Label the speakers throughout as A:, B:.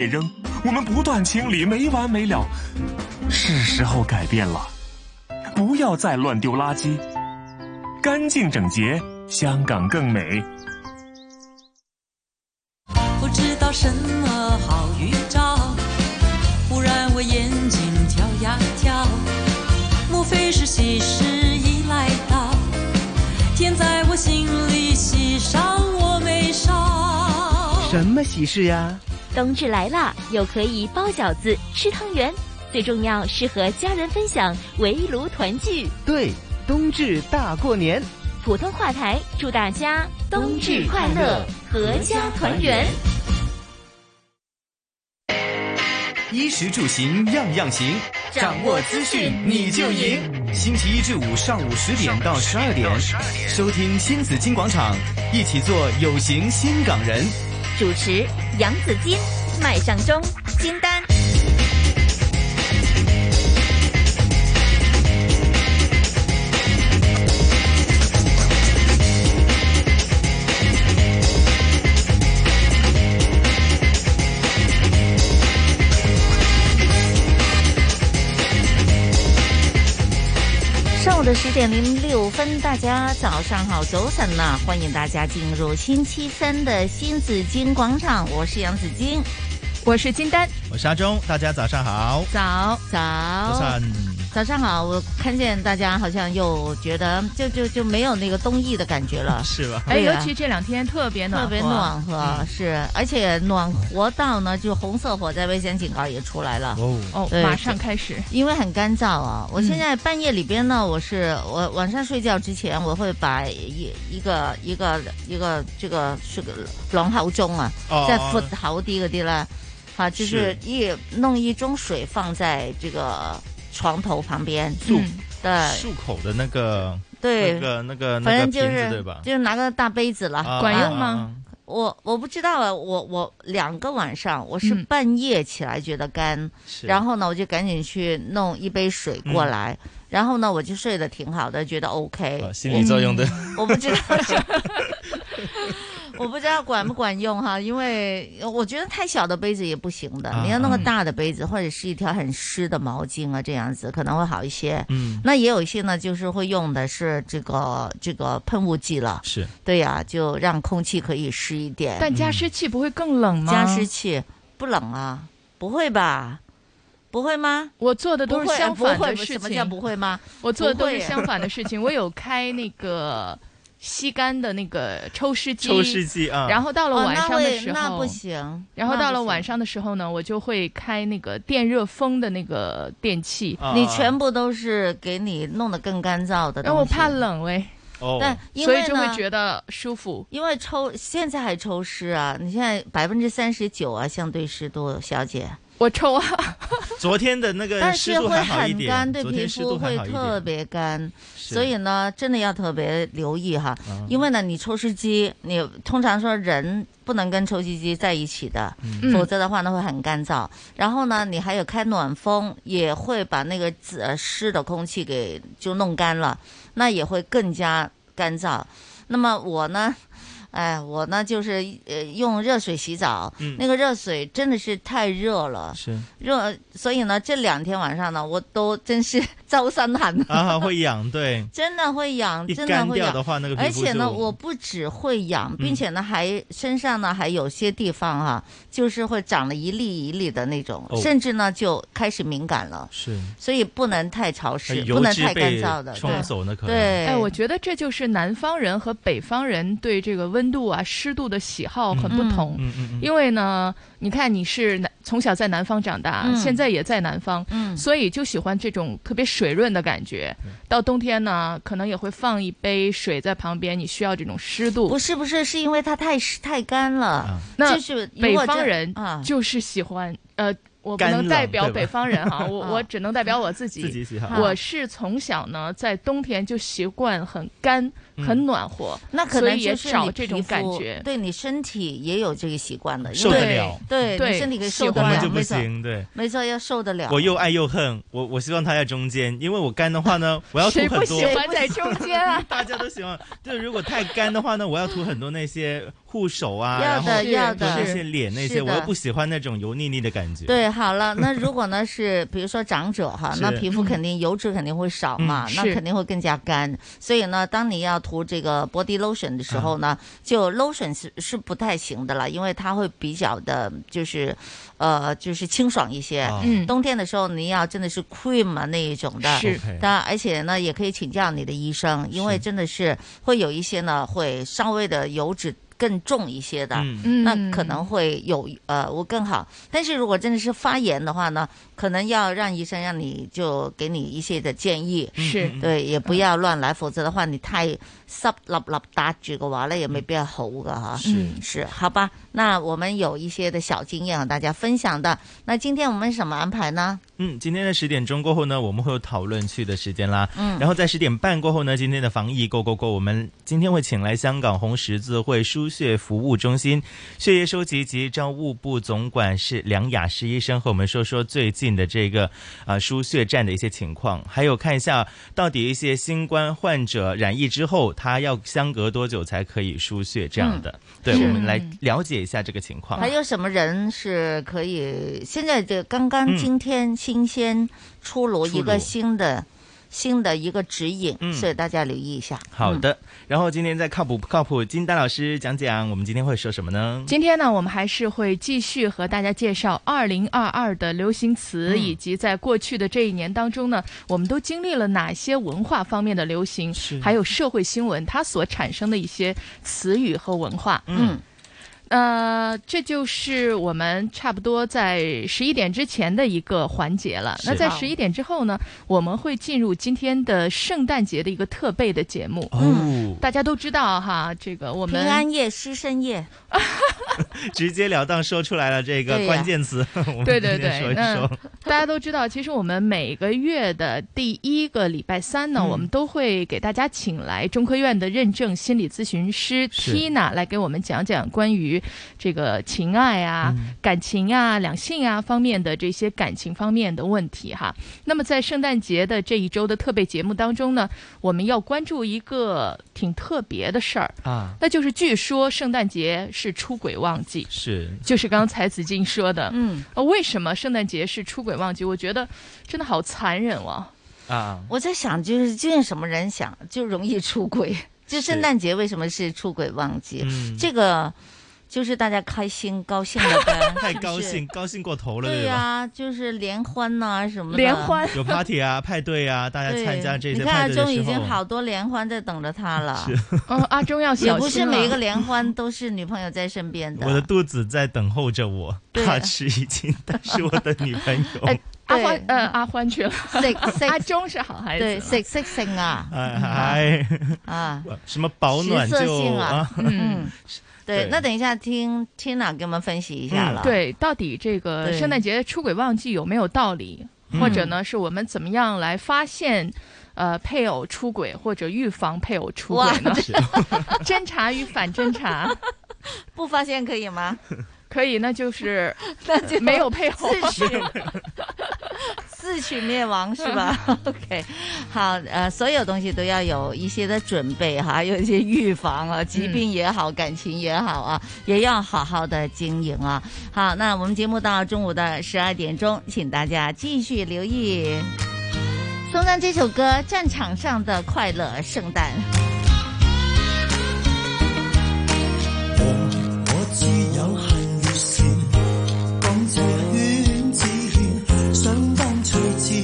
A: 给扔，我们不断清理，没完没了。是时候改变了，不要再乱丢垃圾，干净整洁，香港更美。
B: 不知道什么好预兆，忽然我眼睛跳呀跳，莫非是喜事已来到？天在我心里喜上我眉梢。
C: 什么喜事呀？
D: 冬至来啦，又可以包饺子、吃汤圆，最重要是和家人分享围炉团聚。
C: 对，冬至大过年，
D: 普通话台祝大家冬至快乐，阖家团圆。
E: 衣食住行样样行，掌握资讯你就赢。星期一至五上午十点到十二点，收听新紫金广场，一起做有型新港人。
D: 主持杨子金、麦尚中、金丹。
F: 上午的十点零六分，大家早上好，早晨呐！欢迎大家进入星期三的新紫金广场，我是杨紫金，
G: 我是金丹，
E: 我是阿忠，大家早上好，
F: 早早
E: 早上
F: 早上好，我看见大家好像又觉得就就就没有那个冬意的感觉 了，
E: 是吧？
G: 哎，
F: 对
G: 尤
F: 啊
G: 其这两天特别暖和，
F: 特
G: 嗯
F: 别暖和，是，而且暖和到呢，就红色火灾危险警告也出来了。
E: 哦，
G: 哦，
F: 对
G: 马上开始，嗯
F: 因为很干燥啊，我现在半夜里边呢，我是我晚上睡觉之前，我会把一一个一个一个这个是个朗口钟啊，
E: 哦
F: 再复好啲嗰啲啦，啊，就是一弄一盅水放在这个床头旁边，
E: 漱
G: 嗯
F: 对
E: 漱口的那个那
F: 对，
E: 个那个
F: 反
E: 那
F: 正
E: 个
F: 就
E: 瓶子对
F: 是
E: 吧？
F: 就拿个大杯子了，
E: 啊
G: 管
F: 用
G: 吗？
F: 我我不知道啊，我我两个晚上我是
G: 嗯
F: 半夜起来觉得干。然
E: 后
F: 后呢，我就赶紧去弄一杯水过来，然后呢，我就睡得挺好的，觉得 OK。
E: 嗯啊
F: 嗯
E: 心理作用的，
F: 我不 知道是，我不知道管不管用哈，因为我觉得太小的杯子也不行的，
E: 啊
F: 你要弄个大的杯子，或者是一条很湿的毛巾啊，这样子可能会好一些。
E: 嗯，
F: 那也有一些呢，就是会用的是这个这个喷雾剂了，
E: 是嗯
F: 对呀、就让空气可以湿一点。
G: 但加湿器不会更冷吗？
F: 加嗯湿，器不冷啊？不会吧？不会吗？
G: 我做的都是相反
F: 不会
G: 的
F: 不会
G: 事
F: 什么叫
G: 情，
F: 不会吗？
G: 我做的都
F: 不
G: 是
F: 会
G: 相反的事情。我有开那个吸干的那个抽湿机，
E: 抽湿机啊，
G: 然后到了晚
F: 那
G: 上的时
F: 会
G: 候，
F: 哦那不行。
G: 然后到了晚
F: 上，
G: 上的时候呢，我就会开那个电热风的那个电器，
E: 啊
F: 你全部都是给你弄得更干燥的东西。
G: 然后我怕，冷喂，
E: 哦，
F: 但因
G: 所
F: 为
G: 以就会
F: 呢，
G: 觉得舒服。
F: 因为抽现在还抽湿啊，你现在百分之三十九啊，相对湿度，小姐，
G: 我抽啊，
E: 昨天的那个
F: 但
E: 湿
F: 是
E: 度
F: 会
E: 还好一
F: 很
E: 点，
F: 干，对
E: 昨
F: 皮
E: 天湿
F: 肤
E: 度还
F: 会
E: 好一点
F: 特别干，
E: 是
F: 所以呢，真的要特别留意哈。
E: 啊
F: 因为呢，你抽湿机，你通常说人不能跟抽湿机在一起的，
G: 嗯
F: 否则的话呢会很干燥。然后呢，你还有开暖风，也会把那个自呃湿的空气给就弄干了，那也会更加干燥。那么我呢，哎，我呢就是呃用热水洗澡，
E: 嗯
F: 那个热水真的是太热了，
E: 是
F: 热，所以呢这两天晚上呢我都真是 周身痕，
E: 啊，会痒，对，
F: 真的会痒，
E: 一
F: 真的
E: 干
F: 会
E: 掉
F: 痒
E: 的。话，那个皮
F: 而
E: 肤
F: 且呢，
E: 就
F: 我不只会痒，并
E: 嗯
F: 且呢，还身上呢还有些地方哈、就是会长了一粒一粒的那种，
E: 哦
F: 甚至呢就开始敏感了。
E: 是
F: 所以不能太潮
E: 它
F: 湿，
E: 油
F: 不能
E: 脂
F: 太干
E: 被
F: 燥的，
E: 冲走那可
F: 对
E: 能
F: 对。
G: 哎，我觉得这就是南方人和北方人对这个温度啊、湿度的喜好很不同。
E: 嗯嗯嗯，
G: 因为呢，你看你是南从小在南方长大，
F: 嗯
G: 现在也在南方，
F: 嗯
G: 所以就喜欢这种特别水润的感觉。到冬天呢，可能也会放一杯水在旁边，你需要这种湿度
F: 不。是不是，是因为它太湿太干了。
E: 啊
G: 那
F: 就是如
G: 北
F: 果
G: 方
F: 这
G: 人
F: 啊，
G: 就是喜欢，呃，我不
E: 干
G: 能
E: 冷
G: 代表
E: 对吧
G: 北方人 哈，我
F: 啊
G: 我只能代表我自己。
E: 自己喜好，
G: 我是从小呢，在冬天就习惯很干、
E: 嗯
G: 很暖和，
F: 那可
G: 所
F: 能
G: 以也
F: 就是
G: 找
F: 你
G: 这
F: 皮
G: 种感
F: 肤
G: 觉
F: 对你身体也有这个习惯的，因
E: 受得
F: 为
E: 了，
F: 对
G: 对
F: 你身体可以
G: 喜
F: 受得
G: 欢
F: 了，
E: 就不
F: 没错
E: 行，对。
F: 没错，要受得了。
E: 我又爱又恨，我我希望它在中间，因为我干的 话呢，我要涂
G: 谁不
E: 很多
G: 喜，欢在中间啊？
E: 大家都喜欢。就如果太干的话呢，我要涂很多那些
H: 护手啊，
F: 要
H: 然后
F: 的要的
H: 那些脸那
F: 是
H: 些，我又
F: 的
H: 不喜欢那种油腻腻的感觉。
F: 对，好了，那如果呢是比如说长者哈，
H: 是
F: 那皮肤肯定油脂肯定会少嘛，
G: 嗯
F: 那
G: 是
F: 肯定会更加干。所以呢，当你要涂这个 body lotion 的时候呢，就 lotion 是是不太行的了，因为它会比较的，就是呃，就是清爽一些。
H: 啊
G: 嗯，
F: 冬天的时候，你要真的是 cream 啊那一种的，
G: 是
H: OK
F: 但而且呢，也可以请教你的医生，因为
H: 是
F: 真的是会有一些呢，会稍微的油脂更重一些的。
H: 嗯，
G: 嗯，
F: 那可能会有呃，我更好。但是如果真的是发炎的话呢，可能要让医生让你就给你一些的建议，
G: 是
H: 嗯
F: 对，也不要乱来，否则的话你太濕立立搭住嘅話呢，也没必要好噶哈。嗯
H: 是
F: 是，好吧，那我们有一些的小经验和大家分享的。那今天我们什么安排呢？
H: 嗯，今天的十点钟过后呢，我们会有讨论区的时间啦。
F: 嗯
H: 然后在十点半过后呢，今天的防疫 Go Go Go，我们今天会请来香港红十字会输血服务中心血液收集及招募部总管是梁雅诗医生和我们说说最近的这个呃输血站的一些情况，还有看一下到底一些新冠患者染疫之后，他要相隔多久才可以输血这样的。对，
F: 是
H: 我们来了解一下这个情况
F: 嗯还。有什么人是可以？现在这刚刚
H: 嗯
F: 今天新鲜出炉
H: 出
F: 一个
H: 炉
F: 新的新的一个指引，
H: 嗯
F: 所以大家留意一下。
H: 好
F: 嗯
H: 的，然后今天在靠谱不靠谱，金丹老师讲讲我们今天会说什 么呢？
G: 今天呢，我们还是会继续和大家介绍二零二二的流行词，
H: 嗯
G: 以及在过去的这一年当中呢，我们都经历了哪些文化方面的流行
H: 是，
G: 还有社会新闻它所产生的一些词语和文化。
F: 嗯，
G: 呃，这就是我们差不多在十一点之前的一个环节了。
H: 是
G: 那在十一点之后呢，我们会进入今天的圣诞节的一个特备的节目。
H: 哦，
G: 大家都知道哈，这个我
F: 平
G: 们
F: 安夜、师生夜，
H: 直截了当说出来了这
F: 对
H: 个
F: 呀
H: 关键词，我们
G: 对对
H: 今天
G: 对
H: 说一
G: 那
F: 嗯
H: 说，
G: 大家都知道，其实我们每个月的第一个礼拜三呢，
H: 嗯
G: 我们都会给大家请来中科院的认证心理咨询师
H: 是
G: Tina 来给我们讲讲关于这个情爱啊、
H: 嗯
G: 感情啊、两性啊方面的这些感情方面的问题哈。那么在圣诞节的这一周的特备节目当中呢，我们要关注一个挺特别的事儿，
H: 啊，
G: 那就是据说圣诞节是出轨旺季。
H: 是
G: 就是刚才子静说的，
F: 嗯，
G: 呃，为什么圣诞节是出轨旺季？我觉得真的好残忍哦。
H: 啊，
F: 我在想，就是究竟什么人想就容易出轨？就是圣诞节为什么是出轨旺季？
H: 嗯，
F: 这个就是大家开心高兴了 呗，
H: 太
F: 是不
H: 高
F: 是
H: 兴，。高兴过头了，
F: 对
H: 吧？
F: 呀、就是联欢呐、什么的。
G: 联欢
H: 有 party 啊，派对啊，大家
F: 对，
H: 参加这
F: 你
H: 些
F: 看
H: 派
F: 阿
H: 对的
F: 忠
H: 时
F: 已经
H: 候，
F: 好多联欢在等着他了，
G: 嗯，阿忠要
F: 也
G: 小
F: 不
G: 心
F: 是
G: 了
F: 每一个联欢都是女朋友在身边的。
H: 我的肚子在等候着我，
F: 对
H: 大吃一惊，但是我的女朋 友
G: 哎，阿
F: 对
G: 欢，呃，阿欢 去了，
F: 食
G: 阿
F: 食
G: 忠是好孩子。
F: 对食食性啊
H: 哎，
F: 啊，
H: 哎什么保暖
F: 食色
H: 就
F: 性啊
H: 啊，
G: 嗯，
F: 嗯，对
H: 对。
F: 那等一下听 Tina 给我们分析一下
H: 嗯
F: 了。
G: 对，到底这个
F: 对
G: 圣诞节出轨旺季有没有道理？
H: 嗯
G: 或者呢，是我们怎么样来发现？呃，配偶出轨或者预防配偶出轨呢？ 侦查与反侦查
F: 不发现可以吗？
G: 可以，那就是
F: 那就
G: 没有配偶。
F: 自取自取灭亡是吧？OK，好，呃，所有东西都要有一些的准备哈，有一些预防啊，疾病也好，感情也好啊，也要好好的经营啊。好，那我们节目到中午的十二点钟，请大家继续留意。送上这首歌《战场上的快乐圣诞》。
I: 我知有限越線，講這圈子圈，相當趣致，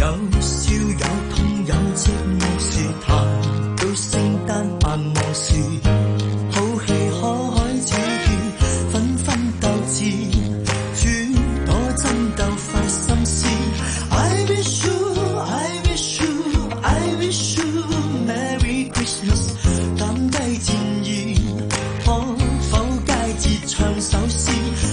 I: 有笑有痛有節目是談到聖誕盼望是好戲可開始見，紛紛鬥智，轉朵爭鬥快心思，I wish you, I wish you, I wish you Merry Christmas，減低戰意。可否佳節唱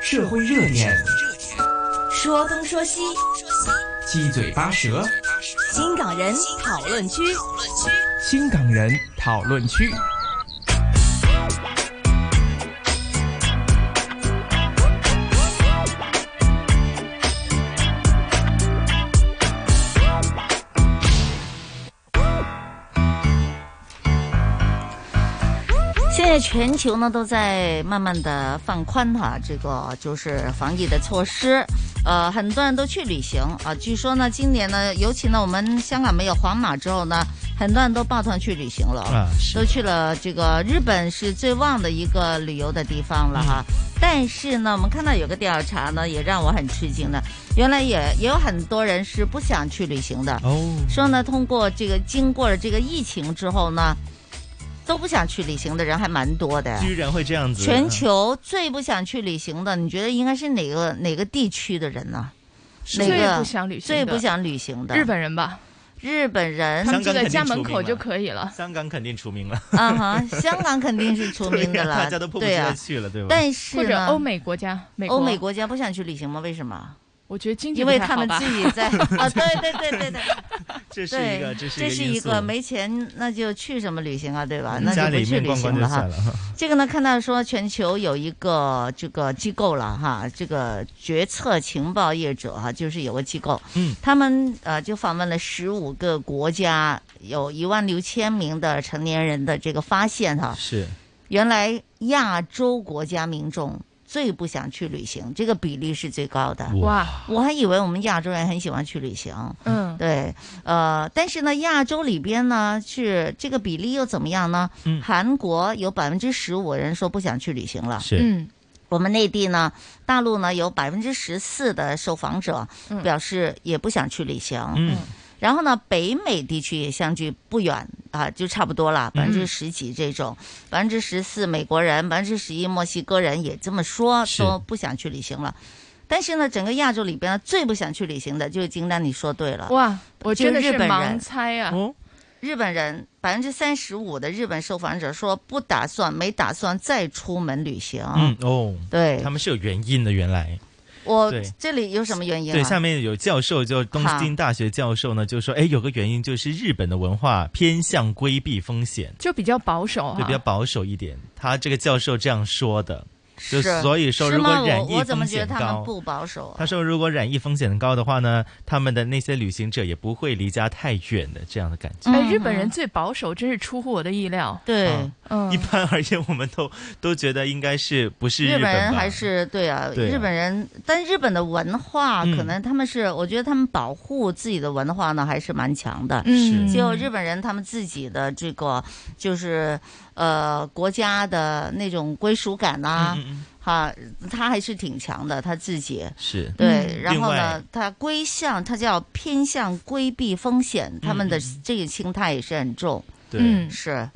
J: 社会热点，
K: 说东说西，
J: 七嘴八舌，
K: 新港人讨论区。
J: 新港人讨论区。
F: 现在全球呢都在慢慢的放宽哈，这个就是防疫的措施。呃，很多人都去旅行啊。据说呢，今年呢，尤其呢，我们香港没有黄码之后呢，很多人都抱团去旅行了，
L: 啊是
F: 都去了这个日本是最旺的一个旅游的地方了哈。但是呢，我们看到有个调查呢，也让我很吃惊的，原来也也有很多人是不想去旅行的，
H: 哦
F: 说呢，通过这个经过了这个疫情之后呢，都不想去旅行的人还蛮多的。
H: 居然会这样子，啊
F: 全球最不想去旅行的，你觉得应该是哪个哪个地区的人呢？
G: 是
F: 哪个
G: 最不想旅行
F: 最
G: 的
F: 不想旅行的
G: 日本人吧？
F: 日本人，
G: 他们就在家门口就可以了。
H: 香港肯定除名了。
F: 啊 哈，香港肯定是出名的
H: 对呀
F: 了，
H: 大家都迫不及
F: 对啊
H: 待去了对吧
F: 但是
G: 或者
F: 呢
G: 欧美国家，美国
F: 欧美国家不想去旅行吗？为什么？
G: 我觉得经济
F: 因为
G: 不太
F: 他们
G: 好吧
F: 自己 在啊，对对对对对，
H: 这
G: 是一个
F: 对
G: 这是一个
F: 这
G: 因
F: 一
G: 素
F: 个没钱，那就去什么旅行啊，对吧？那
H: 嗯家
F: 就不
H: 里
F: 去
H: 面
F: 旅
H: 逛
F: 行
H: 逛就
F: 哈
H: 算。了。
F: 这个呢，看到说全球有一个这个机构了哈，这个决策情报业者哈，就是有个机构，
H: 嗯
F: 他们呃就访问了十五个国家，有一万六千名的成年人的这个发现哈，
H: 是
F: 原来亚洲国家民众最不想去旅行，这个比例是最高的。
G: 哇！
F: 我还以为我们亚洲人很喜欢去旅行，
G: 嗯
F: 对，呃，但是呢，亚洲里边呢是这个比例又怎么样呢？
G: 嗯
F: 韩国有百分之十五人说不想去旅行了，
H: 是
G: 嗯，
F: 我们内地呢，大陆呢有百分之十四的受访者
G: 嗯
F: 表示也不想去旅行，
H: 嗯。
F: 然后呢，北美地区也相距不远啊，就差不多了，百分之十几这种，百分之十四美国人，百分之十一墨西哥人也这么说，
M: 是
F: 说不想去旅行了。但是呢，整个亚洲里边呢，最不想去旅行的就是金丹，你说对了，
G: 哇，我
F: 就
G: 真的
F: 日
G: 是
F: 本
G: 盲
F: 人，
G: 猜啊！
H: 嗯
F: 日本人百分之三十五的日本受访者说不打算、没打算再出门旅行。
H: 嗯哦，
F: 对
H: 他们是有原因的。原来，
F: 我
H: 对
F: 这里有什么原因、啊？
H: 对，下面有教授，就东京大学教授呢，就说，哎，有个原因就是日本的文化偏向规避风险，
G: 就比较保守
H: 对，
G: 哈
H: 比较。保守一点。他这个教授这样说的，就是所以说，
F: 是
H: 如果
F: 吗
H: 染
F: 我
H: 疫
F: 我怎么
H: 风
F: 觉得
H: 险
F: 他
H: 高
F: 们，不保守啊？
H: 他说如果染疫风险高的话呢，他们的那些旅行者也不会离家太远的这样的感觉。
F: 嗯
G: 哎，日本人最保守，真是出乎我的意料。
H: 啊
G: 嗯
H: 一般而言，我们都都觉得应该是不是
F: 日
H: 本
F: 本人
H: 吧
F: 还是对啊，
H: 对啊
F: 日本人，但日本的文化
H: 嗯
F: 可能他们是，我觉得他们保护自己的文化呢还是蛮强的。
M: 嗯是
F: 就日本人他们自己的这个就是呃国家的那种归属感
H: 嗯
F: 呐、哈，他还是挺强的，他自己。
H: 是
I: 嗯
F: 对，然
H: 另
F: 后
H: 外
F: 呢，他归向，他叫偏向规避风险，他们的这个心态也是很重。
H: 对嗯
F: 是。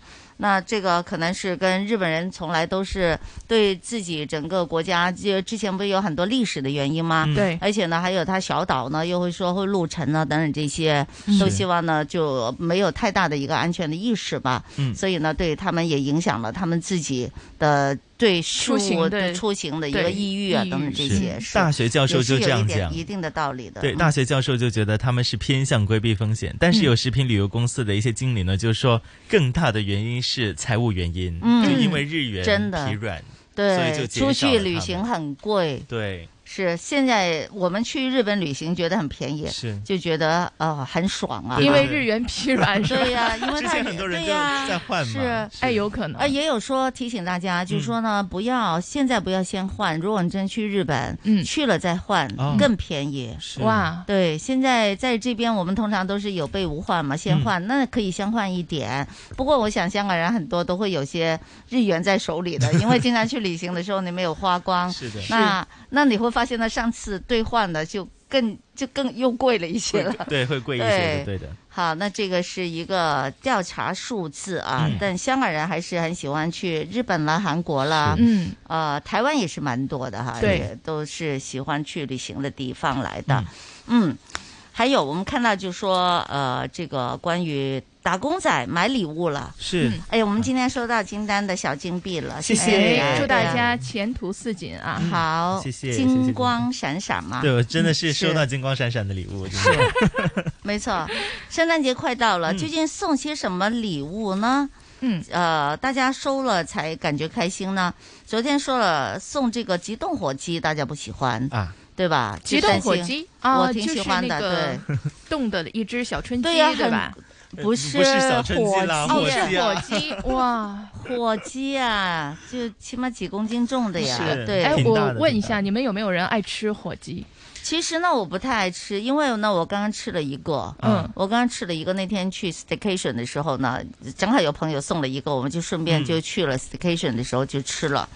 F: 那这个可能是跟日本人从来都是对自己整个国家，就之前不是有很多历史的原因吗？
M: 嗯对
F: 而且呢，还有他小岛呢，又会说会陆沉啊等等这些，
M: 是
F: 都希望呢就没有太大的一个安全的意识吧。
M: 嗯
F: 所以呢，对他们也影响了他们自己的对事
G: 出行
F: 物
G: 的
F: 出行的一个
G: 对
F: 抑郁啊
G: 抑
F: 等等
G: 郁
F: 这
H: 是
F: 些。是
H: 大学教授
F: 也是
H: 就
F: 有
H: 这
F: 一
H: 样
F: 点
H: 讲
F: 一定的道理的。
H: 对，
F: 嗯
H: 大学教授就觉得他们是偏向规避风险，但是有食品旅游公司的一些经理呢，就说更大的原因是财务原因，
F: 嗯
H: 就因为日元
F: 真的
H: 疲软，所以就
F: 对，
H: 减
F: 出
H: 少了
F: 去
H: 他
F: 旅
H: 们
F: 行很贵。
H: 对，
F: 是，现在我们去日本旅行觉得很便宜，
H: 是
F: 就觉得呃很爽啊，
G: 因为日元疲软，是吧
F: 对呀、因为它对呀是
G: 哎，有可能。
F: 呃，也有说提醒大家，就是说
H: 嗯
F: 呢，不要现在不要先换，如果你真去日本，
G: 嗯
F: 去了再换
G: 哦
F: 更便宜。
G: 是哇
F: 对，现在在这边我们通常都是有备无患嘛，先
H: 嗯
F: 换，那可以先换一点。不过我想香港人很多都会有些日元在手里 的，因为经常去旅行的时候你没有花光，
H: 是的
F: 那那你会发现呢，上次兑换的就更就更又贵了一些了。
H: 对，会贵一些的，对的。
F: 好，那这个是一个调查数字啊，
H: 嗯
F: 但香港人还是很喜欢去日本啦、韩国啦，
G: 是嗯，
F: 呃，台湾也是蛮多的哈，
G: 对
F: 也都是喜欢去旅行的地方来的，嗯还有我们看到就说呃，这个关于。打工仔买礼物了。
H: 是
F: 嗯哎呀，我们今天收到金丹的小金币了，
H: 谢谢
F: 你
G: 哎
F: 啊
G: 祝
F: 对
G: 大
F: 啊
G: 家前途似锦啊！
F: 好，
H: 谢谢谢谢
F: 金光闪闪嘛。嗯
H: 对我真的是收到
F: 啊是
H: 金光闪闪的礼物，真的
F: 没错，圣诞节快到了，
H: 嗯
F: 究竟送些什么礼物呢？
G: 嗯，
F: 呃，大家收了才感觉开心呢。昨天说了送这个急冻火鸡，大家不喜欢，
H: 啊，
F: 对吧？
G: 急冻火鸡啊，
F: 我挺喜欢的
G: 就是 那个冻的一只小春鸡，
F: 对呀
G: 对吧？
F: 对，不
H: 不是小春鸡啦，
G: 哦，
H: 火
G: 是
H: 鸡啊
G: 火，鸡哇！
F: 火鸡啊，就起码几公斤重的呀
H: 是。
F: 对，
G: 哎，
H: 挺大
G: 我
H: 的
G: 问一下，你们有没有人爱吃火鸡？
F: 其实呢，我不太爱吃，因为呢，我刚刚吃了一个，
G: 嗯
F: 我刚刚吃了一个。那天去 staycation 的时候呢，正好有朋友送了一个，我们就顺便就去了 staycation 的时候就吃了。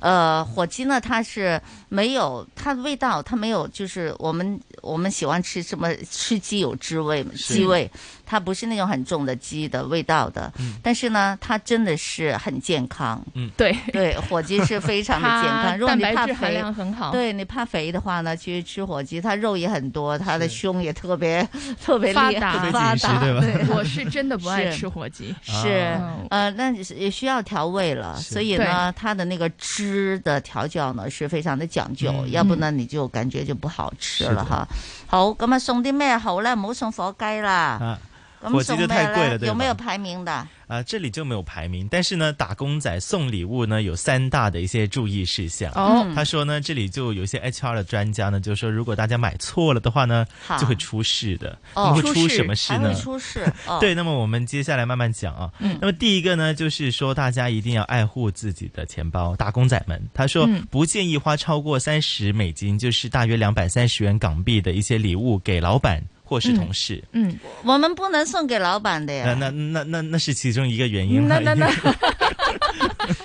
F: 呃，火鸡呢，它是没有它的味道，它没有就是我们我们喜欢吃什么吃鸡有滋味嘛，
H: 是
F: 鸡味，它不是那种很重的鸡的味道的。但是呢，它真的是很健康。
G: 对，
F: 对，火鸡是非常的健
G: 它
F: 康。如果
G: 蛋
F: 你
G: 白
F: 怕
G: 质含
F: 肥，
G: 量很好，，
F: 对你怕肥的话呢，其实吃火鸡，它肉也很多，它的胸也特别 特别厉
G: 发
F: 害
G: 达特别
F: 发
H: 紧实
F: 达，
H: 对吧啊
G: 我是真的不爱
F: 是
G: 吃火鸡。
F: 是
G: 嗯，
F: 呃，那也是也需要调味了，
H: 是
F: 所以呢，它的那个汁的调教呢是非常的讲究，
H: 嗯
F: 要不呢你就感觉就不好吃
H: 是
F: 了
H: 的
F: 哈。好，咁啊送啲咩好咧？唔好送火雞啦，
H: 啊火
F: 咁
H: 雞
F: 送咩
H: 就太貴了
F: 咧？
H: 對吧
F: 有沒有排名的？
H: 啊，这里就没有排名，但是呢，打工仔送礼物呢有三大的一些注意事项。
G: 哦，
H: 他说呢，这里就有一些 HR 的专家呢，就说如果大家买错了的话呢，
F: 好
H: 就会出事的。
F: 哦
H: 那会
G: 出
H: 出
G: 事
H: 什么事
F: 还
H: 呢
F: 會？出事？哦、
H: 对，那么我们接下来慢慢讲啊。
G: 嗯
H: 那么第一个呢，就是说大家一定要爱护自己的钱包，打工仔们，他说
G: 嗯
H: 不建议花超过三十美金，就是大约两百三十元港币的一些礼物给老板或是同事。呃
G: 嗯，
F: 我们不能送給老闆的呀。
H: 那那那那那是其中一个原因
G: 那
H: 了。
G: 那那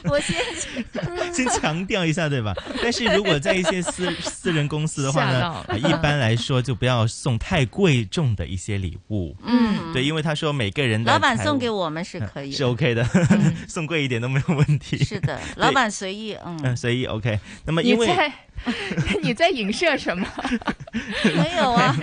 F: 我先
H: 先强调一下，对吧？ 但是如果在一 些私 私人公司的话
G: 吓
H: 呢，
G: 到了
H: 啊一般来说就不要送太贵重的一些礼物。
F: 嗯，
H: 对，因为他说每个人的
F: 老闆
H: 财务嗯
F: 送給我们是可以
H: 是
F: 的。嗯
H: OK 的， 送贵一点都没有问题。
F: 是的，老板随意，嗯
H: 嗯，，所以 OK。那么
G: 你
H: 因为
G: 在你在 影射什么？
F: 没有啊，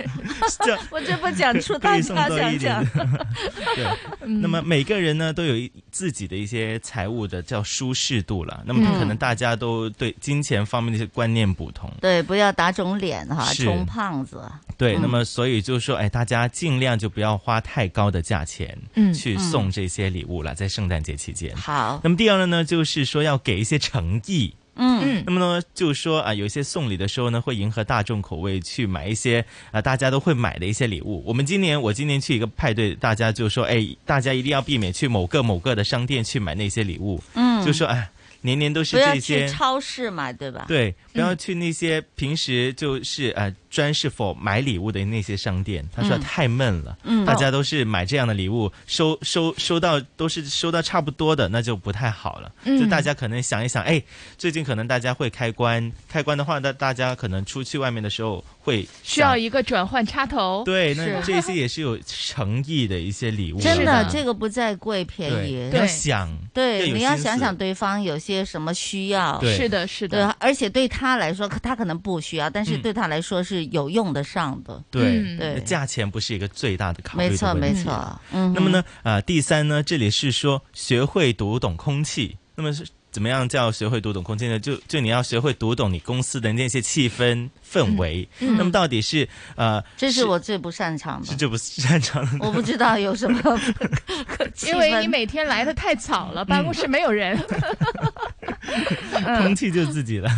H: 这
F: 我这不讲出
H: 可
F: 大
H: 以送
F: 家嗯
H: 多一
F: 想
H: 点
F: 想，
H: 的。对，那么每个人呢都有一自己的一些财务的叫舒适度了。那
F: 嗯
H: 么可能大家都对金钱方面的一些观念不同。
F: 对，不要打肿脸哈，
H: 是
F: 充胖子，
H: 对，
F: 嗯
H: 那么所以就是说，哎，大家尽量就不要花太高的价钱，
G: 嗯
H: 去送这些礼物了，在圣诞节期间。
F: 嗯好，
H: 那么第二个呢，就是说要给一些诚意。
F: 嗯，
G: 嗯
H: 那么呢，就是说啊，有一些送礼的时候呢，会迎合大众口味去买一些啊大家都会买的一些礼物。我们今年我今年去一个派对，大家就说，哎，大家一定要避免去某个某个的商店去买那些礼物，
F: 嗯
H: 就说哎，年年都是
F: 不要
H: 这
F: 去
H: 些。
F: 超市嘛，对吧？嗯
H: 对，不要去那些平时就是呃专是否买礼物的那些商店，他说
F: 嗯
H: 太闷了，
F: 嗯
H: 大家都是买这样的礼物，收收收到都是收到差不多的，那就不太好了。
G: 嗯
H: 就大家可能想一想，哎，最近可能大家会开关，开关的话，那大家可能出去外面的时候会
G: 需要
H: 想
G: 一个转换插头。
H: 对，那
F: 哦是
H: 这些也是有诚意的一些礼物，
F: 真的，
G: 是的
F: 这个不再贵便宜
H: 对，
G: 对
H: 要想
F: 对，
H: 有
F: 你要
H: 心
F: 想
H: 思
F: 想对方有些什么需要。
H: 对
G: 是的，是
F: 对
G: 的，，
F: 而且对他来说，可他可能不需要，但是
H: 嗯
F: 对他来说是有用得上的。
H: 对
G: 嗯
F: 对
H: 价钱不是一个最大的考虑的
F: 没错，
H: 问
F: 没
H: 题
F: 错。嗯，
H: 那么呢，，啊，第三呢，这里是说学会读懂空气。那么是怎么样叫学会读懂空气呢？就就你要学会读懂你公司的那些气氛氛围。那么到底是呃，
F: 嗯这是我最不擅长的
H: 是。这不是擅长的
F: 我不知道有什么 气氛，
G: 因为你每天来的太早了，办公室没有人。
H: 空气就自己了。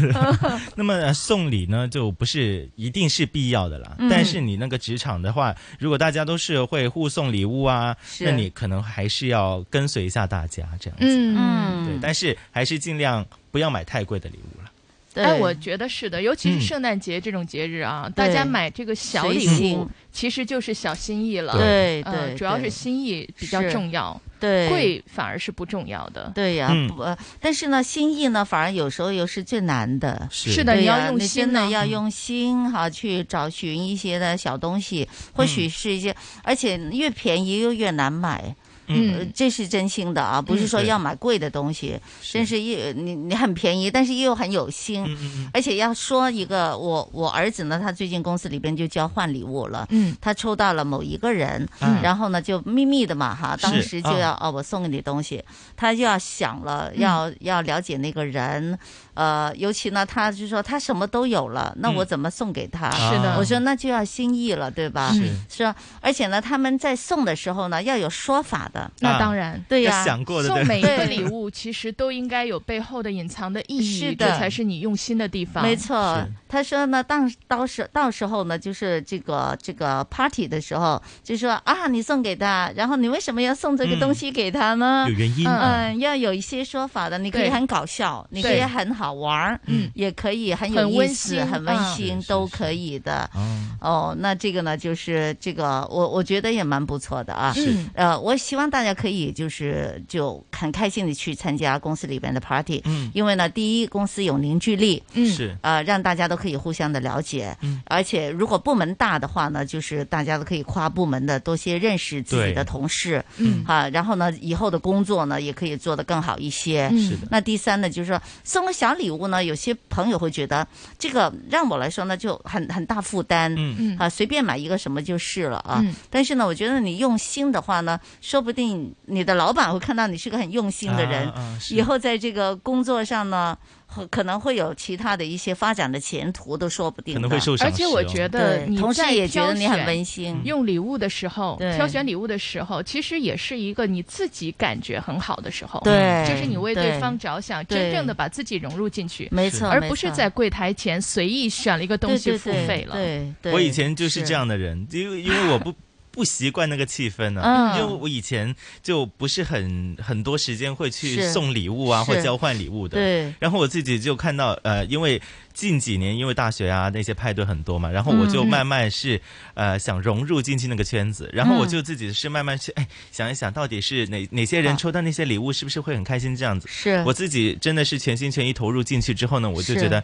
F: 嗯
H: 那么、呃送礼呢，就不是一定是必要的啦。
F: 嗯
H: 但是你那个职场的话，如果大家都是会互送礼物啊，
F: 是
H: 那你可能还是要跟随一下大家这样子。
G: 嗯，
H: 对，
F: 嗯，
H: 但是还是尽量不要买太贵的礼物了。
F: 对
G: 哎，我觉得是的，尤其
H: 嗯
G: 是圣诞节这种节日啊，大家买这个小礼
F: 随
G: 物
F: 心
G: 其实就是小心意了。
F: 对
G: 呃
F: 对，
G: 主要
F: 对
G: 是心意比较
F: 是
G: 重要，
F: 对
G: 贵反而是不重要的。
F: 对呀、
H: 嗯
F: 不，呃但是呢，心意呢，反而有时候又是最难的。
G: 是的
F: 对呀
G: 你要用心啊
F: 你真的
G: 呢
F: 要
C: 嗯
F: 用心哈、去找寻一些的小东西，或许是一些，而且越便宜又越难买。呃这是真心的啊，不是说要买贵的东西，真是一你你很便宜，但是又很有心，
C: 嗯
L: 嗯
F: 而且要说一个，我我儿子呢，他最近公司里边就交换礼物了，
G: 嗯，
F: 他抽到了某一个人，
L: 嗯
F: 然后呢就秘密的嘛哈，
L: 是
F: 当时就要
L: 啊
F: 哦我送给你东西，他就要想了，
L: 嗯
F: 要要了解那个人。呃，尤其呢，他就说他什么都有了，那我
L: 嗯
F: 怎么送给他？
L: 是的
F: 我说那就要心意了，对吧？
L: 是
F: 是啊，而且呢，他们在送的时候呢，要有说法
L: 啊
F: 的。
G: 那当然，
F: 对呀、
G: 送每一个
F: 对
G: 礼物，其实都应该有背后的隐藏的意义，
F: 是的
G: 这才是你用心的地方。
F: 没错，他说呢，当到时到时候呢，就是这个这个 party 的时候，就说啊，你送给他，然后你为什么要送这个东西给他呢？
L: 嗯有原因
F: 嗯
L: 啊
F: 嗯，要有一些说法的，你可以
L: 对
F: 很搞笑，你可
L: 对
F: 以很好玩儿，
L: 嗯，
F: 也可以很
L: 很
F: 有意
L: 温
F: 思，
L: 馨
F: 很温
L: 啊
F: 馨，都可以的。
L: 哦
F: 哦，那这个呢，就是这个，我我觉得也蛮不错的啊。
L: 是
F: 呃，我希望大家可以就是就很开心的去参加公司里边的 party，
L: 嗯
F: 因为呢，第一公司有凝聚力，
L: 嗯是
F: 呃，让大家都可以互相的了解，
L: 嗯
F: 而且如果部门大的话呢，就是大家都可以跨部门的多些认识自己
L: 对
F: 的同事，
L: 嗯
F: 啊，然后呢，以后的工作呢也可以做得更好一些，
L: 嗯是的
F: 那第三呢，就是说送个小礼物呢，有些朋友会觉得这个让我来说呢就很很大负担，
L: 嗯嗯
F: 啊，随便买一个什么就是了啊。
L: 嗯
F: 但是呢，我觉得你用心的话呢，说不定你的老板会看到你是个很用心的人，
L: 啊啊是
F: 以后在这个工作上呢。和可能会有其他的一些发展的前途都说不定的，
H: 可能会受赏
G: 而且
L: 哦
G: 我觉得
F: 对
G: 你
F: 同事
G: 在
F: 也觉得你
G: 挑选
F: 很温馨，
G: 用礼物的时候，
F: 对
G: 挑选礼物的时候，其实也是一个你自己感觉很好的时候。
F: 对
G: 就是你为
F: 对
G: 对方着想，
F: 对
G: 真正的把自己融入进去，
F: 没错
G: 而
F: 没
G: 不是
F: 错
G: 在柜台前随意选了一个东西
F: 对对
G: 付
F: 对
G: 费了。
F: 对
H: 我以前就是这样的人，因为因为我不 不习惯那个气氛呢、
F: 嗯
H: 因为我以前就不是很很多时间会去
F: 是
H: 送礼物啊
F: 是
H: 或交换礼物的。
F: 对
H: 然后我自己就看到，呃，因为近几年因为大学啊那些派对很多嘛，然后我就
L: 嗯嗯
H: 慢慢是、呃想融入进去那个圈
F: 嗯
H: 子，然后我就自己是慢慢去哎想一想到底是哪哪些人抽到那些礼物是不是会很开心这样子。
F: 啊是
H: 我自己真的是全心全意投入进去之后呢，我就是觉得。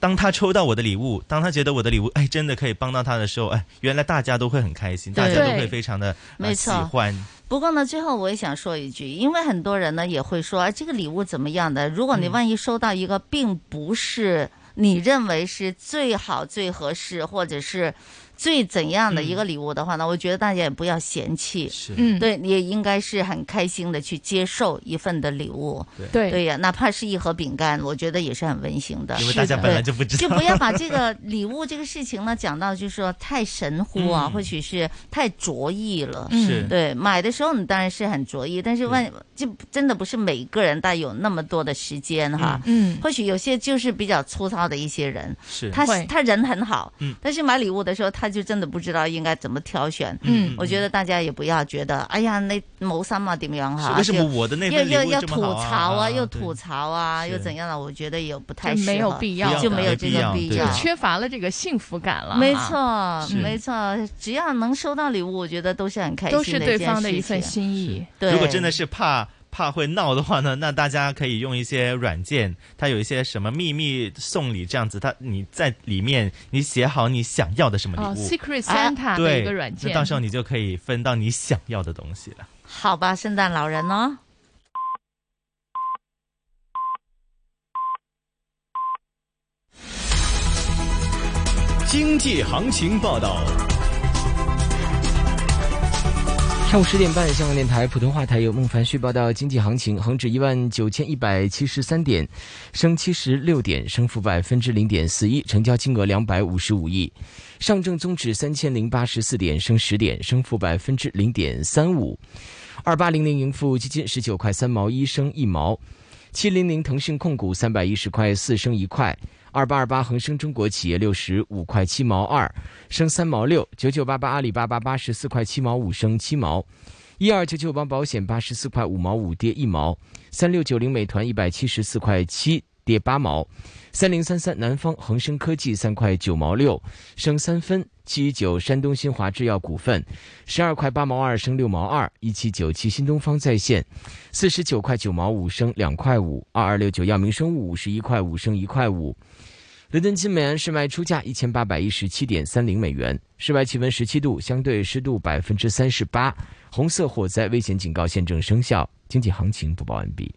H: 当他抽到我的礼物，当他觉得我的礼物哎真的可以帮到他的时候，哎，原来大家都会很开心，
F: 对
H: 大家都会非常的、
F: 没
H: 呃、喜
F: 错
H: 欢。
F: 不过呢，最后我也想说一句，因为很多人呢也会说，哎，这个礼物怎么样的？如果
L: 嗯
F: 你万一收到一个并不是你认为是最好、最合适，或者是最怎样的一个礼物的话呢，我觉得大家也不要嫌弃，
H: 是
L: 嗯
F: 对，你也应该是很开心的去接受一份的礼物，
L: 对对
F: 对呀，哪怕是一盒饼干，我觉得也是很温馨的，
L: 因为大家
F: 是的
L: 本来就不知道
F: 对就不要把这个礼物这个事情呢讲到就是说太神乎啊，
L: 嗯
F: 或许是太着意了，
L: 是嗯
F: 对，买的时候你当然是很着意，但是万就真的不是每个人他有那么多的时间哈，
L: 嗯
F: 或许有些就是比较粗糙的一些人，
L: 是
F: 他
L: 会
F: 他人很好，
L: 嗯
F: 但是买礼物的时候他就真的不知道应该怎么挑选，
L: 嗯
F: 我觉得大家也不要觉得哎呀那冇心啊点样哈，
H: 是为什么
F: 就
H: 我的那
F: 又
H: 份礼物
F: 又又
H: 这
F: 吐
H: 么好啊
F: 槽
H: 啊
F: 又
H: 对
F: 吐槽啊又
H: 是
F: 怎样的，我觉得也不太
G: 就没
F: 适
G: 有
F: 合
G: 必要
F: 就
G: 的
F: 没有
G: 没
F: 这
G: 必
F: 个
G: 要
F: 必
G: 对
F: 要，
G: 缺乏了这个幸福感了哈。啊
F: 没错，
G: 是
F: 没错，只要能收到礼物，我觉得都是很开心
G: 都
F: 的
G: 是
F: 一
G: 对
F: 件
G: 方的
F: 事
G: 一份
F: 情
G: 心意。
F: 对
H: 如果真的是怕怕会闹的话呢， 那大家可以用一些软件，它有一些什么秘密送礼这样子，它你在里面你写好你想要的什么礼物、
G: 哦，Secret
F: 哎
G: Santa 的
H: 对
G: 一个软件
H: 那到时候你就可以分到你想要的东西了。
F: 好吧，圣诞老人哦。
E: 经济行情报道。
M: 上午十点半，香港电台普通话台由孟凡旭报道经济行情。恒指一万九千一百七十三点，升七十六点，升幅百分之零点四一，成交金额两百五十五亿。上证综指三千零八十四点，升十点，升幅百分之零点三五。二八零零盈富基金十九块三毛一升一毛，七零零腾讯控股三百一十块四升一块，二八二八恒生中国企业六十五块七毛二升三毛六，九九八八阿里巴巴八十四块七毛五升七毛。一二九九帮保险八十四块五毛五跌一毛，三六九零美团一百七十四块七跌八毛，三零三三南方恒生科技三块九毛六升三分，七一九山东新华制药股份十二块八毛二升六毛二，一七九七新东方在线四十九块九毛五升两块五，二二六九药明生物五十一块五升一块五。伦敦金美元市卖出价一千八百一十七点三零美元，室外气温十七度，相对湿度百分之三十八，红色火灾危险警告现正生效。经济行情播报完毕。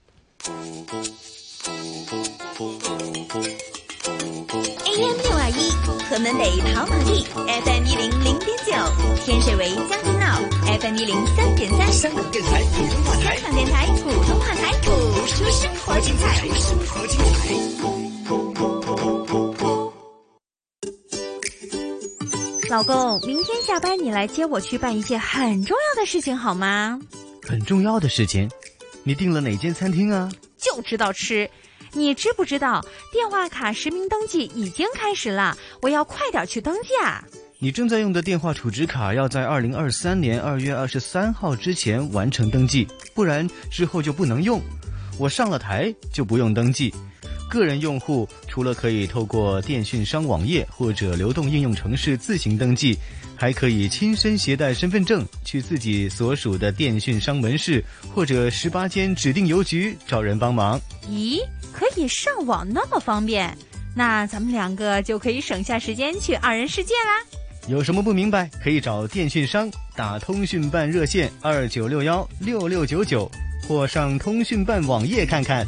K: AM 六二一，河门北跑马地；FM 一零零点九，天水围将军澳；FM 一零三点三，香港电台普通话台。香港电台普通话台，播出生活精彩。生活精彩。
L: 老公，明天下班你来接我去办一件很重要的事情好吗？
N: 很重要的事情，你订了哪间餐厅啊？
L: 就知道吃。你知不知道电话卡实名登记已经开始了？我要快点去登记啊！
N: 你正在用的电话储值卡要在二零二三年二月二十三号之前完成登记，不然之后就不能用。我上了台就不用登记。个人用户除了可以透过电讯商网页或者流动应用程式自行登记，还可以亲身携带身份证去自己所属的电讯商门市或者十八间指定邮局找人帮忙。
L: 咦，可以上网那么方便，那咱们两个就可以省下时间去二人世界啦。
N: 有什么不明白，可以找电讯商打通讯办热线二九六幺六六九九，或上通讯办网页看看。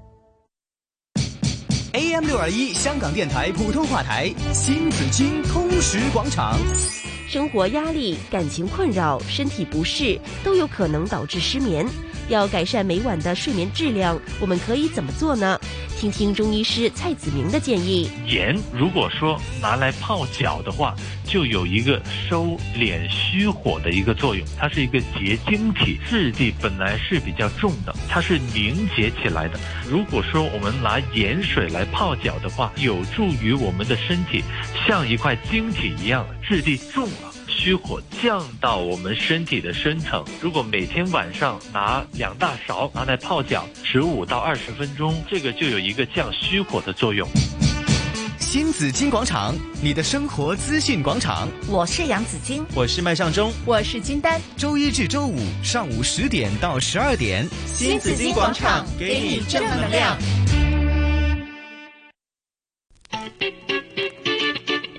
E: AM 六二一香港电台普通话台新紫金通识广场。
O: 生活压力、感情困扰、身体不适都有可能导致失眠。要改善每晚的睡眠质量，我们可以怎么做呢？听听中医师蔡子明的建议。
P: 盐如果说拿来泡脚的话，就有一个收敛虚火的一个作用，它是一个结晶体，质地本来是比较重的，它是凝结起来的。如果说我们拿盐水来泡脚的话，有助于我们的身体像一块晶体一样，质地重了。虚火降到我们身体的深层。如果每天晚上拿两大勺拿来泡脚，十五到二十分钟，这个就有一个降虚火的作用。
E: 新紫金广场，你的生活资讯广场。
K: 我是杨紫金，
H: 我是麦尚中，
G: 我是金丹。
E: 周一至周五上午十点到十二点，
K: 新紫金广场给你正能量。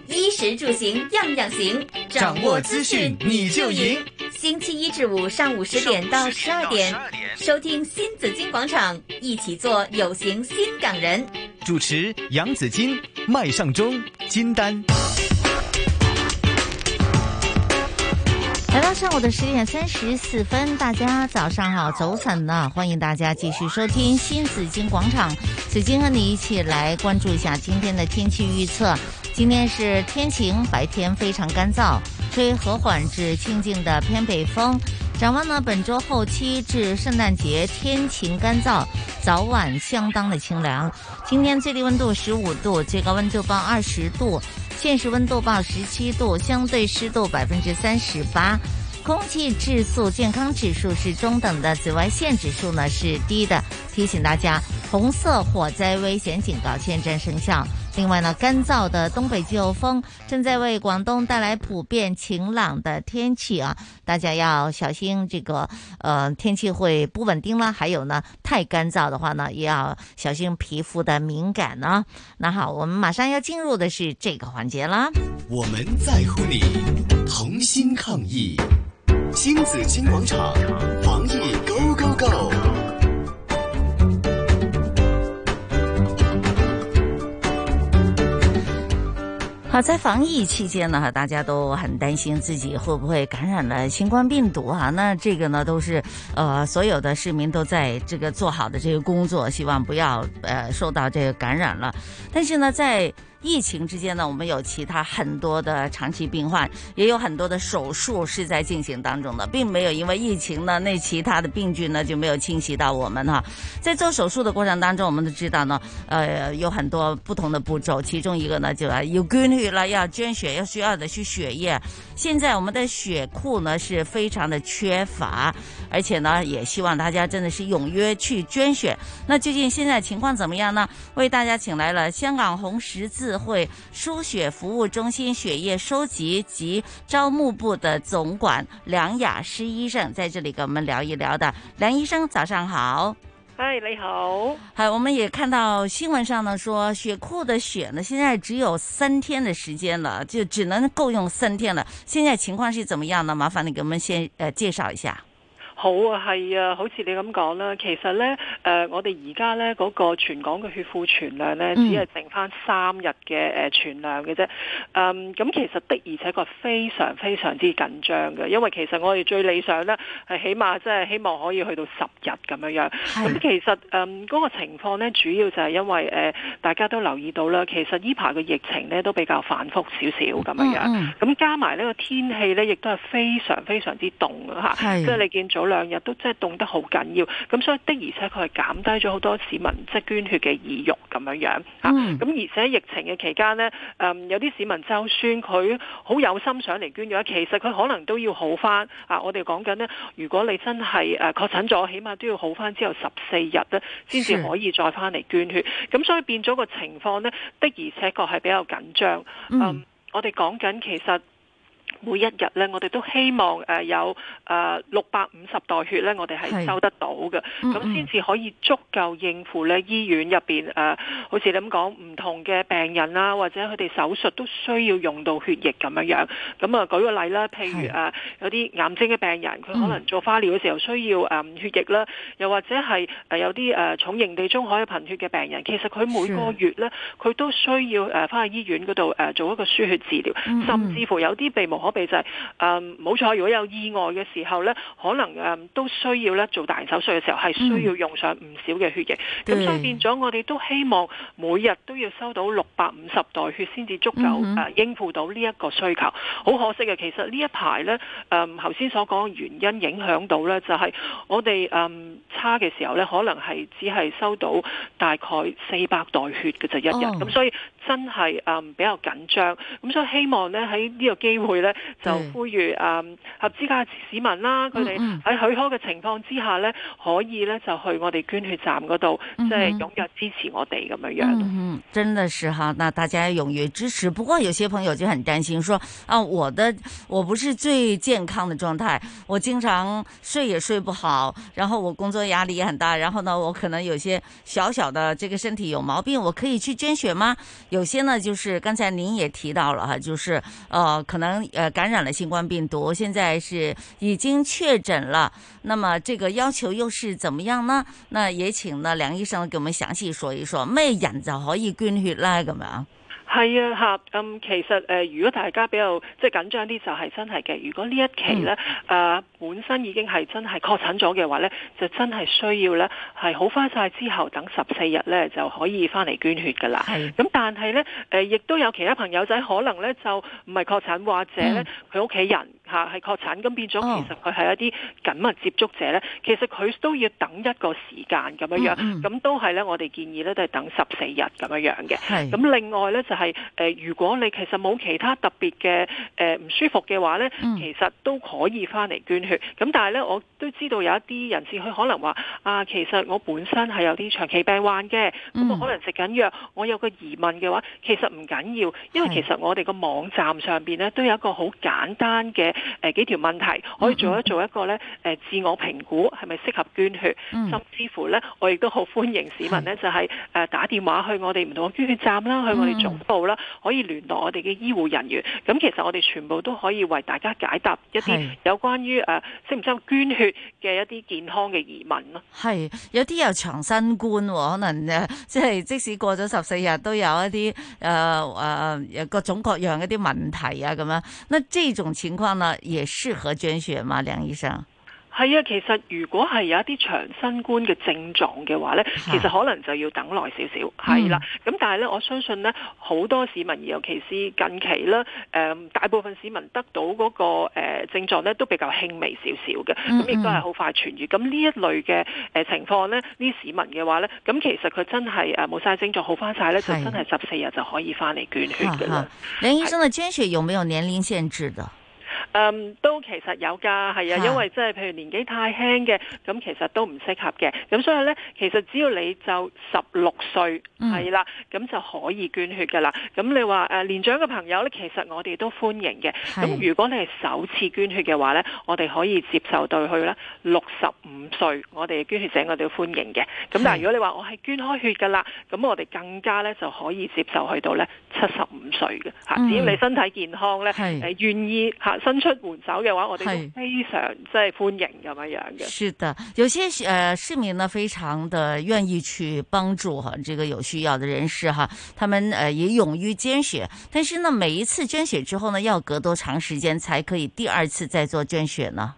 K: 衣食住行样样行，
E: 掌握资讯你就赢。
K: 星期一至五上午十点到十二点，收听新紫金广场，一起做有型新港人。
E: 主持杨紫金、麦尚中、金丹。
F: 来到上午的十点三十四分，大家早上好，走散了，欢迎大家继续收听新紫金广场。紫金和你一起来关注一下今天的天气预测。今天是天晴，白天非常干燥，吹和缓至清劲的偏北风。展望呢，本周后期至圣诞节天晴干燥，早晚相当的清凉。今天最低温度十五度，最高温度报二十度，现实温度报十七度，相对湿度百分之三十八，空气质素健康指数是中等的，紫外线指数呢是低的。提醒大家，红色火灾危险警告现正生效。另外呢，干燥的东北季候风正在为广东带来普遍晴朗的天气啊，大家要小心这个呃天气会不稳定啦。还有呢，太干燥的话呢，也要小心皮肤的敏感呢、啊。那好，我们马上要进入的是这个环节啦。
E: 我们在乎你，同心抗疫，新紫金广场防疫 Go Go Go。
F: 好，在防疫期间呢，哈，大家都很担心自己会不会感染了新冠病毒啊。那这个呢，都是呃，所有的市民都在这个做好的这个工作，希望不要呃受到这个感染了。但是呢，在疫情之间呢，我们有其他很多的长期病患，也有很多的手术是在进行当中的，并没有因为疫情呢，那其他的病菌呢就没有侵袭到我们哈。在做手术的过程当中，我们都知道呢，呃，有很多不同的步骤，其中一个呢就要要捐血了，要捐血，要需要的是血液。现在我们的血库呢是非常的缺乏，而且呢也希望大家真的是踊跃去捐血。那究竟现在情况怎么样呢？为大家请来了香港红十字会输血服务中心血液收集及招募部的总管梁雅诗医生在这里跟我们聊一聊的。梁医生，早上好。
Q: 嗨，你好。
F: 好，我们也看到新闻上呢说，血库的血呢现在只有三天的时间了，就只能够用三天了。现在情况是怎么样呢？麻烦你给我们先呃介绍一下。
Q: 好啊，係啊，好似你咁講啦。其實呢，誒、呃，我哋而家呢嗰、個全港嘅血庫存量呢，只
F: 嗯
Q: 係剩翻三日嘅誒呃存量嘅啫。嗯，咁其實的而且確非常非常之緊張嘅，因為其實我哋最理想呢，係起碼即係希望可以去到十日咁樣樣。咁其實誒嗰、個情況呢，主要就係因為誒、呃大家都留意到啦，其實呢排嘅疫情呢都比較反覆少少咁樣樣。
I: 嗯
Q: 咁加埋呢個天氣呢，亦都係非常非常之凍啊！嚇，
I: 係
Q: 即係你見早兩日都真係凍得好緊要，咁所以的而且確係減低咗好多市民即係捐血嘅意欲咁樣樣嚇。
I: 嗯
Q: 咁、而且疫情嘅期間呢，誒、嗯有啲市民就算佢好有心想嚟捐咗，其實佢可能都要好翻啊！我哋講緊呢，如果你真係誒確診咗，起碼都要好翻之後十四日呢，先至
I: 是
Q: 可以再翻嚟捐血。咁所以變咗個情況呢，的而且確係比較緊張。
I: 嗯
Q: 我哋講緊其實。每一日咧，我哋都希望誒、呃有誒六百五十袋血咧，我哋
I: 係
Q: 係收得到嘅，
I: 嗯
Q: 咁先至可以足夠應付咧醫院入邊誒，好似你咁講唔同嘅病人啦，或者佢哋手術都需要用到血液咁樣樣。咁啊，舉個例啦，譬如誒、呃有啲癌症嘅病人，佢可能
I: 嗯
Q: 做化療嘅時候需要誒、呃血液啦，又或者係誒有啲誒、呃重型地中海嘅貧血嘅病人，其實佢每個
I: 是
Q: 月咧，佢都需要誒翻去醫院嗰度誒做一個輸血治療，
I: 嗯嗯
Q: 甚至乎有啲避無可避就係呃誒冇錯，如果有意外嘅時候咧，可能誒、嗯都需要咧做大型手術嘅時候係需要用上唔少嘅血液，咁、
I: 嗯對
Q: 所以變咗我哋都希望每日都要收到六百五十袋血先至足夠誒、
I: 嗯哼
Q: 呃應付到呢一個需求。好可惜嘅，其實呢一排咧誒頭先所講嘅原因影響到咧，就係、我哋誒、嗯差嘅時候咧，可能係只係收到大概四百袋血嘅就一日，
I: 哦
Q: 咁、所以真係誒、嗯比較緊張，咁所以希望咧喺呢個機會咧就
I: 對
Q: 呼籲誒、嗯合資格市民啦，佢哋
I: 嗯嗯
Q: 喺許可嘅情況之下咧，可以咧就去我哋捐血站嗰度，即
F: 嗯哼
Q: 係踴躍支持我哋咁樣樣。
F: 嗯嗯，真的是哈，那大家要踊跃支持。不过有些朋友就很担心说，啊，我的我不是最健康的状态，我经常睡也睡不好，然后我工作压力也很大，然后呢，我可能有些小小的这个身体有毛病，我可以去捐血吗？有些呢，就是刚才您也提到了哈，就是呃，可能呃感染了新冠病毒，现在是已经确诊了，那么这个要求又是怎么样呢？那也请呢梁医生给我们详细说一说，咩人就可以捐血啦？咁樣
Q: 係啊，嚇，嗯，其實誒、呃如果大家比較即係緊張啲，就係真係嘅。如果呢一期呢，誒、
F: 嗯
Q: 啊本身已經係真係確診咗嘅話呢，就真係需要呢，係好翻晒之後，等十四日呢就可以翻嚟捐血㗎啦。咁但係呢，誒、亦都有其他朋友仔可能呢就唔係確診，或者呢，佢屋企人嚇係確診，咁變
I: 哦
Q: 咗其實佢係一啲緊密接觸者呢，其實佢都要等一個時間咁樣樣，咁、
I: 嗯嗯
Q: 都係呢，我哋建議呢都係等十四日咁樣樣嘅。
I: 係
Q: 咁另外咧就係、呃如果你其實冇其他特別嘅誒唔舒服嘅話咧，
I: 嗯
Q: 其實都可以翻嚟捐血。咁但係咧，我都知道有一啲人士佢可能話啊，其實我本身係有啲長期病患嘅，咁、我
I: 嗯
Q: 可能食緊藥，我有個疑問嘅話，其實唔緊要，因為
I: 係
Q: 其實我哋個網站上邊咧都有一個好簡單嘅誒、呃、幾條問題，可以做一做一個咧誒、呃自我評估係咪適合捐血，
I: 嗯
Q: 甚至乎咧我亦都好歡迎市民咧就係、呃打電話去我哋唔同嘅捐血站啦，去我哋總部啦，可以聯絡我哋嘅醫護人員。咁其實我哋全部都可以為大家解答一啲
F: 係
Q: 有關於誒、呃適唔適合捐血嘅一啲健康嘅疑問咯。
F: 係有啲有長新冠喎，可能誒 即係即使過咗十四日，都有一啲呃誒誒呃各種各樣一啲問題啊咁樣。那這種情況呢，也適合捐血嗎？梁醫生？
Q: 係啊，其實如果係有一啲長新冠嘅症狀嘅話呢，其實可能就要等耐少少，係啦。咁但係呢，我相信呢，好多市民，尤其是近期呢，誒、大部分市民得到嗰、個、呃、症狀呢，都比較輕微少少嘅，
R: 嗯
Q: 咁亦都係好快痊愈。咁呢一類嘅誒情況呢，呢市民嘅話呢，咁其實佢真係誒冇晒症狀好翻晒呢，就真係十四日就可以翻嚟捐血
F: 哈
Q: 㗎啦
F: 哈。，梁醫生的捐血有没有年龄限制的？
Q: 嗯，都其實有㗎，係啊，因為即係譬如年紀太輕嘅，咁其實都唔適合嘅。咁所以呢，其實只要你就十六歲
F: 嗯
Q: 係啦，咁就可以捐血㗎啦。咁你話誒、呃、年長嘅朋友呢，其實我哋都歡迎嘅。咁如果你係首次捐血嘅話呢，我哋可以接受到去啦，六十五歲我哋嘅捐血者我哋都歡迎嘅。咁但係如果你話我係捐開血㗎啦，咁我哋更加呢就可以接受去到呢七十五歲嘅嚇，只要
R: 嗯
Q: 你身體健康呢，
F: 係
Q: 誒願意嚇伸出援手嘅話，我哋都
F: 係
Q: 非常即係歡迎咁樣樣嘅。
F: 是的，有些呃市民呢非常的愿意去帮助哈这个有需要的人士哈，他们呃也勇于捐血，但是呢每一次捐血之后呢，要隔多长时间才可以第二次再做捐血呢？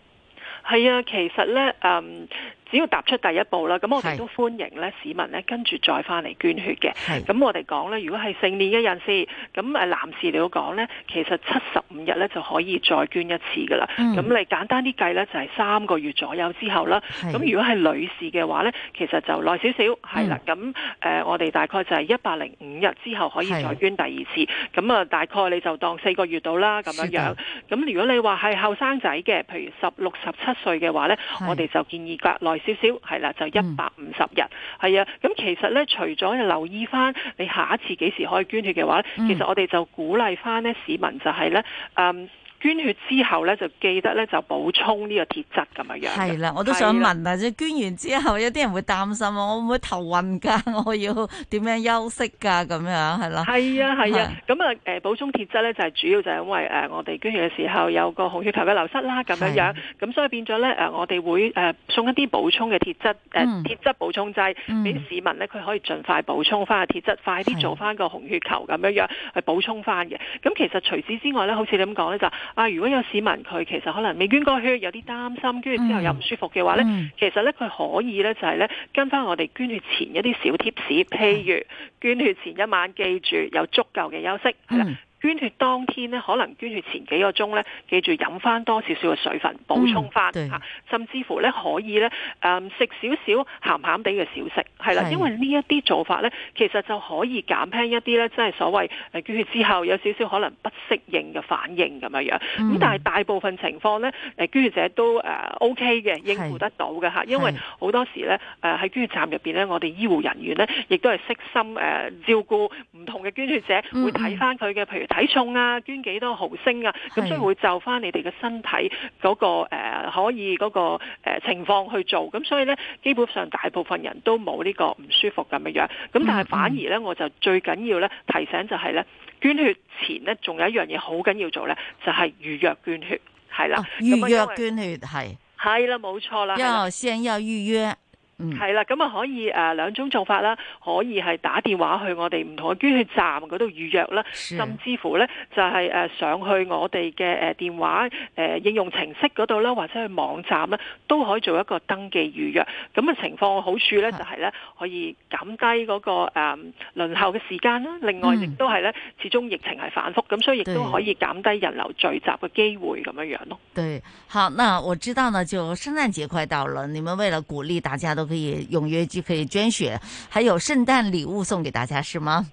Q: 係啊，其實呢，嗯，只要踏出第一步啦，咁我哋都歡迎呢市民呢跟住再翻嚟捐血嘅。咁我哋講呢，如果係成年嘅人士，咁誒男士嚟講呢，其實七十五日呢就可以再捐一次噶啦。
R: 嗯
Q: 咁你簡單啲計呢，就係三個月左右之後啦。
R: 係
Q: 咁如果係女士嘅話呢，其實就耐少少，係啦。
R: 嗯
Q: 咁誒，我哋大概就係一百零五日之後可以再
R: 係
Q: 捐第二次。咁啊，大概你就當四個月到啦，咁樣
R: 是的
Q: 樣。咁如果你話係後生仔嘅，譬如十六、十七歲嘅話呢，我哋就建議隔耐少少，係啦，就
F: 嗯
Q: 一百五十日。係啊，咁其實呢，除咗留意翻你下一次幾時可以捐血嘅話呢，
R: 嗯
Q: 其實我哋就鼓勵翻呢市民就係呢。嗯捐血之後呢，就記得呢，就補充呢個鐵質咁樣樣嘅。
F: 係啦，我都想
Q: 係啦
F: 問啊，即係捐完之後，有啲人會擔心啊，我會唔會頭暈㗎？我要點樣休息㗎？咁樣係啦，
Q: 係啊係啊，咁啊誒補充鐵質咧就係主要就係因為誒我哋捐血嘅時候有個紅血球嘅流失啦咁樣樣，咁所以變咗咧誒我哋會誒送一啲補充嘅鐵質誒
R: 嗯
Q: 鐵質補充劑
R: 嗯
Q: 俾市民咧，佢可以盡快補充翻個鐵質，快啲做翻個紅血球咁樣樣去補充翻嘅。咁其實除此之外咧，好似你咁講咧就啊，如果有市民佢其實可能未捐過血，有啲擔心捐血之後又唔舒服嘅話咧，
R: 嗯
Q: 其實咧佢可以咧就係咧跟翻我哋捐血前一啲小貼士，譬如。捐血前一晚記住有足夠嘅休息，係啦。捐血當天呢，可能捐血前幾個鐘呢，記住飲翻多少少嘅水分，
I: 嗯
Q: 補充翻嚇、
R: 對
Q: 甚至乎呢，可以呢，誒、呃食少少鹹鹹地嘅小食，係啦，
R: 係
Q: 因為呢一啲做法呢，其實就可以減輕一啲呢，即係所謂誒捐血之後有少少可能不適應嘅反應咁樣樣。咁、
R: 嗯
Q: 但係大部分情況呢，誒捐血者都誒 O K 嘅，應付得到嘅嚇，因為
R: 係
Q: 好多時呢，誒喺捐血站入邊呢，我哋醫護人員呢，亦都係悉心誒、呃照顧唔同嘅捐血者，
R: 嗯
Q: 會睇翻佢嘅譬如體重啊，捐幾多毫升啊，咁
R: 係
Q: 所以會就翻你哋嘅身體嗰、個、呃、可以嗰、個、呃、情況去做，咁所以呢，基本上大部分人都冇呢個唔舒服咁樣樣，咁但係反而呢，我就最緊要呢提醒就係呢，捐血前呢，仲有一樣嘢好緊要做呢，就係、預約捐血，係啦，咁
F: 哦預
Q: 啊因
F: 約
Q: 為
F: 捐血係
Q: 係啦，冇錯啦，係啦
F: 要先要預約，嗯，
Q: 係啦，咁啊可以誒、呃、兩種做法啦，可以係打電話去我哋唔同嘅捐血站嗰度預約啦，
F: 是
Q: 甚至乎呢就係、呃上去我哋嘅誒電話誒、呃、應用程式嗰度啦，或者去網站呢，都可以做一個登記預約。咁嘅情況好處呢，就係、呢可以減低嗰、個誒、呃、輪候嘅時間啦，另外亦都係呢，始終疫情係反覆，咁所以亦都
F: 嗯對
Q: 可以減低人流聚集嘅機會咁樣樣咯。
F: 对，好，那我知道呢，就圣诞节快到了，你们为了鼓励大家都可以踊跃就可以捐血，还有圣诞礼物送给大家是吗？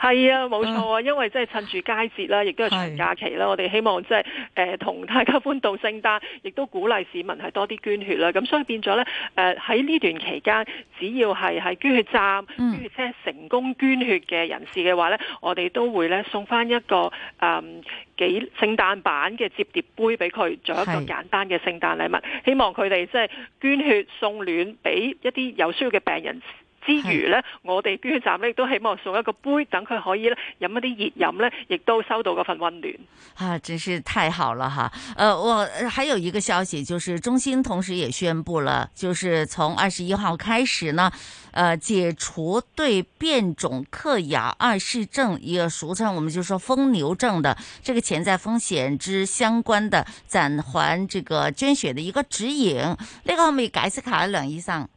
Q: 係啊，冇錯啊，因為即係趁住佳節啦，亦都係長假期啦，我哋希望即係誒同大家歡度聖誕，亦都鼓勵市民係多啲捐血啦。咁所以變咗咧，誒喺呢段期間，只要係喺捐血站、
R: 嗯
Q: 捐血車成功捐血嘅人士嘅話咧，我哋都會咧送翻一個誒、嗯、幾聖誕版嘅摺疊杯俾佢，做一個
R: 係
Q: 簡單嘅聖誕禮物，希望佢哋即係捐血送暖俾一啲有需要嘅病人。之餘呢，我哋捐血站呢亦都希望送一個杯，等佢可以呢飲一啲熱飲呢，亦都收到嗰份温暖。
F: 啊，真是太好了哈！呃，我呃还有一个消息，就是中心同时也宣布了，就是从二十一号开始呢，呃，解除对变种克雅二氏症，也俗称我们就说疯牛症的这个潜在风险之相关的暂缓这个捐血的一个指引。呢、这个可唔可以解釋下呢梁醫生？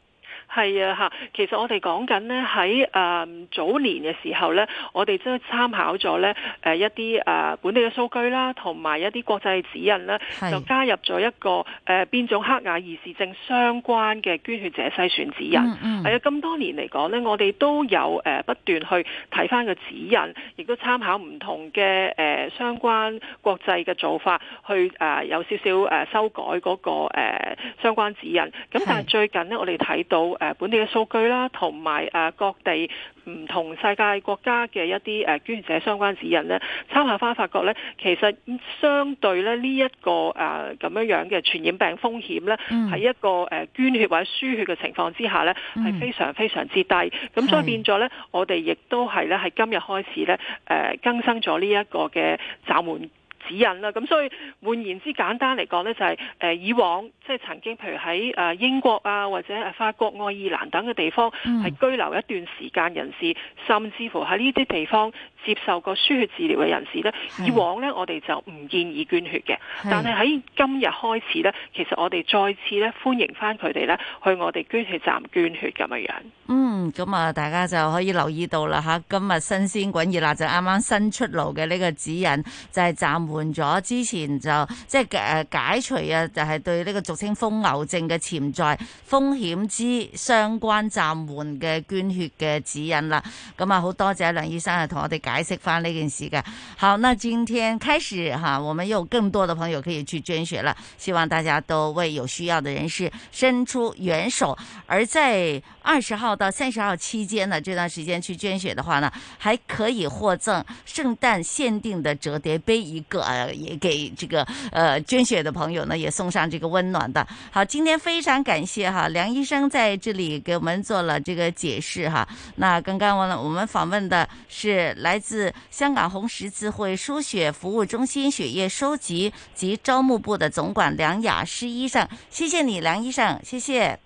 Q: 係啊，嚇！其實我哋講緊呢，喺誒早年嘅時候呢，我哋都參考咗呢誒一啲誒本地嘅數據啦，同埋一啲國際指引啦，
F: 係
Q: 就加入咗一個誒變種黑雅二氏症相關嘅捐血者篩選指引。
F: 嗯嗯
Q: 係啊，咁多年嚟講呢，我哋都有誒不斷去睇翻個指引，亦都參考唔同嘅誒相關國際嘅做法，去誒有少少誒修改嗰個誒相關指引。咁但係最近呢，我哋睇到誒本地嘅數據啦，同埋誒各地唔同世界國家嘅一啲誒捐血者相關指引呢，參考翻發覺呢，其實相對咧呢一個誒咁樣樣嘅傳染病風險呢，
F: 嗯
Q: 喺一個誒捐血或者輸血嘅情況之下呢，
F: 嗯
Q: 係非常非常之低。咁所以
F: 係
Q: 變咗呢，我哋亦都係咧喺今日開始呢，誒更新咗呢一個嘅暫緩。指引啦，咁所以換言之簡單嚟講呢，就係、誒以往即係曾經，譬如喺誒英國啊或者誒法國、愛爾蘭等嘅地方，係、
F: 嗯
Q: 居留一段時間人士，甚至乎喺呢啲地方接受過輸血治療嘅人士呢，
F: 係
Q: 以往呢，我哋就唔建議捐血嘅，
F: 係
Q: 但係喺今日開始呢，其實我哋再次呢，歡迎翻佢哋呢去我哋捐血站捐血咁樣樣。
F: 嗯，咁啊，大家就可以留意到啦吓，今日新鮮滾熱辣就啱啱新出爐嘅呢個指引，就係暫緩咗之前就即係誒解除啊，就係對呢個俗稱瘋牛症嘅潛在風險之相關暫緩嘅捐血嘅指引啦。咁啊，好多謝梁醫生啊，同我哋解釋翻呢件事嘅。好，那今天開始哈，我們有更多的朋友可以去捐血了，希望大家都为有需要的人士伸出援手。而在二十号到三十号期间呢，这段时间去捐血的话呢，还可以获赠圣诞限定的折叠杯一个，呃也给这个呃捐血的朋友呢也送上这个温暖的。好，今天非常感谢哈梁医生在这里给我们做了这个解释哈。那刚刚我呢我们访问的是来自香港红十字会输血服务中心血液收集及招募部的总管梁雅诗医生，谢谢你梁医生，谢谢。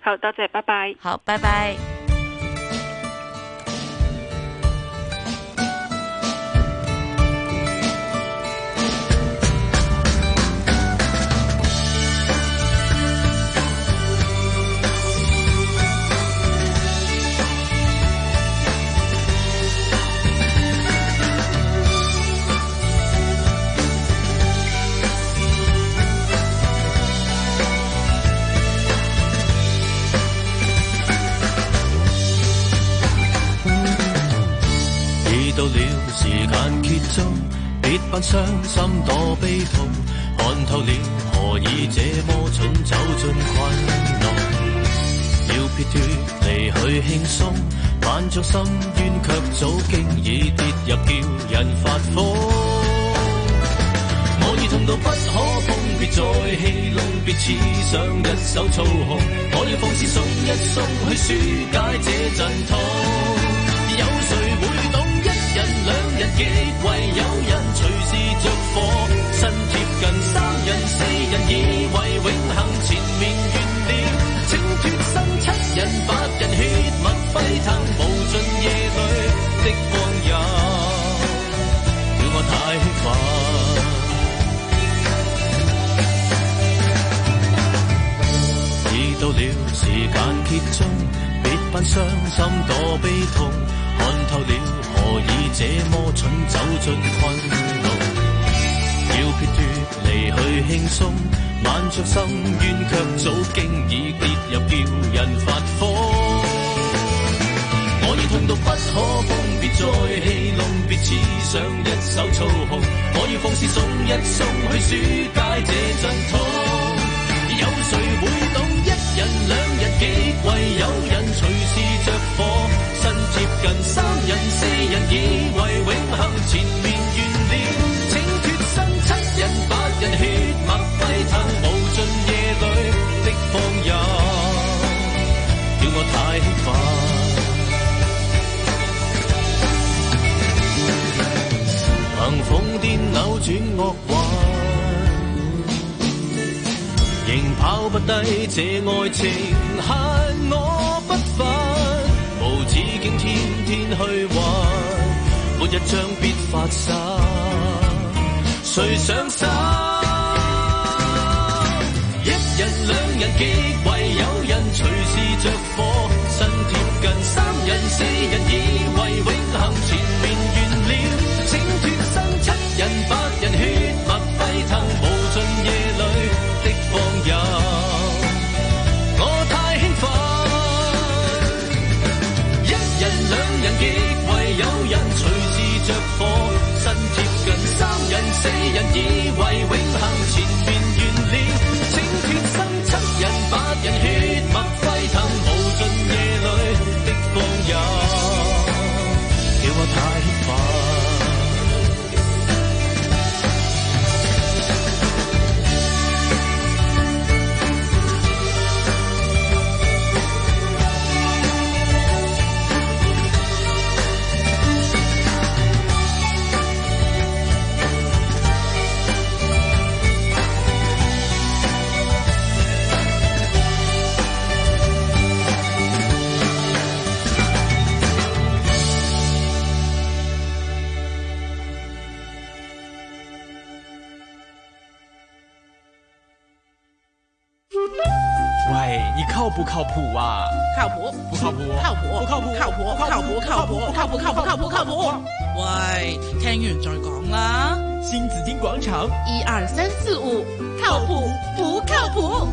Q: 好，多謝，拜拜。
F: 好，拜拜。
R: 已到了時間揭盅，別扮傷心多悲痛，看透了何以這麼蠢走進困難。要撇脱離去輕鬆，扮作深淵卻早經已跌入叫人發瘋。我已痛到不可碰，別再戲弄，別似上一手操控。我要放肆鬆一鬆，去舒解這陣痛。有誰會懂一人兩人極為有人，隨時着火，身貼近三人四人，以為永恆前面懸念。請脱身七人八人，血脈沸騰，無盡夜裏的光陰，叫我太興奮。已到了時間揭盅，別扮傷心躲悲痛，看透了何以這麼蠢走進困路。要撇脱離去輕鬆，晚着深淵卻早經已跌入叫人發瘋。我已痛到不可碰，別再戲弄，別似上一手操控。我要放肆鬆一鬆，去舒解這陣痛。有誰會懂一人兩人極為有人，隨時着火，身貼近三人四人，以為永恆前面懸念。請脱身七人八人，血脈沸騰，無盡夜裏的放任，叫我太興奮。惡運，仍跑不低這愛情，限我不忿，無止境天天去揾，末日將必發生，誰上心？一日兩日極為有人隨時着火，身貼近三人四人以為永恆，前面完了，請脱身七人八人血脈沸騰，無盡夜裏的放任，我太興奮。一人兩人極為有人隨時着火，身貼近三人四人以為永恆，前面完了。請脱身，七人八人血脈沸騰，無盡夜裏的放任，叫我太興奮。
S: 喂，你靠不靠谱啊？
T: 靠谱，
S: 不靠谱，
T: 靠谱，不靠谱，靠谱，靠谱，靠谱，靠谱，靠谱，靠谱，靠谱。喂，聽完再講啦。
S: 新紫金广场，
T: 一二三四五，靠譜不靠譜？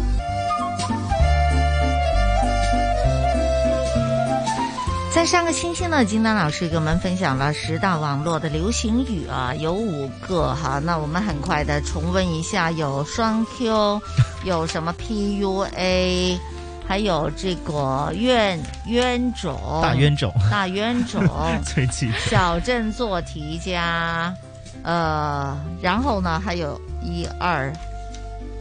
F: 在上个星期呢，金丹老师给我们分享了十大网络的流行语啊，有五个哈。那我们很快的重温一下，有双 Q，有什么 PUA，还有这个冤冤种，
H: 大冤种
F: 大冤 种，
H: 最气
F: 小镇做题家，呃，然后呢，还有一二，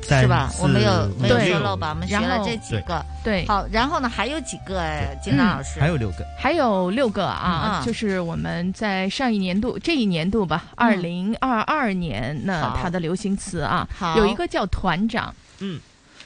H: 三
F: 是吧？
H: 四
F: 我没有没有
H: 五
F: 说
H: 六
F: 漏吧？我们学
G: 然
F: 了
G: 后
F: 这几个，
G: 对嗯对
F: 好，然后呢，还有几个哎，金娜老师，
H: 六个，
G: 还有六个啊，
F: 嗯
G: 就是我们在上一年度、这一年度吧，二零二二年，那
F: 好
G: 它的流行词啊
F: 好，
G: 有一个叫团长，
H: 嗯，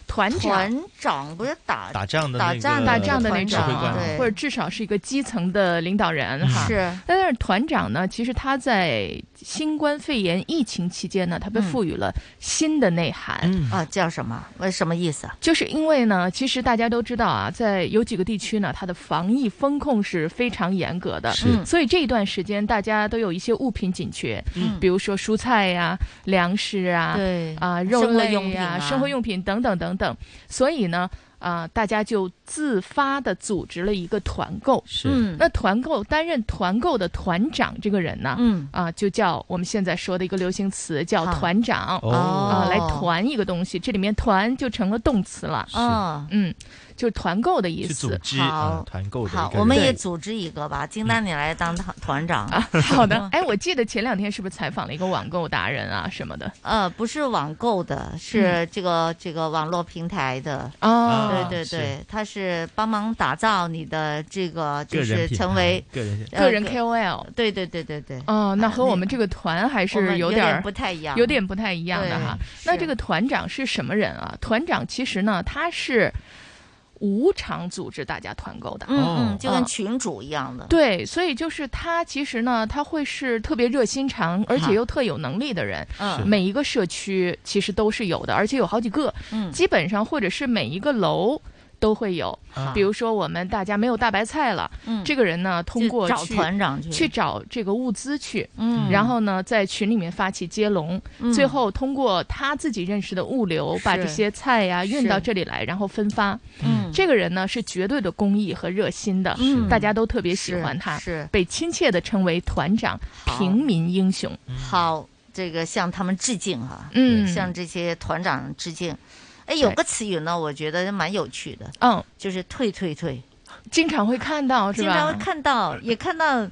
G: 团
F: 团
G: 长。
F: 长不是打
H: 打仗的那
F: 打
H: 个
F: 仗
G: 打仗的那种
H: 指挥官，
G: 或者至少是一个基层的领导人哈。
F: 是
G: 但是团长呢，其实他在新冠肺炎疫情期间呢，他
F: 嗯
G: 被赋予了新的内涵。
F: 啊，叫什么？为什么意思啊？
G: 就是因为呢，其实大家都知道啊，在有几个地区呢，它的防疫风控是非常严格的，
F: 是
G: 所以这一段时间大家都有一些物品紧缺，
F: 嗯
G: 比如说蔬菜呀、粮食啊，
F: 对
G: 啊、
F: 生
G: 肉
F: 活
G: 类
F: 用品
G: 呀、
F: 啊
G: 生活用品等等等等，所以呢。啊、大家就自发的组织了一个团购，
F: 是嗯
G: 那团购担任团购的团长这个人呢，
F: 嗯
G: 啊、就叫我们现在说的一个流行词叫
F: 好
G: 团长，
F: 哦
G: 啊、来团一个东西，这里面团就成了动词了，
F: 哦
G: 嗯，就是团购的意
H: 去
G: 思，
H: 组织啊团购的一个
F: 好
H: 人。，
F: 我们也组织一个吧。金丹，你来当团团长。嗯
G: 好的，哎，我记得前两天是不是采访了一个网购达人啊什么的？嗯
F: 呃，不是网购的，是这个这个网络平台的。
G: 哦
F: 对对
G: 是
F: 对，他是帮忙打造你的这个，就
G: 个人
F: 是
G: 品
F: 成
G: 牌
F: 为
G: 个人
F: 呃
G: 个人 KOL。
F: 对对对对对。
G: 哦，那和我们这个团还
F: 我
G: 是
F: 们有
G: 点
F: 点
G: 儿
F: 不太一样
G: 有点不太一样的
F: 对
G: 哈。
F: 是
G: 那这个团长是什么人啊？团长其实呢，他是无偿组织大家团购的，
F: 嗯嗯，就跟
G: 啊
F: 群主一样的。
G: 对，所以就是他其实呢，他会是特别热心肠，而且又特有能力的人。
F: 嗯是
G: 每一个社区其实都是有的，而且有好几个。
F: 嗯
G: 基本上或者是每一个楼。都会有
F: 啊，
G: 比如说我们大家没有大白菜了，
F: 嗯
G: 这个人呢通
F: 就
G: 过
F: 找
G: 去
F: 团长去
G: 去找这个物资去，
F: 嗯
G: 然后呢在群里面发起接龙，
F: 嗯
G: 最后通过他自己认识的物流把
F: 是
G: 这些菜呀、运
F: 是
G: 到这里来，然后分发。
F: 嗯
G: 这个人呢是绝对的公益和热心的
F: 是，
G: 大家都特别喜欢他，
F: 是是
G: 被亲切的称为团长、平民英雄。
F: 好，这个向他们致敬哈，
G: 嗯
F: 向啊这些团长致敬。哎，有个词语呢，我觉得蛮有趣的，
G: 嗯，
F: 就是退退退，
G: 经常会看到哦是
F: 经
G: 吧？
F: 常会看到，也看到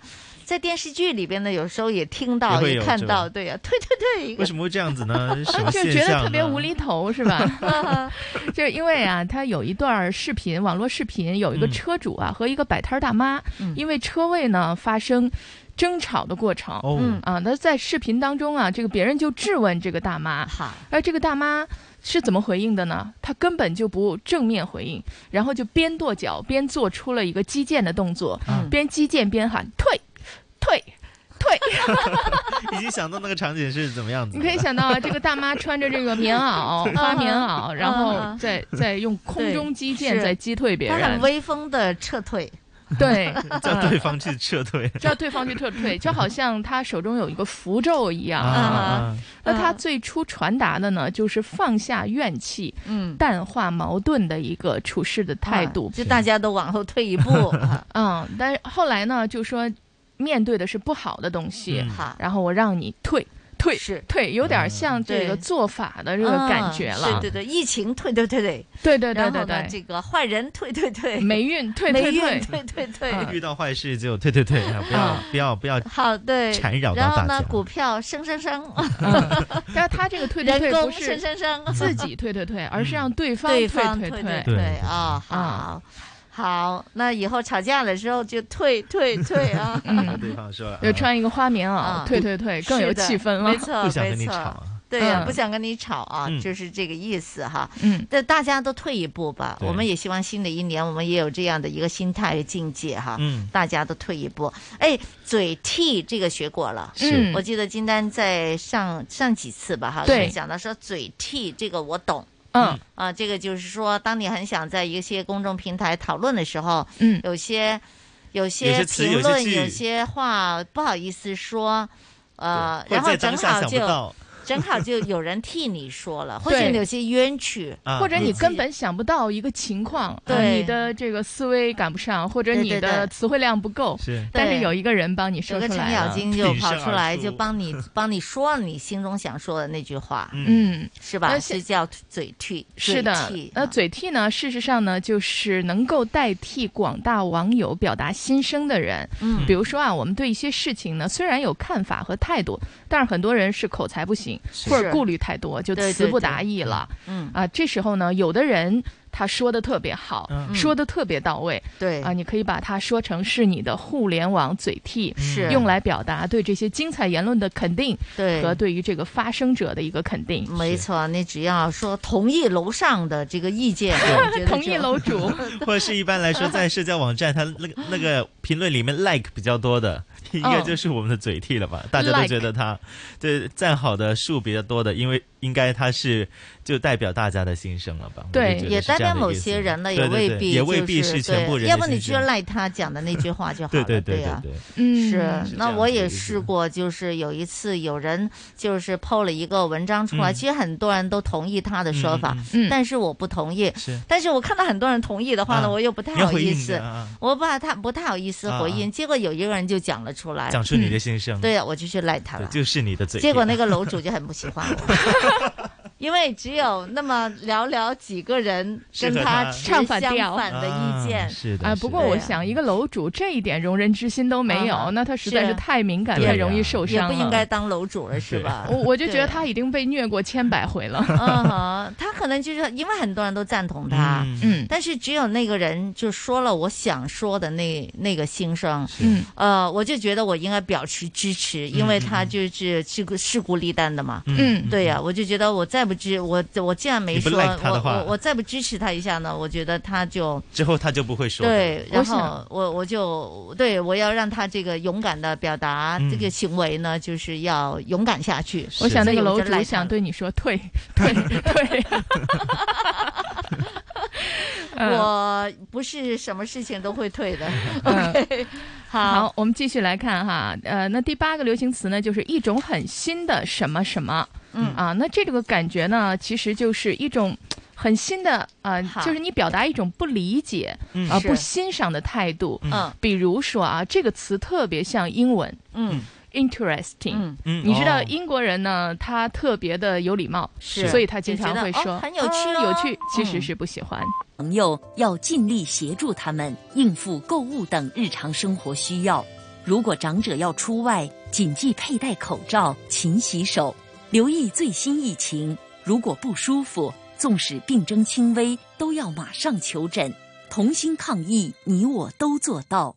F: 在电视剧里边呢，有时候也听
H: 也
F: 到，
H: 会
F: 也
H: 有
F: 看
H: 是吧
F: 到，对呀、退退退，一个，
H: 为什么会这样子呢？是什么
G: 就
H: 现
G: 觉得
H: 象
G: 特别
H: 呢
G: 无厘头是 吧？就是因为啊，他有一段视频，
H: 嗯
G: 网络视频有一个车主啊、和一个摆摊大妈，因为车位呢发生争吵的过程。
H: 哦嗯
G: 啊，那在视频当中啊，这个别人就质问这个大妈，而这个大妈是怎么回应的呢？她根本就不正面回应，然后就边跺脚边做出了一个击剑的动作，
H: 嗯
G: 边击剑边喊退，退。退，
H: 已经想到那个场景是怎么样子
G: 你
H: 的。，
G: 可以想到啊，这个大妈穿着这个棉袄花棉袄，
F: 嗯
G: 然后
F: 嗯
G: 再再用空中击剑
F: 对
G: 再击退别人，
F: 他很威风的撤退。
G: 对
H: 叫对方去 撤退，
G: 叫对方去撤退，就好像他手中有一个符咒一样。
H: 啊
F: 嗯
G: 那他最初传达的呢，就是放下怨气，
F: 嗯，啊
G: 淡化矛盾的一个处事的态度，
F: 就大家都往后退 一步。啊
G: 嗯，但是后来呢，就说面对的是不好的东西，
F: 嗯好
G: 然后我让你退。退退，有点像这个
F: 嗯对
G: 做法的这个感觉了。
F: 嗯对对对，疫情退对对对
G: 对对对
F: 然后呢
G: 对对
F: 这个坏人退对对，
G: 霉运退
F: 霉
G: 退
F: 运
G: 退
F: 退对对。
G: 啊
H: 遇到坏事就退退退，啊不要不要不要
F: 好，对，
H: 缠绕到
F: 然后
H: 大
F: 呢，
H: 家
F: 股票升 升升，
G: 嗯但是他这个退退退
F: 人工
G: 不是
F: 升升升，
G: 自己退退 退，而是让对方
F: 对方
G: 退
F: 退
G: 退嗯
F: 对啊，好好，那以后吵架了之后就退退退啊，
H: 对方说了，嗯
G: 就嗯穿一个花棉
F: 啊
G: 袄，退退退更有
F: 是的
G: 气氛了。
F: 没错，没错。
H: 啊
F: 对呀、
G: 嗯
F: 不想跟你吵啊，
G: 嗯
F: 就是这个意思哈。
G: 嗯，
F: 但大家都退一步吧。
G: 对
F: 我们也希望新的一年，我们也有这样的一个心态境界哈。
G: 嗯
F: 大家都退一步。哎，嘴替这个学过了，
G: 是嗯
F: 我记得金丹在上上几次吧哈，
G: 对
F: 我们讲到说嘴替这个我懂。
G: 嗯
F: 啊，这个就是说，当你很想在一些公众平台讨论的时候，
G: 嗯，
F: 有些有
H: 有
F: 些
H: 些词
F: 评
H: 有些
F: 论，
H: 句
F: 有些话不好意思说，呃，
H: 对
F: 然
H: 或
F: 后
H: 者
F: 正
H: 在当下
F: 好
H: 想不
F: 就
H: 到
F: 正好就有人替你说了，或
G: 对
F: 者你有些冤屈，
G: 或者你根本想不到一个情况，啊
F: 对
G: 你的这个思维赶不上，或者
F: 对对
G: 你的
F: 对
G: 词汇量不够，
F: 是
G: 但是
F: 对
G: 有一个人帮你说
F: 有个
G: 出
F: 程
G: 来
F: 咬
G: 了，
F: 金就跑出来，就 帮 你帮你说你心中想说的那句话，
G: 嗯，
F: 是吧？
G: 那现
F: 是叫嘴替，
G: 是的
F: 嘴替，啊
G: 那嘴替呢？事实上呢，就是能够代替广大网友表达心声的人。
F: 嗯
G: 比如说啊，我们对一些事情呢，虽然有看法和态度，但是很多人是口才不行，
F: 是
G: 或者顾虑太多，就
F: 对对
G: 词不达意了。
F: 嗯
G: 啊，这时候呢，有的人他说的特别好，
F: 嗯
G: 说的特别到位，
F: 对
G: 啊，你可以把它说成是你的互联网嘴替，
F: 嗯是
G: 用来表达对这些精彩言论的肯定，
F: 对
G: 和对于这个发声者的一个肯定。
F: 没错，你只要说同意楼上的这个 意见，我觉得就
G: 同意楼主
H: 或者是一般来 说，在社交网站，它那个那个评论里面 like 比较多的，应该就是我们的嘴替了吧？大家都
F: 哦 Like
H: 觉得它对赞好的数比较多的，因为应该它是就代表大家的心声了吧？我就觉得
F: 也
H: 是
F: 代
H: 这
F: 表
H: 样的
F: 某
H: 意思
F: 些人了，
H: 对对
F: 未
H: 对
F: 必
H: 也
F: 也
H: 未必是全部人的心声。
F: 要不你就赖他讲的那句话就好
H: 对
F: 了，
H: 对对
F: 呀
H: 对。
G: 嗯
F: 是
H: 是，这
F: 那
H: 样
F: 我
H: 子的
F: 也
H: 意思
F: 试过，就是有一次有人就是抛了一个文章出来，
H: 嗯
F: 其实很多人都同意他的说法，
G: 嗯嗯嗯
F: 但是我不同意。
H: 是
F: 但是我看到很多人同意的话呢，
H: 啊
F: 我又不太
H: 你要
F: 好
H: 回
F: 意
H: 应
F: 思，
H: 的啊
F: 我不太不太好意思回应。
H: 啊啊
F: 结果有一个人就讲了出来，嗯
H: 讲出你 的心声，
F: 对呀、我就去赖他
H: 对
F: 了。
H: 就是你的嘴替。
F: 结果 那个楼主就很不喜欢我，因为只有那么寥寥几个人
G: 适 合
F: 跟他
G: 他
F: 持
G: 唱
F: 相
G: 反
F: 反
G: 调
F: 的意见，
G: 啊，不过我想一个楼主这一点容人之心都没有，
F: 啊
G: 那他实在
F: 是
G: 是太敏感，
F: 对
G: 太容易受
F: 也
G: 伤
F: 不
G: 了。
F: 应该当楼主了，是吧？
G: 我我就觉得他已经被虐过千百回了。
F: 嗯哼，他可能就是因为很多人都赞同他，
G: 嗯
F: 但是只有那个人就说了我想说的那那个心声，
G: 嗯
F: 呃，我就觉得我应该表示支持，因为他就是是个势孤力单的嘛，
G: 嗯
F: 对呀、我就觉得我再不支我我既然没
H: 你不
F: 说，
H: like 他的
F: 我
H: 话
F: 我我再不支持他一下呢，我觉得他就。
H: 之后他就不会说的。
F: 对，然后我我就对我要让他这个勇敢的表达
H: 嗯
F: 这个行为呢，就是要勇敢下去。
G: 我想那个
F: 所以
G: 楼
F: 就赖
G: 主
F: 他
G: 想对你说 退退退。
F: 我不是什么事情都会退 的。
G: 嗯
F: OK，好，
G: 我们继续来看哈，呃，那第八个流行词呢，就是一种很新的什么什么，
F: 嗯
G: 啊，那这个感觉呢，其实就是一种很新的啊、呃
F: 好
G: 就是你表达一种不理解啊、
F: 嗯
G: 呃
F: 是
G: 不欣赏的态度，
F: 嗯
G: 比如说啊，这个词特别像英文，
F: 嗯。
G: Interesting，、
F: 嗯
G: 你知道
F: 哦
G: 英国人呢，他特别的有礼貌，
A: 是
G: 所以他经
A: 就觉
G: 常
A: 得
G: 会
A: 哦
G: 说、
A: 很有趣
G: 啊有
A: 哦
G: 趣，其实
A: 嗯
G: 是不喜欢。
A: 朋友要尽力协助他们应付购物等日常生活需要。如果长者要出外，谨记佩戴口罩、勤洗手，留意最新疫情。如果不舒服，纵使病征轻微，都要马上求诊。同心抗疫，你我都做到。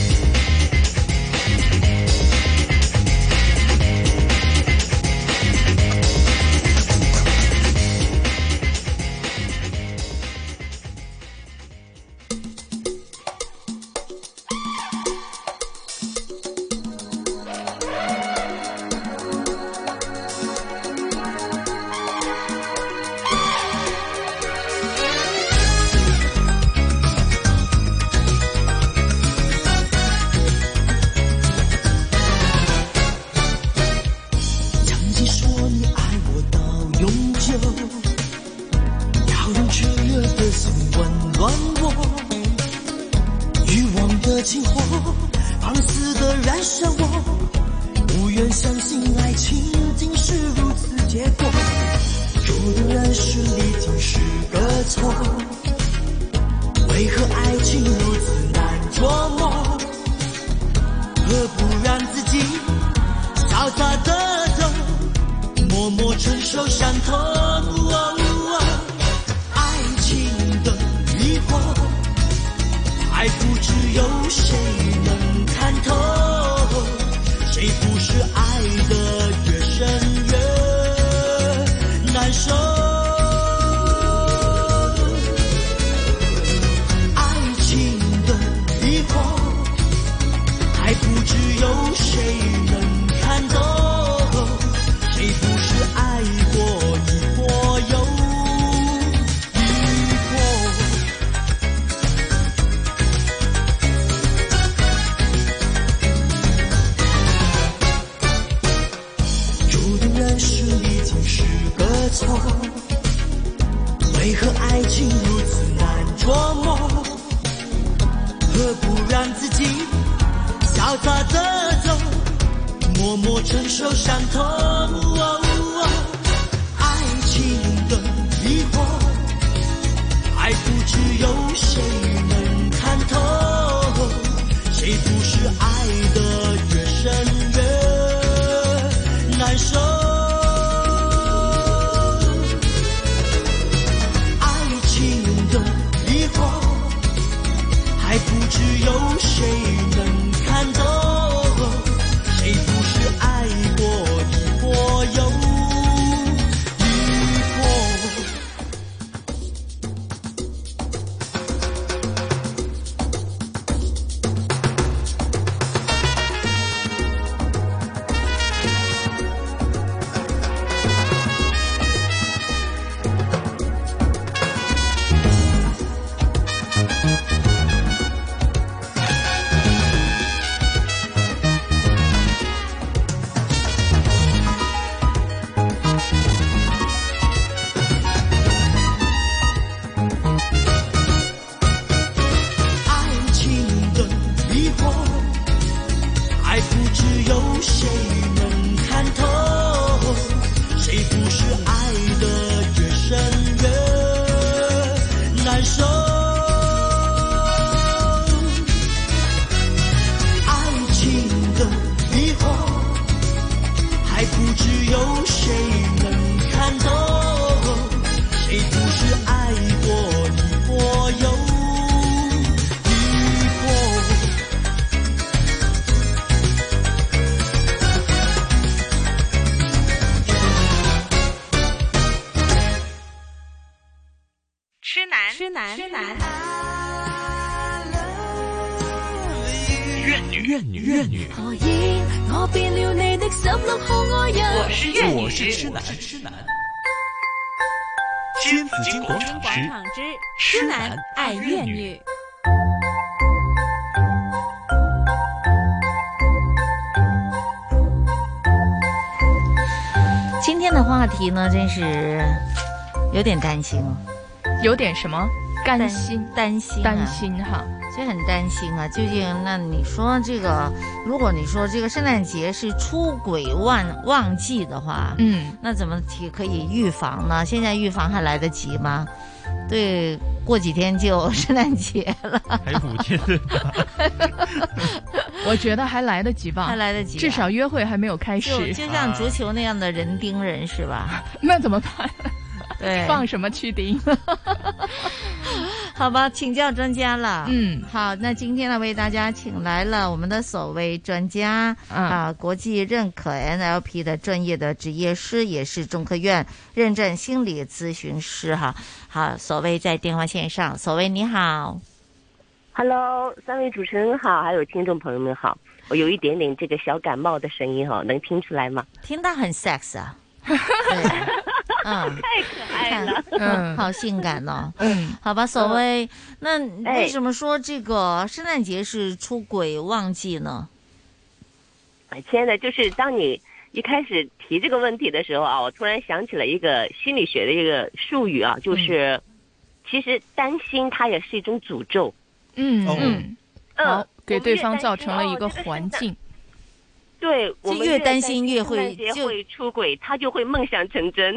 I: 曾经说你爱我到永久，要用炽热的心温暖我，欲望的情火，放肆的燃烧我，不愿相信爱情竟是如此结果。有的人是历经是个错，为何爱情如此难捉摸？何不让自己潇洒的走？默默承受伤痛。哦哦爱情的疑惑，爱不只有谁能看透，谁不是爱的越深越难受？爱情的疑惑，爱不只有谁能看透。谁不是爱过一过又一过？注定认识已经是个错，为何爱情如此难捉摸？何不让自己潇洒的走？默默承受伤痛。哦哦爱情的疑惑，爱不只有谁能看透，谁不是爱的越深越难受。爱情的疑惑，还不只有谁能看透。谁不是爱过一过又一过？爱情的疑惑，爱不只有谁能看透，谁不是爱的越深越难受？爱情的疑惑，还不只有谁能看透，谁不是爱过一过又？
L: 痴男，痴男，痴男。
B: 怨女，怨女，怨女。
U: 何以我变了你的十六号爱人？
B: 我是痴男，痴男。新紫金广场之
L: 之
B: 痴男爱怨
L: 女。
F: 今天的话题呢，真是有点担心哦，
G: 有点什么担心，
F: 担心、
G: 担心哈，
F: 所以很担心啊。究竟那你说这个，如果你说这个圣诞节是出轨旺旺季的话，
G: 嗯，
F: 那怎么提可以预防呢？现在预防还来得及吗？对，过几天就圣诞节了，
G: 啊
H: 还有五 天对吧？
G: 我觉得还来得及吧，
F: 还来得及吧
G: 至少约会还没有开始
F: 就。就像足球那样的人盯人是吧？
G: 那怎么办？
F: 对，
G: 放什么去盯？
F: 好吧，请教专家了。
G: 嗯，
F: 好，那今天呢，为大家请来了我们的所谓专家、
G: 嗯
F: 啊，国际认可 NLP 的专业的职业师，也是中科院认证心理咨询师哈。好，所谓在电话线上，所谓你好，
C: Hello，三位主持人好，还有听众朋友们好。我有一点点这个小感冒的声音哈，能听出来吗？
F: 听到很 sex 啊，嗯，
C: 太可爱了，
F: 嗯， 好性感哦。嗯，好吧，所谓那为什么说这个圣诞节是出轨旺季呢？
C: 哎亲爱的，就是当你一开始提这个问题的时候啊，我突然想起了一个心理学的一个术语啊，就是、
F: 嗯
C: 其实担心它也是一种诅咒。
G: 嗯
C: 哦
G: 嗯，好，给对方造成了一个
C: 我们越担心哦这个
G: 环 境。
C: 对，我们
F: 越担
C: 担
F: 心越会
C: 圣诞节会出轨，他就会梦想成 真。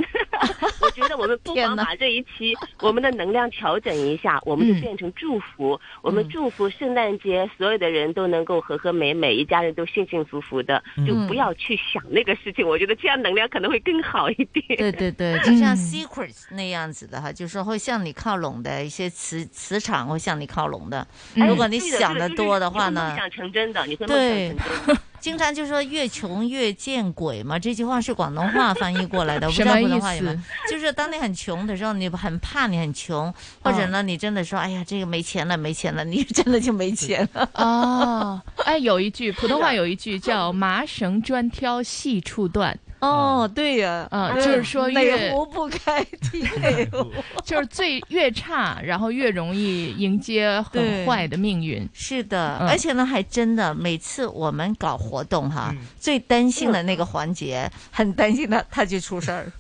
C: 我觉得我们不妨把这一期我们的能量调整一下，我
F: 嗯
C: 们就变成祝福。我们祝福圣诞节所有的人都能够和和美美，一家人都幸幸福福的，就
F: 嗯
C: 不要去想那个事情。我觉得这样能量可能会更好一点。嗯
F: 对对对， 就
G: 嗯
F: 像 secrets 那样子的哈，就是会向你靠拢的一些磁磁场会向你靠拢的。
G: 嗯
C: 哎
F: 如果你
C: 对的
F: 想
C: 对
F: 的
C: 就是
F: 多的
C: 你
F: 话
C: 会
F: 呢
C: 梦，想成真的，你会梦想成
F: 对
C: 真。，
F: 经常就说越穷越见鬼嘛，这句话是广东话翻译过来的，我不知道
G: 什么
F: 普
G: 意
F: 通话有没有
G: 思。
F: 就是当你很穷的时候，你很怕你很穷，或
G: 嗯
F: 者呢，你真的说哎呀这个没钱了，没钱了，你真的就没钱了。
G: 哦，哎，有一句普通话有一句 叫“麻绳专挑细处断”。
F: 哦，对呀，
G: 嗯，就是说
F: 哪
G: 越
F: 壶不开提哪壶，
G: 就是 最越差，然后越容易迎接很
F: 对
G: 坏的命运。
F: 是的，
G: 嗯
F: 而且呢，还真的，每次我们搞活动哈，
H: 嗯
F: 最担心的那个环节，很担心他他就出事儿。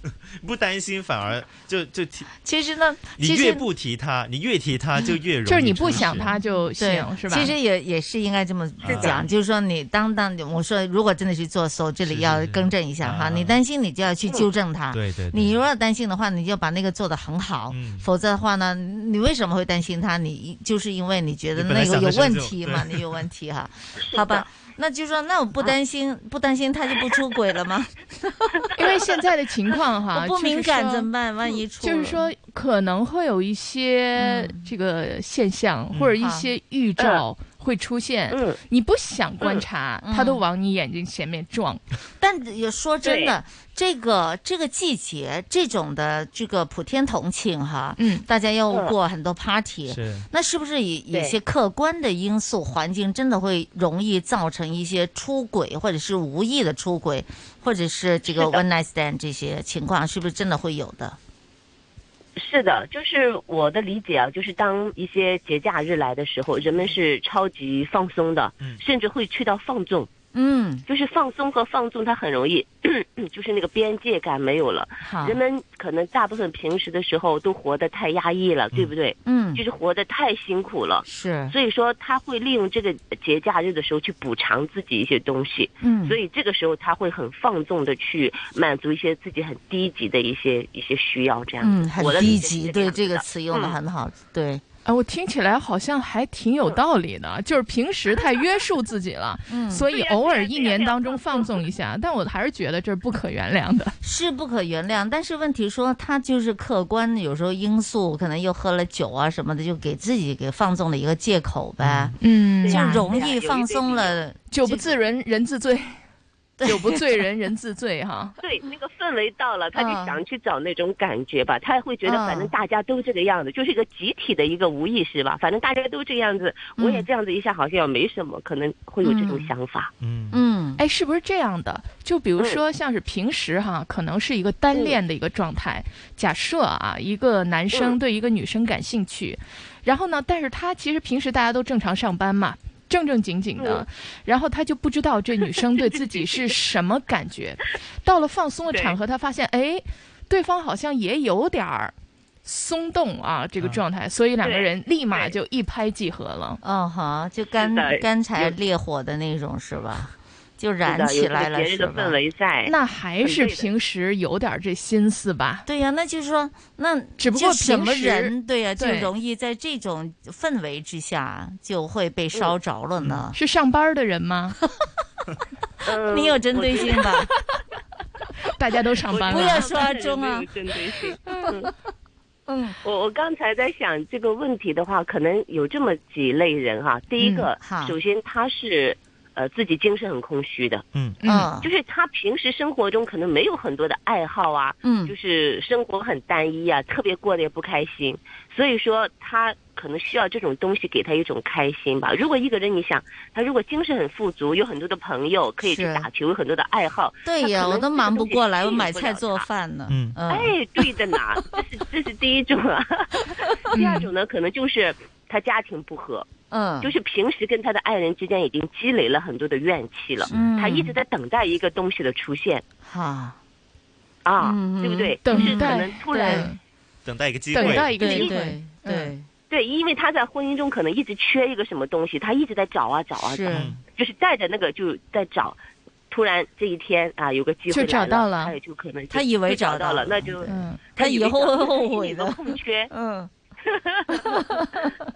H: 不担心反而就就提，
F: 其实呢，
H: 你
F: 其
H: 越
F: 实
H: 不提他，你越提 他就越容易
F: 就是你
H: 出
F: 不
H: 事
F: 想他
G: 就
F: 对
G: 行，是吧？
F: 其实也也是应该这么
H: 是的
F: 讲，就是说你当当，我说如果真的去做搜，这里要更正一下哈，你担心你就要去纠正它。
H: 啊对对对
F: 嗯你如果担心的话，你就把那个做得很好，
D: 嗯
F: 否则的话呢，你为什么会担心它？你就是因为你觉得
D: 你本来
F: 那个有
D: 想的是
F: 问
D: 这种
F: 题 嘛，
D: 对
F: 你有问题哈，好吧？那就说，那我不担心，不担心他就不出轨 了吗？
G: 因为现在的情况哈，
F: 我不
G: 啊就是
F: 敏感
G: 说嗯
F: 怎么办？万一出
G: 就是
F: 了
G: 说，可能会有一些这个现象，
F: 嗯
G: 或者一些预兆会出现。
F: 嗯
G: 你不想观察，
F: 嗯
G: 它都往你眼睛前面 撞。
F: 但也说真的，这个这个季节，这种的这个普天同庆哈，
G: 嗯，
F: 大家要
G: 嗯
F: 过很多 party，、
G: 是
F: 那是不是也
G: 对
F: 有些客观的因素，环境真的会容易造成一些出轨，或者是无意的出轨，或者是这个
C: 是的
F: one night stand 这些情况，是不是真的会有的？
C: 是的，就是我的理解啊，就是当一些节假日来的时候，人们是超级放松的，甚至会去到放纵。
F: 嗯，
C: 就是放松和放纵，它很容易，就是那个边界感没有了
F: 好。
C: 人们可能大部分平时的时候都活得太压抑了，对不对？
F: 嗯
C: 就是活得太辛苦了。
F: 是
C: 所以说他会利用这个节假日的时候去补偿自己一些东西。
F: 嗯
C: 所以这个时候他会很放纵的去满足一些自己很低级的一些一些需要，这样子。
F: 嗯，很
C: 我的
F: 低
C: 理解
F: 级，
C: 是
F: 对
C: 样子
F: 这个词用的
C: 嗯
F: 很好，对。
G: 啊，我听起来好像还挺
C: 嗯
G: 有道理的，就是平时太约束自己了，
F: 嗯
G: 所以偶尔一年当
C: 啊
G: 中放纵一
C: 嗯
G: 下，但我还是觉得这是不可原谅 的。
F: 是不可原谅，但是问题说他就是客观，有时候因素可能又喝了酒啊什么的，就给自己给放纵了一个借口呗，
G: 嗯
F: 就
G: 对呀
F: 容
G: 对呀
F: 易
G: 有一
F: 放
G: 堆
F: 松了。
G: 酒不自人人自 醉，酒不醉人人自醉哈。嗯
C: 对，那个氛围到了，他就想去找那种感觉吧，他会觉得反正大家都这个样子，就是一个集体的一个无意识吧，反正大家都这样子，我
G: 嗯
C: 也这样子一下好像也没什么，可能会有这种想法。
H: 嗯
F: 嗯，
G: 哎，是不是这样的？就比如
C: 嗯
G: 说，像是平时哈，可能是一个单恋的一个状态。假设啊，一个男
C: 嗯
G: 生对一个女生感兴趣，然后呢，但是他其实平时大家都正常上班嘛，正正经经的
F: 嗯，
G: 然后他就不知道这女生对自己是什么感觉。到了放松的场合，他发现，哎，对方好像也有点儿。松动啊，
F: 嗯
G: 这个状态，所以两个人立马就一拍即合了。
F: 嗯哦哈，就干
G: 是的
F: 干柴
G: 有
F: 烈火的那种是吧？就燃起来了，
C: 是的有这个节日的
F: 吧
C: 氛围在，
G: 那还是平时有点这心思吧？
F: 对呀、那就是说，那
G: 只不过
F: 就什么
G: 平时
F: 人对呀、啊就
G: 对
F: 容易在这种氛围之下就会被烧着了呢？
G: 嗯是上班的人吗？
F: 你有针对性吧？
G: 大家都上班了，
C: 我觉得
F: 针
C: 对性。嗯，我我刚才在想这个问题的话，可能有这么几类人哈。第一个
F: 嗯，好
C: 首先他是呃自己精神很空虚的，
H: 嗯
F: 嗯
C: 就是他平时生活中可能没有很多的爱好啊，
F: 嗯
C: 就是生活很单一啊，特别过得也不开心，所以说他可能需要这种东西给他一种开心吧。如果一个人，你想他如果精神很富足，有很多的朋友可以去
F: 是
C: 打球，有很多的爱好，
F: 对
C: 他
F: 呀，
C: 可能
F: 我都
C: 这个
F: 忙不
C: 东西
F: 过来，
C: 吸
F: 我
C: 引
F: 买
C: 不
F: 菜
C: 了
F: 做
C: 他
F: 饭呢。
H: 嗯
C: 哎，对的呢， 这是这是第一种 啊。第二种呢，可能就是他家庭不和。
F: 嗯
C: 就是平时跟他的爱人之间已经积累了很多的怨气了，
F: 嗯
C: 他一直在等待一个东西的出现
F: 哈，
C: 啊，
F: 嗯哼
C: 对不对？
F: 等
C: 就是可
F: 待
C: 能突然嗯
H: 等待一个机会，
G: 等待一个机
F: 对
G: 会，
F: 对
C: 对，因为他在婚姻中可能一直缺一个什么东西，他一直在找啊找啊找
F: 是，
C: 就是带着那个就在找，突然这一天啊有个机会
F: 就找
C: 来
F: 到了
C: 他也就可能就
F: 他以为
C: 就
F: 找
C: 找
F: 到
C: 了
F: 了，
C: 那就
F: 他以后会
C: 后
F: 后悔的。
C: 空缺，
F: 嗯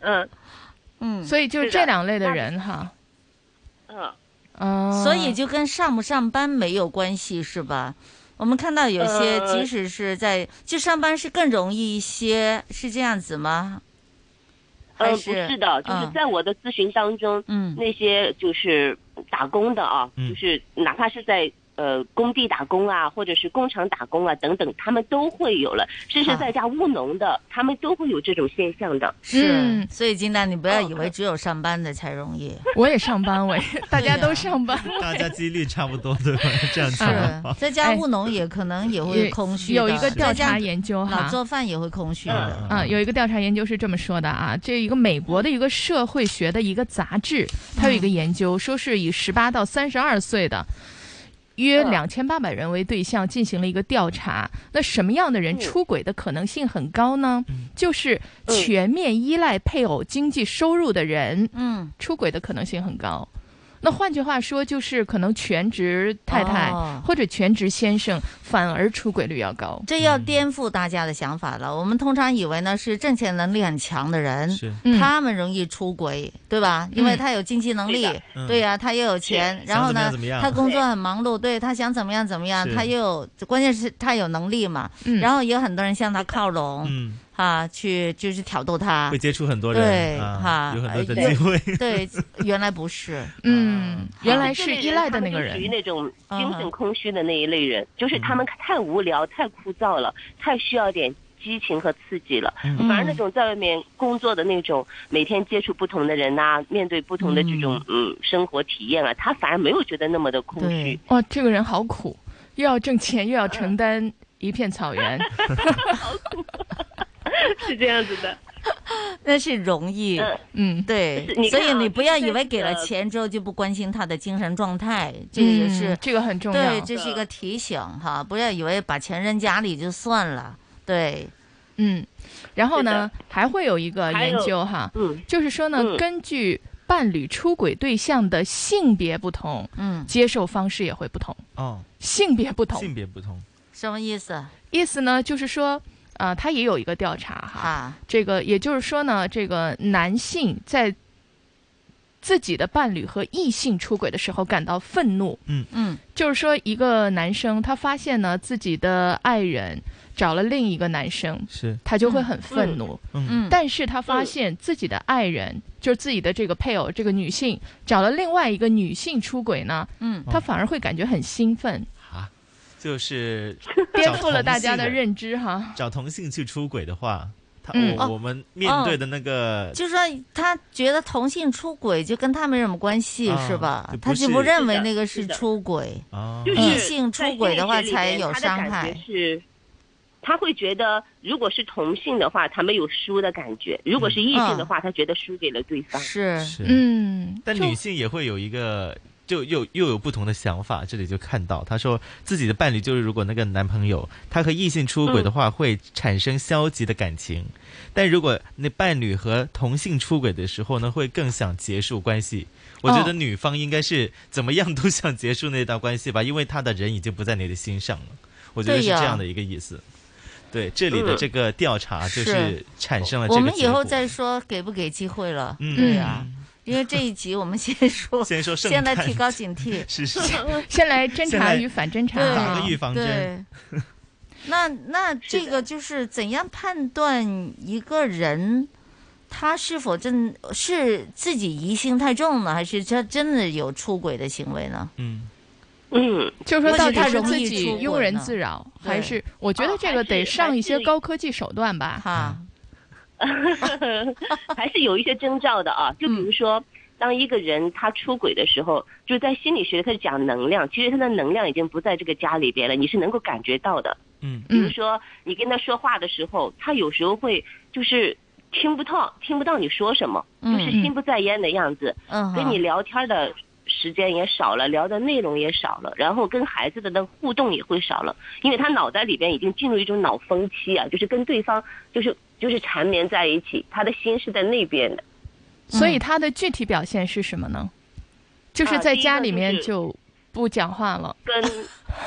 C: 嗯
F: 嗯，
G: 所以就这两类的人哈，
C: 嗯。
G: 哦
F: 所以就跟上不上班没有关系，是吧？我们看到有些，
G: 呃
F: 即使是在、就上班是更容易一些，是这样子吗？还
C: 呃，
F: 是
C: 不是的，就是
F: 嗯
C: 在我的咨询当中，
F: 嗯
C: 那些就是打工的啊，
F: 嗯
C: 就是哪怕是在呃工地打工啊，或者是工厂打工啊等等，他们都会有了，甚至
F: 啊
C: 在家务农的，他们都会有这种现象的。
F: 是，所以金丹，你不要以
C: 哦
F: 为只有上班的才容易。
G: 嗯我也上班，我也大家都上班，
H: 大家几率差不多对吧？这样子的话
F: 是，在家务农也可能也会
G: 也
F: 空虚的，
G: 哎有一个调
F: 在家
G: 查研究哈
F: 老做饭也会空虚的。
H: 嗯
G: 啊，有一个调查研究是这么说的啊，这一个美国的一个社会学的一个杂志，它有一个研究，说是以十八到三十二岁的。约
F: 嗯
G: 两千八百人为对象进行了一个调查，那什么样的
F: 嗯
G: 人出轨的可能性很高呢？就是全面依赖配偶经济收入的人，
F: 嗯，
G: 出轨的可能性很高。那换句话说，就是可能全职太太
F: 哦
G: 或者全职先生反而出轨率要高。
F: 这要颠覆大家的想法了。我们通常以为呢是挣钱能力很强的人，
G: 嗯
F: 他们容易出轨，对吧？因为他有经济能力
G: 是的，嗯
F: 对呀、他又有钱
G: 是，
F: 然后呢
G: 想怎么样怎么，样
F: 他工作很忙碌，对他想怎么样怎么样，
G: 是
F: 他又有，关键是他有能力嘛。
G: 嗯
F: 然后也有很多人向他靠拢，
H: 嗯
F: 啊，去就是挑逗他，
H: 会接触很多人，
F: 对
H: 啊
F: 哈，
H: 有很多的
F: 哎
H: 机会，
F: 对， 对原来不是，
G: 嗯，
C: 原来是依赖的那个人，属于那种精神空虚的那一类人，就是他们太无聊、太枯燥了，太需要点激情和刺激了。
F: 嗯
C: 反而那种在外面工作的那种，每天接触不同的人呐、面对不同的这种嗯生活体验啊，他反而没有觉得那么的空虚。
G: 哇，这个人好苦，又要挣钱，又要承担一片草 原。
C: 是这样子的，
F: 那是容易，
G: 嗯，
F: 对
C: 是你，
F: 所
C: 看啊
F: 以你不要以为
C: 就
F: 给
C: 是呃这
F: 了
C: 个
F: 钱之后就不关心他的精神状态，这个也是
G: 嗯这个很重要
F: 对，这
C: 嗯
F: 是一个提醒哈，不要以为把钱扔家里就算了，对，
G: 嗯，然后呢，还会有一个
F: 还
G: 研
F: 有
G: 究哈，
C: 嗯，
G: 就是说呢，
F: 嗯
G: 根据伴侣出轨对象的性别不同，
F: 嗯，
G: 接受方式也会不同。
H: 哦，
G: 性别 不同，
H: 性别不同，
F: 什么意思？
G: 意思呢，就是说，呃，他也有一个调查哈，
F: 啊
G: 这个也就是说呢，这个男性在自己的伴侣和异性出轨的时候感到愤怒，
H: 嗯
F: 嗯，
G: 就是说一个男生他发现呢自己的爱人找了另一个男生，
H: 是
G: 他就会很愤怒，
H: 嗯
F: 嗯
G: 但是他发现自己的爱人就是自己的这个配偶这个女性找了另外一个女性出轨呢，
F: 嗯
G: 他反而会感觉很兴奋，
H: 就是
G: 颠
H: 找
G: 覆了大家
H: 同
G: 的
H: 性
G: 认知哈，
H: 找同性去出轨的话，他
G: 嗯
H: 我
F: 哦
H: 我们面对的那个
F: 就说他觉得同性出轨就跟他没什么关系
H: 啊
F: 是吧
H: 就？不
F: 他就是不认
H: 是
F: 为
H: 的
F: 那个
H: 是
F: 是
H: 的
F: 出轨，
H: 啊
C: 就是
F: 异性出轨的话
C: 在现实
F: 才
C: 里面
F: 有
C: 他的
F: 伤
C: 感
F: 害
C: 觉，是。他会觉得，如果是同性的话，他没有输的感觉；如果是异性的话，他觉得输给了对方。
F: 是
H: 是
G: 嗯，
H: 但
G: 就
H: 女性也会有一个就又又有不同的想法，这里就看到他说自己的伴侣就是如果那个男朋友他和异性出轨
F: 嗯
H: 的话，会产生消极的感情，但如果那伴侣和同性出轨的时候呢，会更想结束关系。我觉得
G: 哦
H: 女方应该是怎么样都想结束那段关系吧，因为她的人已经不在你的心上了。我觉得
F: 对
H: 是这
F: 呀
H: 样的一个意思。对，这里的
F: 嗯
H: 这个调查就是是产生了这
F: 我
H: 个
F: 们以
H: 结
F: 后
H: 果
F: 再说给不给机会了。
H: 嗯
F: 对啊，因为这一集我们先说，
H: 先说 圣
F: 现在
H: 诞
F: 提高警惕，
H: 是是
G: 先来侦查与反侦查，
F: 对
H: 打个预防针。
F: 对那那这个就是怎样判断一个人他是否真是自己疑心太重呢，还是他真的有出轨的行为呢？
H: 嗯
C: 嗯，
G: 就是说到底
F: 他
G: 是
F: 容
G: 自
F: 易
G: 己
F: 出轨
G: 庸人
F: 呢
G: 自扰，
F: 对
G: 啊还是我觉得这个得上一些高科技手段吧？
F: 哈，
C: 还是有一些征兆的啊。就比如说，当一个人他出轨的时候，就是在心理学他讲能量，其实他的能量已经不在这个家里边了，你是能够感觉到的。
H: 嗯，
C: 比如说你跟他说话的时候，他有时候会就是听不到，听不到你说什么，
D: 嗯
C: 就是心不在焉的样子。
D: 嗯
C: 跟你聊天的时间也少了，聊的内容也少了，然后跟孩子的那互动也会少了，因为他脑袋里边已经进入一种脑风期啊，就是跟对方就是就是缠绵在一起，他的心是在那边的。
G: 所以他的具体表现是什么呢？就是
C: 嗯啊
G: 在
C: 第一
G: 家
C: 个
G: 里
C: 就
G: 面
C: 是
G: 就不讲话了。
C: 跟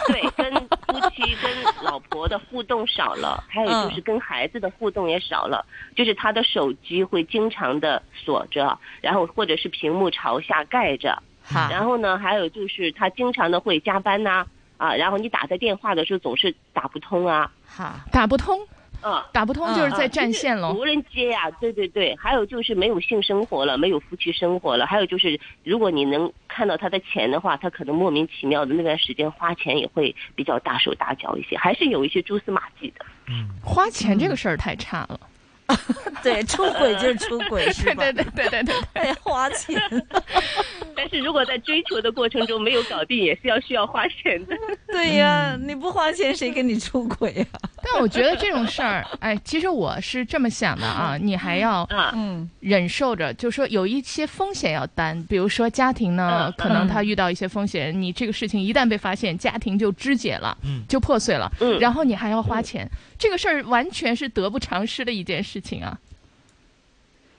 C: 对跟夫妻跟老婆的互动少了，还有就是跟孩子的互动也少了，就是他的手机会经常的锁着，然后或者是屏幕朝下盖着，
F: 好
C: 然后呢，还有就是他经常的会加班呐、啊，然后你打他电话的时候总是打不通啊，
F: 哈，
G: 打不通，
C: 嗯，
G: 打不通
F: 啊
G: 就是在占线喽
C: 嗯就是无人接呀、对对对，还有就是没有性生活了，没有夫妻生活了，还有就是如果你能看到他的钱的话，他可能莫名其妙的那段时间花钱也会比较大手大脚一些，还是有一些蛛丝马迹的。
G: 花钱
F: 嗯
G: 这个事儿太差了。
F: 对，出轨就是出 轨，是吧？
G: 对对对对对
F: 对，花钱。
C: 但是如果在追求的过程中没有搞定，也是要需要花钱的。
F: 对呀、
C: 嗯
F: 你不花钱谁跟你出轨啊呀、
G: 但我觉得这种事儿，哎，其实我是这么想的啊，你还要
F: 嗯
G: 忍受着，就说有一些风险要担，比如说家庭
C: 嗯
G: 呢，可能他遇到一些风险，你这个事情一旦被发现，家庭就肢解了，
H: 嗯
G: 就破碎了，
H: 嗯
G: 然后你还要花钱，这个事儿完全是得不偿失的一件事情啊。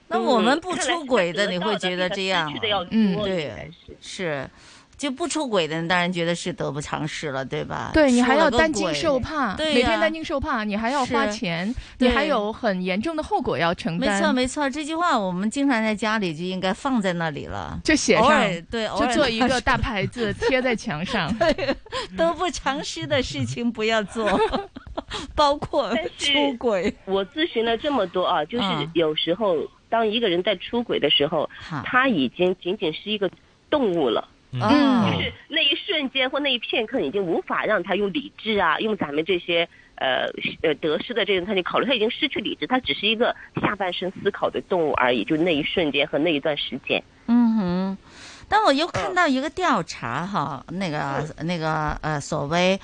F: 那我
G: 嗯
F: 们不出轨的，你会觉得这样
C: 嗯嗯看来是得到的比他失去的要
F: 啊
C: 多？
F: 嗯，
C: 应
F: 对，是，就不出轨的，你当然觉得是得不偿失了，对吧？
G: 对你
F: 出
G: 还
F: 了
G: 要
F: 个
G: 担惊
F: 轨
G: 受怕，
F: 对、呀
G: 每天担惊受怕，你还要花
F: 是
G: 钱，你还
F: 对啊
G: 有很严重的后果要承
F: 没
G: 担。
F: 错，没错，这句话我们经常在家里就应该放在那里了，
G: 就写上
F: 偶尔对，偶
G: 就
F: 尔
G: 做一
F: 拿
G: 个
F: 出
G: 大牌子贴在墙上。
F: 得不偿失的事情不要做，包括出轨。嗯
C: 我咨询了这么多啊，就是有时候当一个人在出轨的时候，他已经仅仅是一个动物了。
F: 嗯
C: 就是那一瞬间或那一片刻，已经无法让他用理智啊，用咱们这些呃呃得失的这种他去考虑，他已经失去理智，他只是一个下半身思考的动物而已，就那一瞬间和那一段时间。
F: 嗯哼，但我又看到一个调查哈，那个那个呃，所谓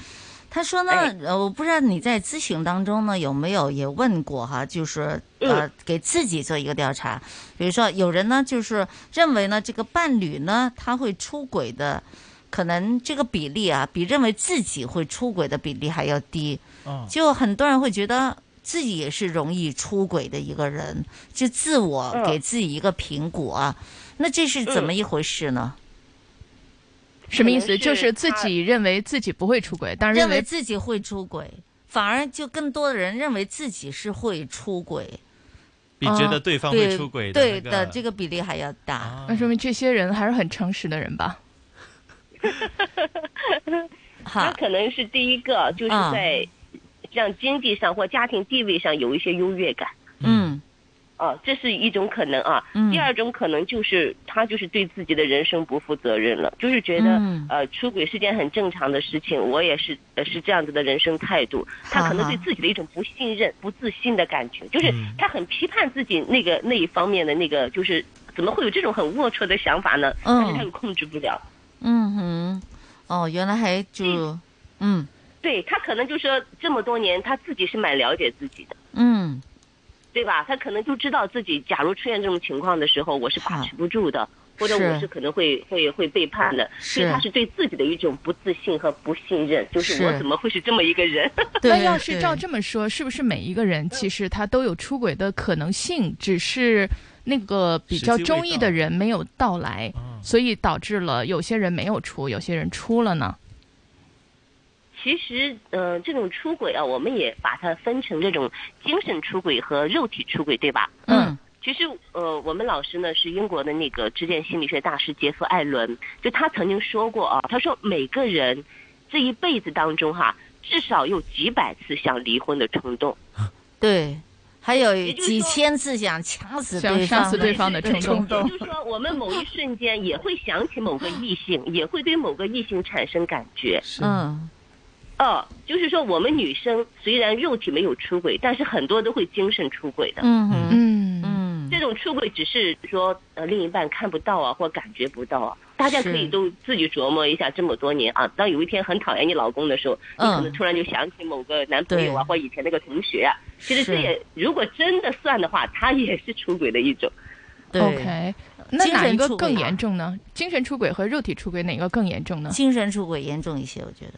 F: 他说呢，呃，我不知道你在咨询当中呢有没有也问过哈，就是呃
J: 嗯
F: 给自己做一个调查，比如说有人呢就是认为呢这个伴侣呢他会出轨的，可能这个比例啊比认为自己会出轨的比例还要低。
H: 啊
F: 就很多人会觉得自己也是容易出轨的一个人，就自我
C: 嗯
F: 给自己一个评估啊。那这是怎么一回事呢？
G: 什么意思？就是自己认为自己不会出轨，但是
F: 认
G: 为
F: 为自己会出轨，反而就更多的人认为自己是会出轨，啊
H: 比觉得对方会出轨的
F: 对
H: 那个啊
F: 的这个比例还要大。
G: 那说明这些人还是很诚实的人 吧？
C: 他可能是第一个，就是
F: 嗯
G: 啊
C: 在像经济上或家庭地位上有一些优越感。
F: 嗯，
C: 啊，这是一种可能啊。
F: 嗯
C: 第二种可能就是他就是对自己的人生不负责任了，就是觉得、
F: 嗯
C: 呃出轨是件很正常的事情，我也是呃是这样子的人生态度。他可
F: 哈
C: 能
F: 哈
C: 对自己的一种不信任、不自信的感觉，就是
F: 嗯
C: 他很批判自己那个那一方面的那个，就是怎么会有这种很龌龊的想法呢？
F: 嗯
C: 但是他又控制不了。
F: 嗯哼，哦，原来还就嗯
C: 对他可能就说这么多年他自己是蛮了解自己的，
F: 嗯
C: 对吧？他可能就知道自己，假如出现这种情况的时候，我是把持不住的，或者我
F: 是
C: 是可能会会会背叛的，所以
F: 是
C: 他是对自己的一种不自信和不信任，就是我
G: 是
C: 怎么会是这么一个人？
G: 那要是照这么说，是不是每一个人其实他都有出轨的可能性，只是那个比较
F: 时机未
G: 中意的人没有到来，
H: 啊
G: 所以导致了有些人没有出，有些人出了呢？
C: 其实，呃，这种出轨啊，我们也把它分成这种精神出轨和肉体出轨，对吧？
F: 嗯。
C: 其实，呃，我们老师呢是英国的那个之见心理学大师杰夫·艾伦，就他曾经说过啊，他说每个人这一辈子当中哈、至少有几百次想离婚的冲动。
F: 对，还有几千次想掐死对方，
C: 也就是说，我们某一瞬间也会想起某个异性，也会对某个异性产生感觉。
F: 嗯，
C: 哦，就是说我们女生虽然肉体没有出轨，但是很多都会精神出轨的。
F: 嗯
G: 嗯
F: 嗯，
C: 这种出轨只是说呃另一半看不到啊，或感觉不到啊。大家可以
F: 是
C: 都自己琢磨一下，这么多年啊，当有一天很讨厌你老公的时候，你可能
F: 嗯
C: 突然就想起某个男朋友啊，
F: 对
C: 或以前那个同学啊。其实这
F: 是
C: 也如果真的算的话，他也是出轨的一种。
F: 对
G: OK，那哪一个更严
F: 重？
G: 重呢？精神出轨和肉体出轨哪个更严重呢？
F: 精神出轨严重一些，我觉得。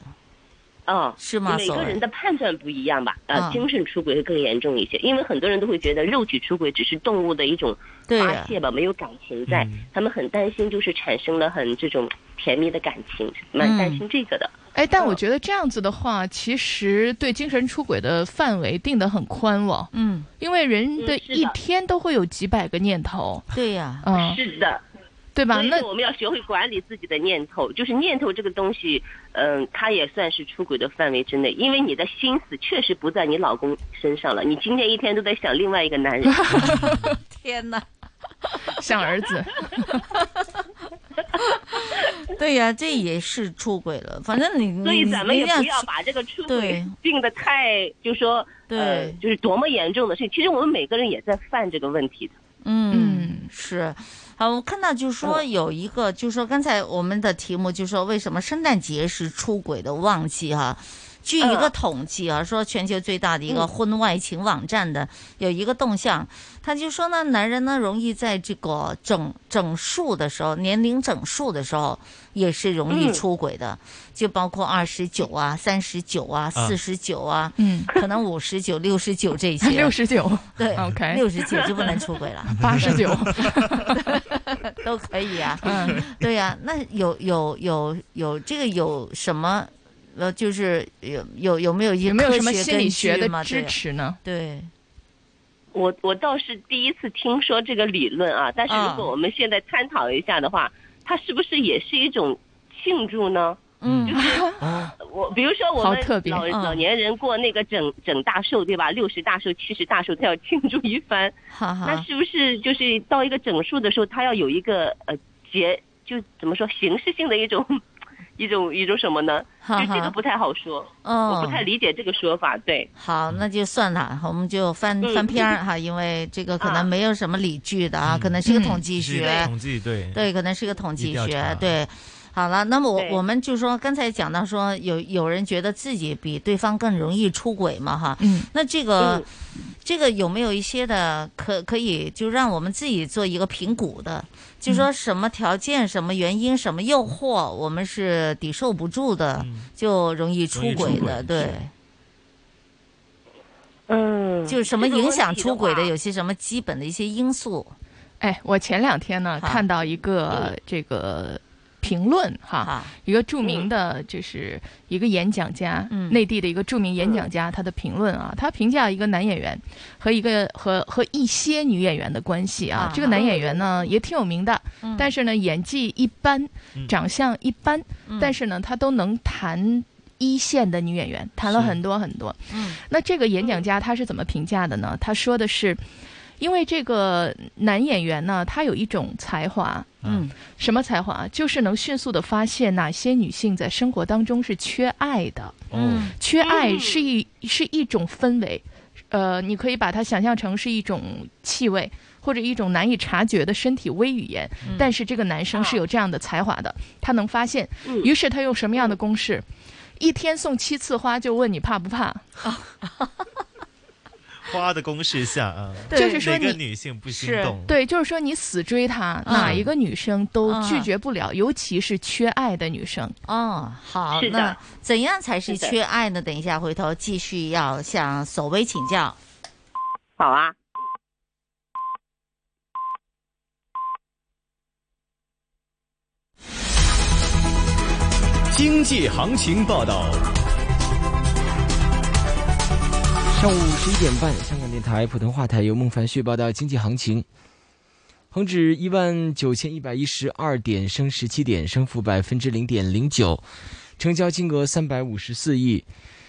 C: 嗯，
F: 是吗
C: 每
F: 所
C: 个
F: 谓
C: 人的判断不一样吧？呃，
F: 嗯
C: 精神出轨会更严重一些，因为很多人都会觉得肉体出轨只是动物的一种
F: 对
C: 发泄吧，没有感情在，
F: 嗯
C: 他们很担心就是产生了很这种甜蜜的感情，蛮
F: 嗯
C: 担心这个的。
G: 哎，但我觉得这样子的话，其实对精神出轨的范围定得很宽哦。
F: 嗯，
G: 因为人
C: 嗯
G: 的
C: 是
G: 一
C: 的
G: 天都会有几百个念头。
F: 对呀
G: 嗯，
C: 是的。
G: 对吧
C: 所以
G: 那
C: 说我们要学会管理自己的念头，就是念头这个东西，嗯、它也算是出轨的范围之内，因为你的心思确实不在你老公身上了，你今天一天都在想另外一个 男人。
F: 天哪，
G: 像儿子。
F: 对呀、这也是出轨了。反正你，
C: 所以
F: 嗯你
C: 咱们
F: 你
C: 也
F: 这样
C: 不要把这个出轨
F: 对
C: 定的太，就说呃
F: 对，
C: 就是多么严重的事情。其实我们每个人也在犯这个问题的。
F: 嗯，是。啊，我看到就是说有一个，就是说刚才我们的题目就是说为什么圣诞节是出轨的旺季哈、据一个统计啊，说全球最大的一个
D: 嗯
F: 婚外情网站的有一个动向，他就说呢，男人呢容易在这个整整数的时候，年龄整数的时候也是容易
D: 嗯
F: 出轨的，就包括二十九啊、三十九啊、
D: 啊
F: 四十九啊，
G: 嗯，
F: 可能五十九、 六十九这些，
G: 69
F: 对
G: OK
F: 六十九就不能出轨 了，
G: 89
F: 都可以啊。
G: 嗯，
F: 对 呀、那有有有有这个有什么？呃，就是有有有没有一
G: 有没有
F: 科
G: 什么
F: 学
G: 心
F: 根
G: 理学
F: 据
G: 的
F: 吗
G: 支持呢？
F: 对，
C: 我我倒是第一次听说这个理论啊，但是如果我们现在探讨一下的话，它是不是也是一种庆祝呢？
F: 嗯，
C: 就是我比如说我
G: 好
C: 们
G: 特别
C: 老
G: 嗯
C: 老年人过那个整整大寿对吧？六十大寿、七十大寿，他要庆祝一番。
G: 啊
F: 哈哈
C: 那是不是就是到一个整数的时候，他要有一个呃节，就怎么说形式性的一种 一种一种什么呢？就
F: 哈哈
C: 这个不太好说，
G: 嗯
F: 哦
C: 我不太理解这个说法。对，
F: 好，那就算了，我们就翻
C: 嗯
F: 翻 篇儿哈，因为这个
G: 啊
F: 可能没有什么理据的
G: 嗯
F: 啊，可能是个统计学，
H: 是统计对
F: 对，可能是个统计
H: 调查
F: 学，对。好了，那么我我们就说，刚才讲到说有有人觉得自己比对方更容易出轨嘛，哈，
G: 嗯，
F: 那这个、
D: 嗯
F: 这个有没有一些的可可以就让我们自己做一个评估的，就说什么条件、什么原因、什么诱惑，我们是抵受不住的，就容易出
D: 容易出
F: 轨的，
D: 轨
F: 对
D: 是。
C: 嗯
F: 就是什么影响出轨的，有些什么基本的一些因素。
G: 哎，我前两天呢看到一个
F: 嗯
G: 这个评论哈，一个著名的就是一个演讲家，
F: 嗯
G: 内地的一个著名演讲家，他的评论啊，他评价一个男演员和一个和和一些女演员的关系啊
F: 啊，
G: 这个男演员呢也挺有名的
F: 嗯，
G: 但是呢演技一般，长相一般，
F: 嗯
G: 但是呢他都能谈。一线的女演员谈了很多很多，
F: 嗯，
G: 那这个演讲家他是怎么评价的呢？他说的是，因为这个男演员呢，他有一种才华，
F: 嗯，
G: 什么才华？就是能迅速的发现哪些女性在生活当中是缺爱的，
F: 嗯
G: 缺爱是一是一种氛围，呃，你可以把它想象成是一种气味。或者一种难以察觉的身体微语言，
D: 嗯
G: 但是这个男生是有这样的才华的，他能发现。
D: 嗯
G: 于是他用什么样的公式？一天送七次花，就问你怕不怕？
H: 花的攻势下啊，
G: 对就是说
H: 哪个
G: 你
H: 女性不心动？
G: 对，就是说你死追他，哪
H: 嗯
G: 一个女生都
F: 嗯
G: 拒绝不了，尤其是缺爱的女生。
F: 哦，好，
G: 是的
F: 那怎样才是
G: 是的
F: 缺爱呢？等一下回头继续要向索薇请教。
C: 好啊，
E: 经济行情报道。
M: 上午十一点半，香港电台普通话台由孟凡旭报道经济行情。恒指一万九千一百一十二点，升十七点，升幅百分之零点零九，成交金额三百五十四亿。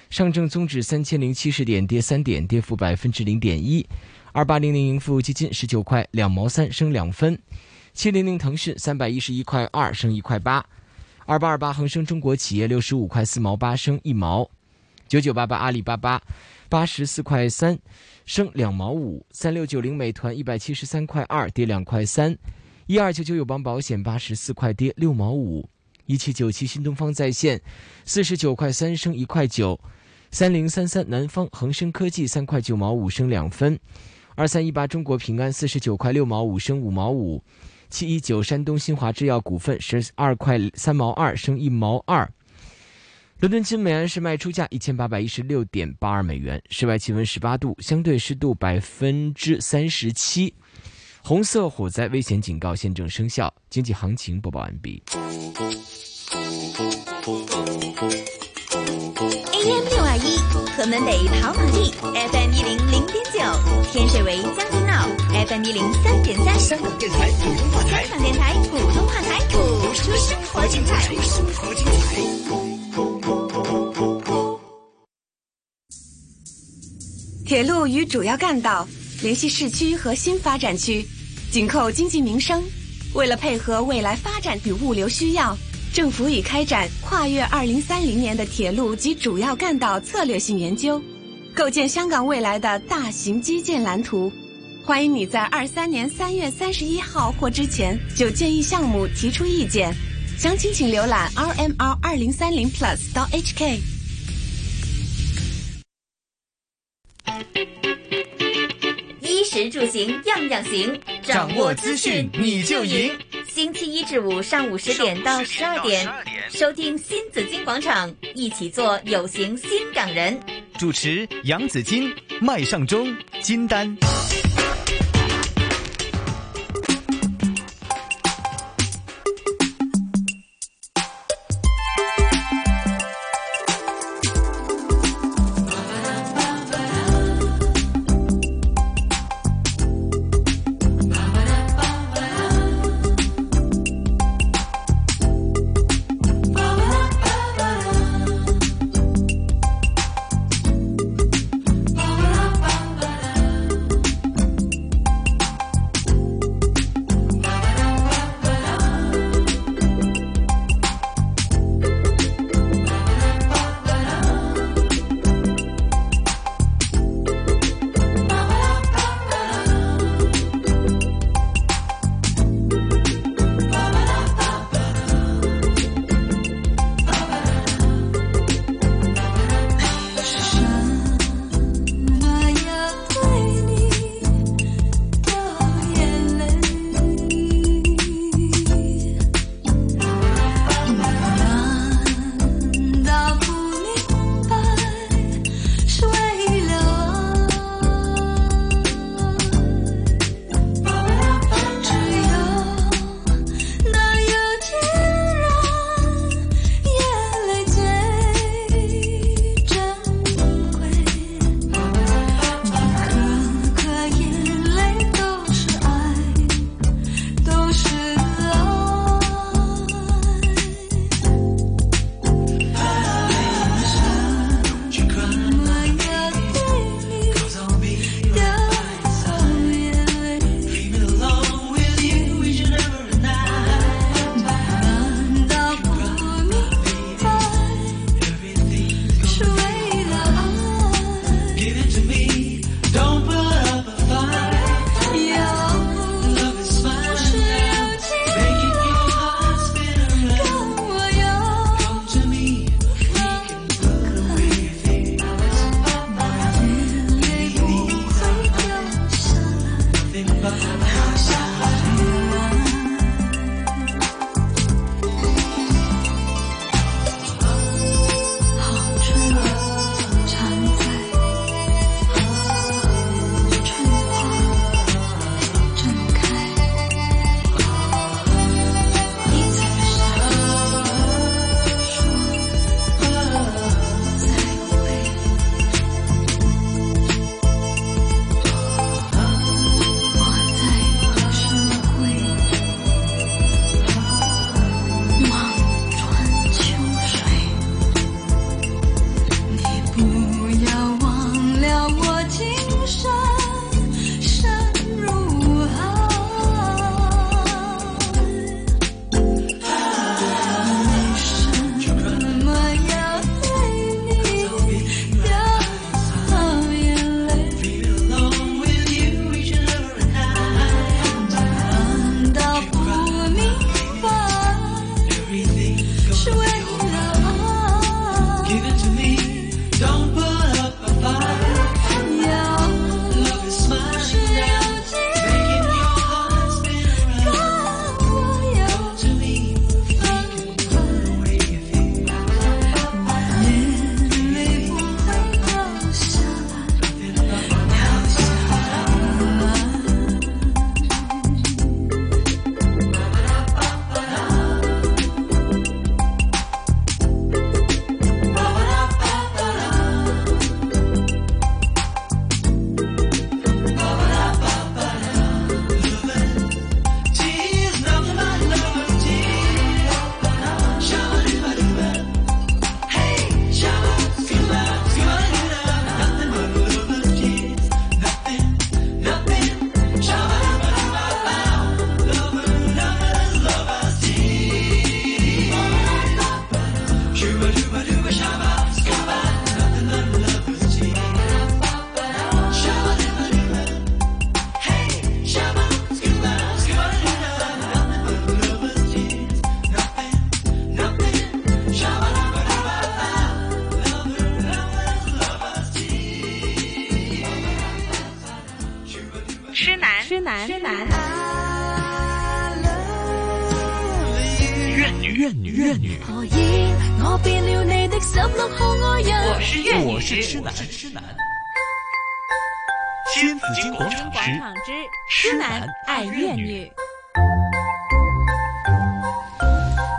M: 上证综指三千零七十点，跌三点，跌幅百分之零点一。二八零零盈富基金十九块两毛三，升两分。七零零腾讯三百一十一块二，升一块八。二八二八恒生中国企业六十五块四毛八，升一毛。九九八八阿里巴巴八十四块三，升两毛五；三六九零美团一百七十三块二，跌两块三；一二九九友邦保险八十四块，跌六毛五；一七九七新东方在线四十九块三，升一块九；三零三三南方恒生科技三块九毛五，升两分；二三一八中国平安四十九块六毛五，升五毛五；七一九山东新华制药股份十二块三毛二，升一毛二。伦敦金美安市卖出价一千八百一十六点八二美元，室外气温十八度，相对湿度百分之三十七，红色火灾危险警告现正生效。经济行情播报完毕。
K: AM 六二一，河门北跑马地；FM 一零零点九，天水围将军澳；FM 一零三点三，香港电台普通话台。香港电台普通话台，播出生活精彩。生活精
G: 嗯
D: 铁路与主要干道联系市区和新发展区，紧扣经济民生。为了配合未来发展与物流需要，政府已开展跨越2030年的铁路及主要干道策略性研究，构建香港未来的大型基建蓝图。欢迎你在23年3月31号或之前就建议项目提出意见，详情请浏览 RMR 2030 Plus 到 HK。
K: 衣食住行样样行，
E: 掌握资讯你就赢。
K: 星期一至五上午十点到十二点，收听新紫金广场，一起做有型新港人。
E: 主持杨紫金、麦尚中、金丹。
U: 痴男，痴男。
B: 怨女，怨女，怨女。
U: 何以我變了你的十六號愛人？
B: 我是痴男，痴男。新紫金广场之
U: 广场之痴男爱怨女。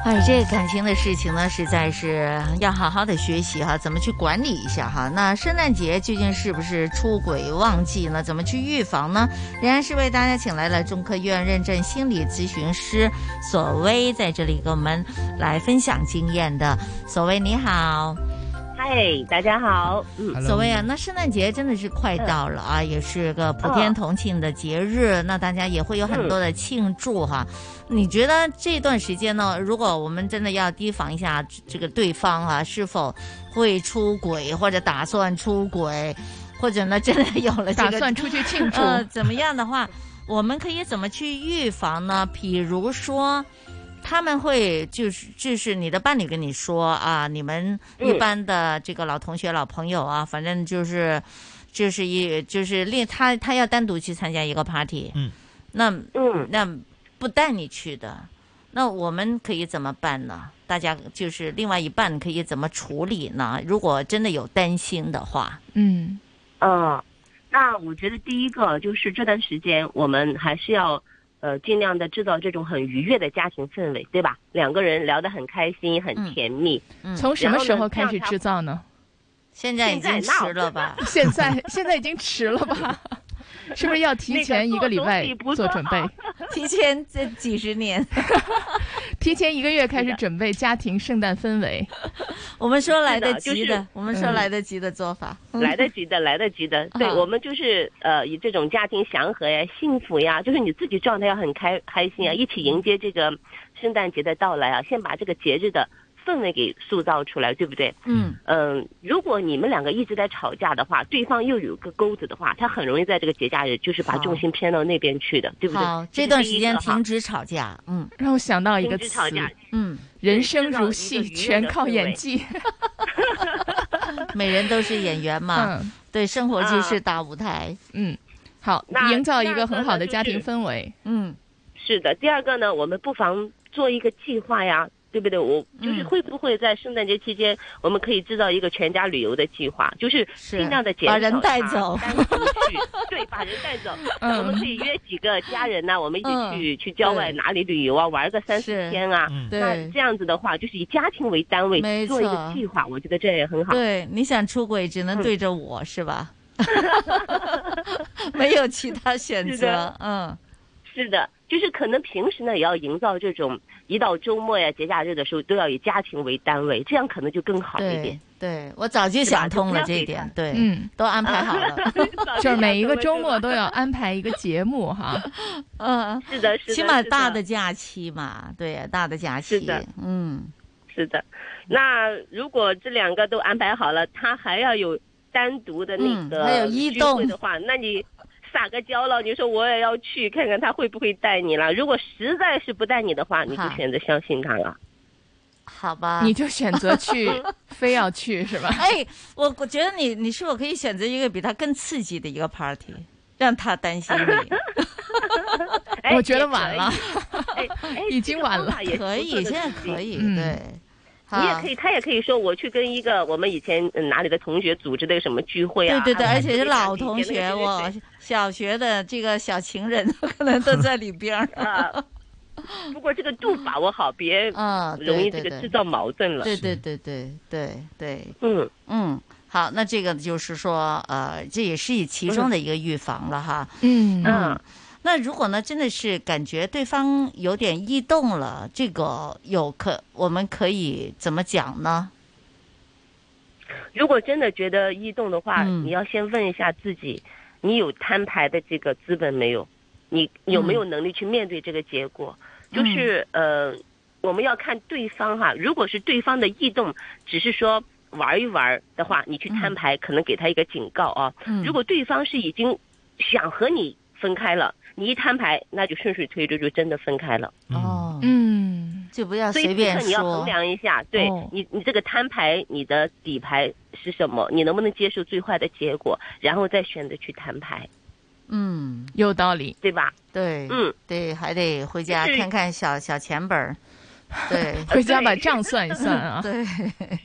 F: 哎，这个感情的事情呢，实在是要好好的学习哈，怎么去管理一下哈。那圣诞节究竟是不是出轨旺季呢？怎么去预防呢？仍然是为大家请来了中科院认证心理咨询师索薇在这里跟我们来分享经验的。索薇你好，
C: 嗨，大家好，嗯
F: 索薇啊，那圣诞节真的是快到了啊，也是个普天同庆的节日，那大家也会有很多的庆祝哈。你觉得这段时间呢，如果我们真的要提防一下这个对方啊，是否会出轨或者打算出轨，或者呢真的有了、这
G: 打
F: 个、
G: 算出去庆祝
F: 呃，怎么样的话，我们可以怎么去预防呢？比如说。他们会就是就是你的伴侣跟你说啊，你们一般的这个老同学、老朋友啊，反正就是就是一就是另他他要单独去参加一个 party，
H: 嗯，
F: 那那不带你去的，那我们可以怎么办呢？大家就是另外一半可以怎么处理呢？如果真的有担心的话，
G: 嗯
C: 嗯，那我觉得第一个就是这段时间我们还是要。呃，尽量的制造这种很愉悦的家庭氛围，对吧？两个人聊得很开心，很甜蜜。
F: 嗯
G: 从什么时候开始
C: 然后呢
G: 制造呢？
F: 现在已经迟了吧？
G: 现在现在已经迟了吧？ 是不是要提前一个礼拜做准备？
F: 提前这几十年，
G: 提前一个月开始准备家庭圣诞氛围。嗯
F: 我们说来得
C: 是的
F: 及
C: 就是
F: 我们说来得及的做法，
C: 来得及的，来得及的。对
F: 嗯啊
C: 我们就是呃，以这种家庭祥和呀、幸福呀，就是你自己状态要很开开心
F: 嗯
C: 啊，一起迎接这个圣诞节的到来啊，先把这个节日的氛围给塑造出来，对不对？
F: 嗯
C: 嗯，如果你们两个一直在吵架的话，对方又有个钩子的话，他很容易在这个节假日就是把
F: 好
C: 重心偏到那边去的，对不对？
F: 好，
C: 这
F: 这
C: 是
F: 段
C: 第
F: 时
C: 一
F: 间
C: 个哈
F: 停止吵架，嗯，
G: 让我想到一个
C: 停止吵
G: 词
C: 架，
F: 嗯，
G: 人生如
C: 制造
G: 戏
C: 一，个愉悦的
G: 全靠演
C: 氛
G: 技。
F: 每人都是演员嘛，
G: 嗯
F: 对，生活就是大舞台，
G: 嗯，好，
C: 啊那
G: 营造一
C: 那
G: 个很
C: 真
G: 好
C: 的
G: 的
C: 就
G: 家庭
C: 是
G: 氛围。
F: 嗯，
C: 是的，第二个呢，我们不妨做一个计划呀，对不对？我
F: 嗯
C: 就是会不会在圣诞节期间，我们可以制造一个全家旅游的计划，就是尽量的减少
F: 把人带
C: 它
F: 走
C: 单独去， 对，把人带走。
F: 嗯
C: 我们可以约几个家人呐、我们一
F: 嗯
C: 起去、去郊外
F: 对
C: 哪里旅游啊，玩个三四
F: 是
C: 天啊。
F: 嗯
C: 那
F: 对
C: 这样子的话，就是以家庭为单位
F: 没
C: 做一
F: 错
C: 个计划，我觉得这也很好。
F: 对，你想出轨只
C: 嗯
F: 能对着我、是吧？ 没有其他选
C: 是
F: 择
C: 的，
F: 嗯，
C: 是的，就是可能平时呢也要营造这种，一到周末呀、节假日的时候都要以家庭为单位，这样可能就更好一点
F: 对。对，我早就想通了这一点，对，
G: 嗯，
F: 都安排好
C: 啊
F: 了，
G: 就是每一个周末都要安排一个节目哈。
F: 嗯，
C: 是的，是的，
F: 起码
C: 是
F: 大的假期嘛，对呀，大的假期，
C: 是的
F: 嗯，
C: 是的。那如果这两个都安排好了，他还要有单独的那
F: 嗯还有
C: 个
F: 异
C: 聚会
F: 动
C: 的话，那你撒个娇了，你说我也要去看看他会不会带你了。如果实在是不带你的话，你就
F: 好
C: 选择相信他了。
F: 好吧，
G: 你就选择 去，非要去是吧？
F: 哎，我我觉得你你是否可以选择一个比他更刺激的一个 party，让他担心你？
C: 哎
G: 我觉得晚了，，
C: 哎哎
G: 已经晚了
C: 这个方法
F: 可
C: 也
F: 以，
C: 是不错的
F: 现在
C: 事情
F: 可以，
G: 嗯
F: 对，
C: 你也
F: 好
C: 可以，他也可以说我去跟一个我们以前嗯哪里的同学组织的什么聚会啊，
F: 对对对，
C: 还有
F: 而且是老
C: 以
F: 同
C: 前的那个
F: 学，
C: 谁谁
F: 我
C: 谁
F: 小学的这个小情人可能 都在里边儿。
C: 啊。不过这个度把握好，别
F: 嗯啊对
C: 容易
F: 对
C: 这个
F: 对
C: 制造矛盾了。
F: 对对对对对对，
C: 嗯，
F: 嗯，好，那这个就是说，呃，这也是以其
C: 嗯
F: 中的一个预防了哈。
G: 嗯
F: 嗯，那如果呢，真的是感觉对方有点异动了，这个有可我们可以怎么讲呢？
C: 如果真的觉得异动的话，
F: 嗯
C: 你要先问一下自己，你有摊牌的这个资本没有？你有
F: 嗯
C: 没有能力去面对这个结果？就是呃，我们要看对方哈。如果是对方的异动，只是说玩一玩的话，你去摊牌，可能给他一个警告啊。
F: 嗯
C: 如果对方是已经想和你分开了，你一摊牌，那就顺水推舟，就真的分开了。
F: 哦，
G: 嗯，
F: 就不要
C: 所以
F: 随
C: 此
F: 便
C: 刻你要衡
F: 说。
C: 量一下，对、
F: 哦
C: 你，你这个摊牌，你的底牌是什么？你能不能接受最坏的结果，然后再选择去摊牌？
F: 嗯，
G: 有道理，，
C: 对吧？
F: 对，
C: 嗯，
F: 对，还得回家
C: 就是
F: 看看小小钱本儿，对
G: 回家把账算一算啊
F: 对，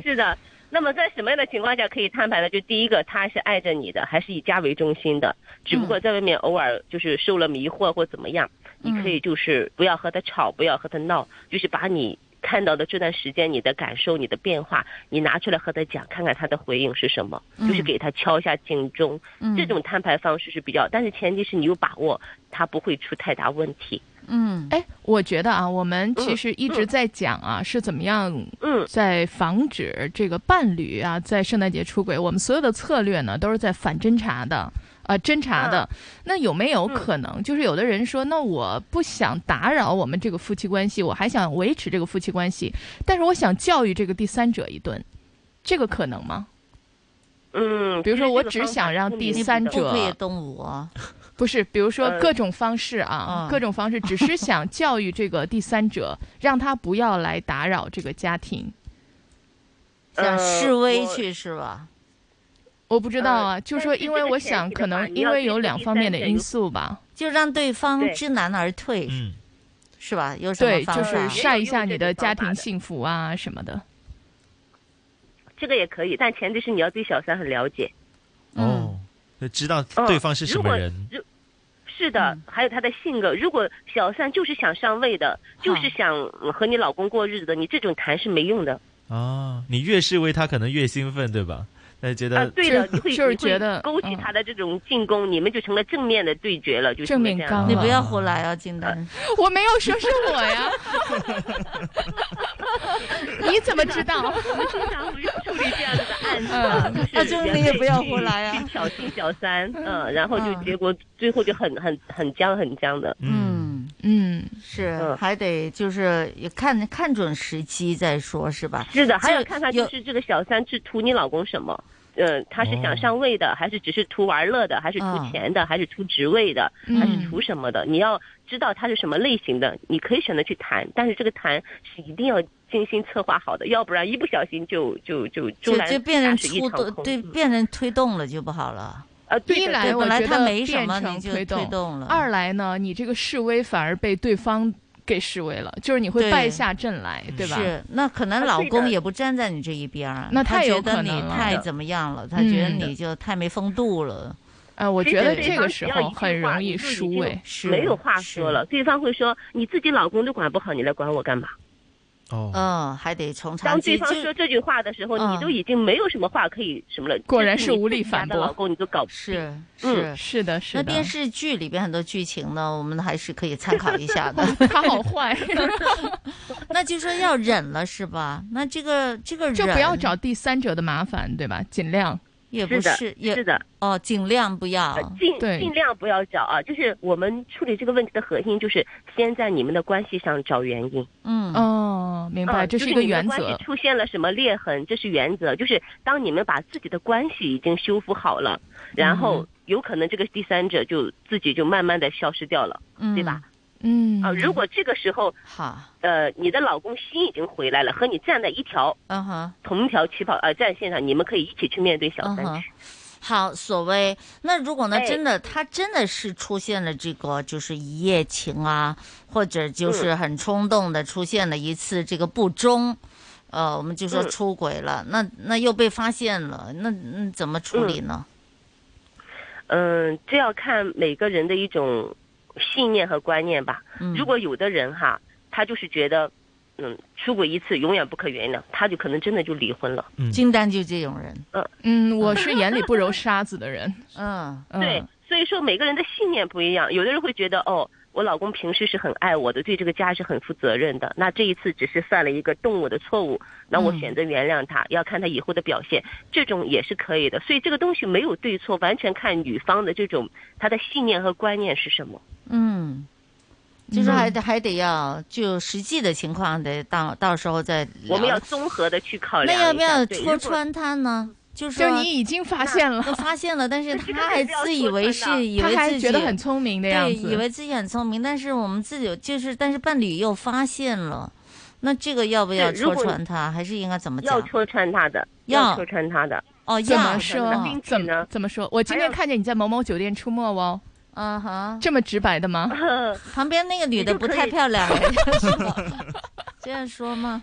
C: 是的。那么在什么样的情况下可以摊牌呢？就第一个，他是爱着你的，还是以家为中心的？只不
J: 嗯
C: 过在外面偶尔就是受了迷惑或怎么样，你
J: 嗯
C: 可以就是不要和他吵，不要和他闹，就是把你看到的这段时间你的感受、你的变化，你拿出来和他讲，看看他的回应是什么，
J: 嗯
C: 就是给他敲一下警钟。
J: 嗯
C: 这种摊牌方式是比较，但是前提是你有把握，他不会出太大问题。
F: 嗯，
G: 哎，我觉得啊，我们其实一直在讲啊，是怎么样，
C: 嗯，
G: 在防止这个伴侣啊在圣诞节出轨。我们所有的策略呢，都是在反侦查的，啊、侦查的。那有没有可能，就是有的人说，那我不想打扰我们这个夫妻关系，我还想维持这个夫妻关系，但是我想教育这个第三者一顿，这个可能吗？
C: 嗯，
G: 比如说，我
F: 其实这
G: 只
F: 个
G: 想让第
F: 你
G: 三
F: 不
G: 者
F: 可以动我，
G: 不是，比如说
F: 呃
G: 各种方式啊，
F: 嗯
G: 各种方式，只是想教育这个第三 者，让他不要来打扰这个家庭。
F: 想
C: 呃
F: 示威
G: 我
F: 去是吧？
G: 我不知道啊，就说因为我想，可能因为有两方面的因素吧。
F: 就让对方
G: 对
F: 知难而退，是吧？有什么
G: 对，
F: 方
G: 就
F: 法？
G: 是晒一下你的家庭幸福啊什么的。
C: 这个也可以，但前提是你要对小三很了解。
H: 哦，就知道
C: 嗯
H: 对方是什
C: 如
H: 么
C: 果
H: 人。
C: 如是的，
F: 嗯
C: 还有他的性格。如果小三就是想上位的，就是想嗯和你老公过日子的，你这种谈是没用的。
H: 哦，你越是为他，可能越兴奋，对吧？那觉
F: 呃
H: 得、
C: 啊，对的，你会你会勾起他的这种进攻，你们就成了正面的对决了，就
F: 正面刚啊你不要胡来
C: 啊，
F: 金丹。
G: 我没有说是我呀， 你怎么知道？
C: 经常不是处理这样子的案 子
F: 嗯
C: 啊，
F: 啊
C: 就
F: 就是是
C: 人
F: 你也
C: 类
F: 不要
C: 去
F: 胡来啊
C: 去挑衅小三，嗯，然后就
F: 嗯
C: 结果最后就很很很僵很僵的，
F: 嗯
G: 嗯，
F: 是，还得就是也看看准时机再说，是吧？
C: 是的，还有
F: 这
C: 看看
F: 有
C: 就是这个小三是图你老公什么？呃，他是
F: 哦
C: 想上位的，还是只是图玩乐的，还是图
F: 嗯
C: 钱的，还是图职位的，还是图什么的？你要知道他是什么类型的，你可以选择去谈，但是这个谈是一定要精心策划好的，要不然一不小心就就就
F: 就
C: 中南
F: 就变成
C: 打水一
F: 出
C: 场空嗯
F: 动，对，变成推动了就不好了。
C: 啊，
F: 对
G: 一
F: 的
G: 来
F: 对
G: 我
F: 本来
G: 觉
F: 他
G: 得
F: 没什
G: 变
F: 么，
G: 成
F: 你就
G: 推
F: 动了。
G: 二来呢，你这个示威反而被对方给示威了，就是你会
F: 对
G: 败下阵来，
C: 嗯
G: 对吧？
F: 是，那可
C: 啊
F: 能老公也不站在你这一边儿，
G: 那
F: 他
G: 太有
F: 觉得
G: 可
F: 你
G: 能了
F: 太怎么样了，他觉得
G: 嗯
F: 你就太没风度了。
G: 哎，我
C: 其
G: 觉
C: 实
G: 得
C: 对
G: 这
C: 方
G: 个
C: 只
G: 时
C: 要
G: 候
C: 一句
G: 很
C: 话
G: 容
C: 你
G: 易
C: 就已
G: 输
C: 经
G: 哎，
C: 没有话说了。对方会说你自己老公都管不好，你来管我干嘛？
H: 哦，
F: 嗯，还得从长
C: 当
F: 计
C: 对
F: 就
C: 方说这句话的时候，哦
F: 嗯
C: 你都已经没有什么话可以什么了。
F: 果然
C: 就是你
F: 无
C: 自
F: 力
C: 己
F: 反
C: 家的
F: 驳
C: 老公你都搞不定
F: 是
C: 嗯
F: 是
G: 是的，是
F: 那
G: 的
F: 电视剧里边很多剧情呢，我们还是可以参考一下的。
G: 他好 坏，
F: 那就说要忍了是吧？啊那这个这个
G: 就不要
F: 忍
G: 找第三者的麻烦，对吧？尽量
F: 也不
C: 是的
F: 是也
C: 是的呃
F: 哦，尽量不要。
C: 尽
F: 对
C: 尽量不要找啊，就是我们处理这个问题的核心就是先在你们的关系上找原因。
F: 嗯
G: 哦，明白，
C: 嗯
G: 这
C: 就是
G: 一个
C: 你们
G: 原
C: 的关
G: 则
C: 系。出现了什么裂痕，这是原则。就是当你们把自己的关系已经修复好了，
F: 嗯
C: 然后有可能这个第三者就自己就慢慢的消失掉了，对吧？
G: 嗯
C: 啊，如果这个时候，
F: 好，
C: 呃，你的老公心已经回来了，和你站在一条，
F: 嗯哼，
C: 同一条起跑呃战线上，你们可以一起去面对小
F: 嗯
C: 三
F: 哼
C: 去。
F: 好，所谓那如果呢，
C: 哎
F: 真的他真的是出现了这个就是一夜情啊，或者就是
K: 嗯
F: 很冲动的出现了一次这个不忠，呃，我们就说
C: 嗯
F: 出轨了，那那又被发现了，那嗯怎么处理呢？
C: 嗯，这要看每个人的一种信念和观念吧。
F: 嗯
C: 如果有的人哈，他就是觉得，嗯，出轨一次永远不可原谅，他就可能真的就离婚了。
F: 金丹就这种人，
C: 嗯
G: 嗯，我是眼里不揉沙子的人，
F: 嗯，
C: 对，所以说每个人的信念不一样，有的人会觉得，哦，我老公平时是很爱我的，对这个家是很负责任的，那这一次只是犯了一个动我的错误，那我
F: 嗯
C: 选择原谅他，要看他以后的表现，这种也是可以的。所以这个东西没有对错，完全看女方的这种她的信念和观念是什么。
F: 嗯，就是
C: 嗯
F: 还得还得要就实际的情况得到到时候再聊。
C: 我们要综合的去考
F: 那
C: 量。
F: 要不要戳穿？他呢？就
G: 就是你已经发现了
F: 我发现了，但 是他还自以为是，以为
G: 他还
F: 自己
G: 觉得很聪明的样
F: 对，
G: 子，
F: 以为自己很聪明，但是我们自己就是，但是伴侣又发现了，那这个要不要
C: 对
F: 戳
C: 如果
F: 穿他？还是应该怎么
C: 要
F: 讲？
C: 戳穿他的，
F: 要
C: 戳穿他的。
F: 哦，
G: 怎
F: 要
G: 么说？怎么怎么说？我今天看见你在某某酒店出没哦，
F: 嗯哼，
G: 这么直白的 吗？
F: 旁边那个女的不太漂 亮，这样说吗？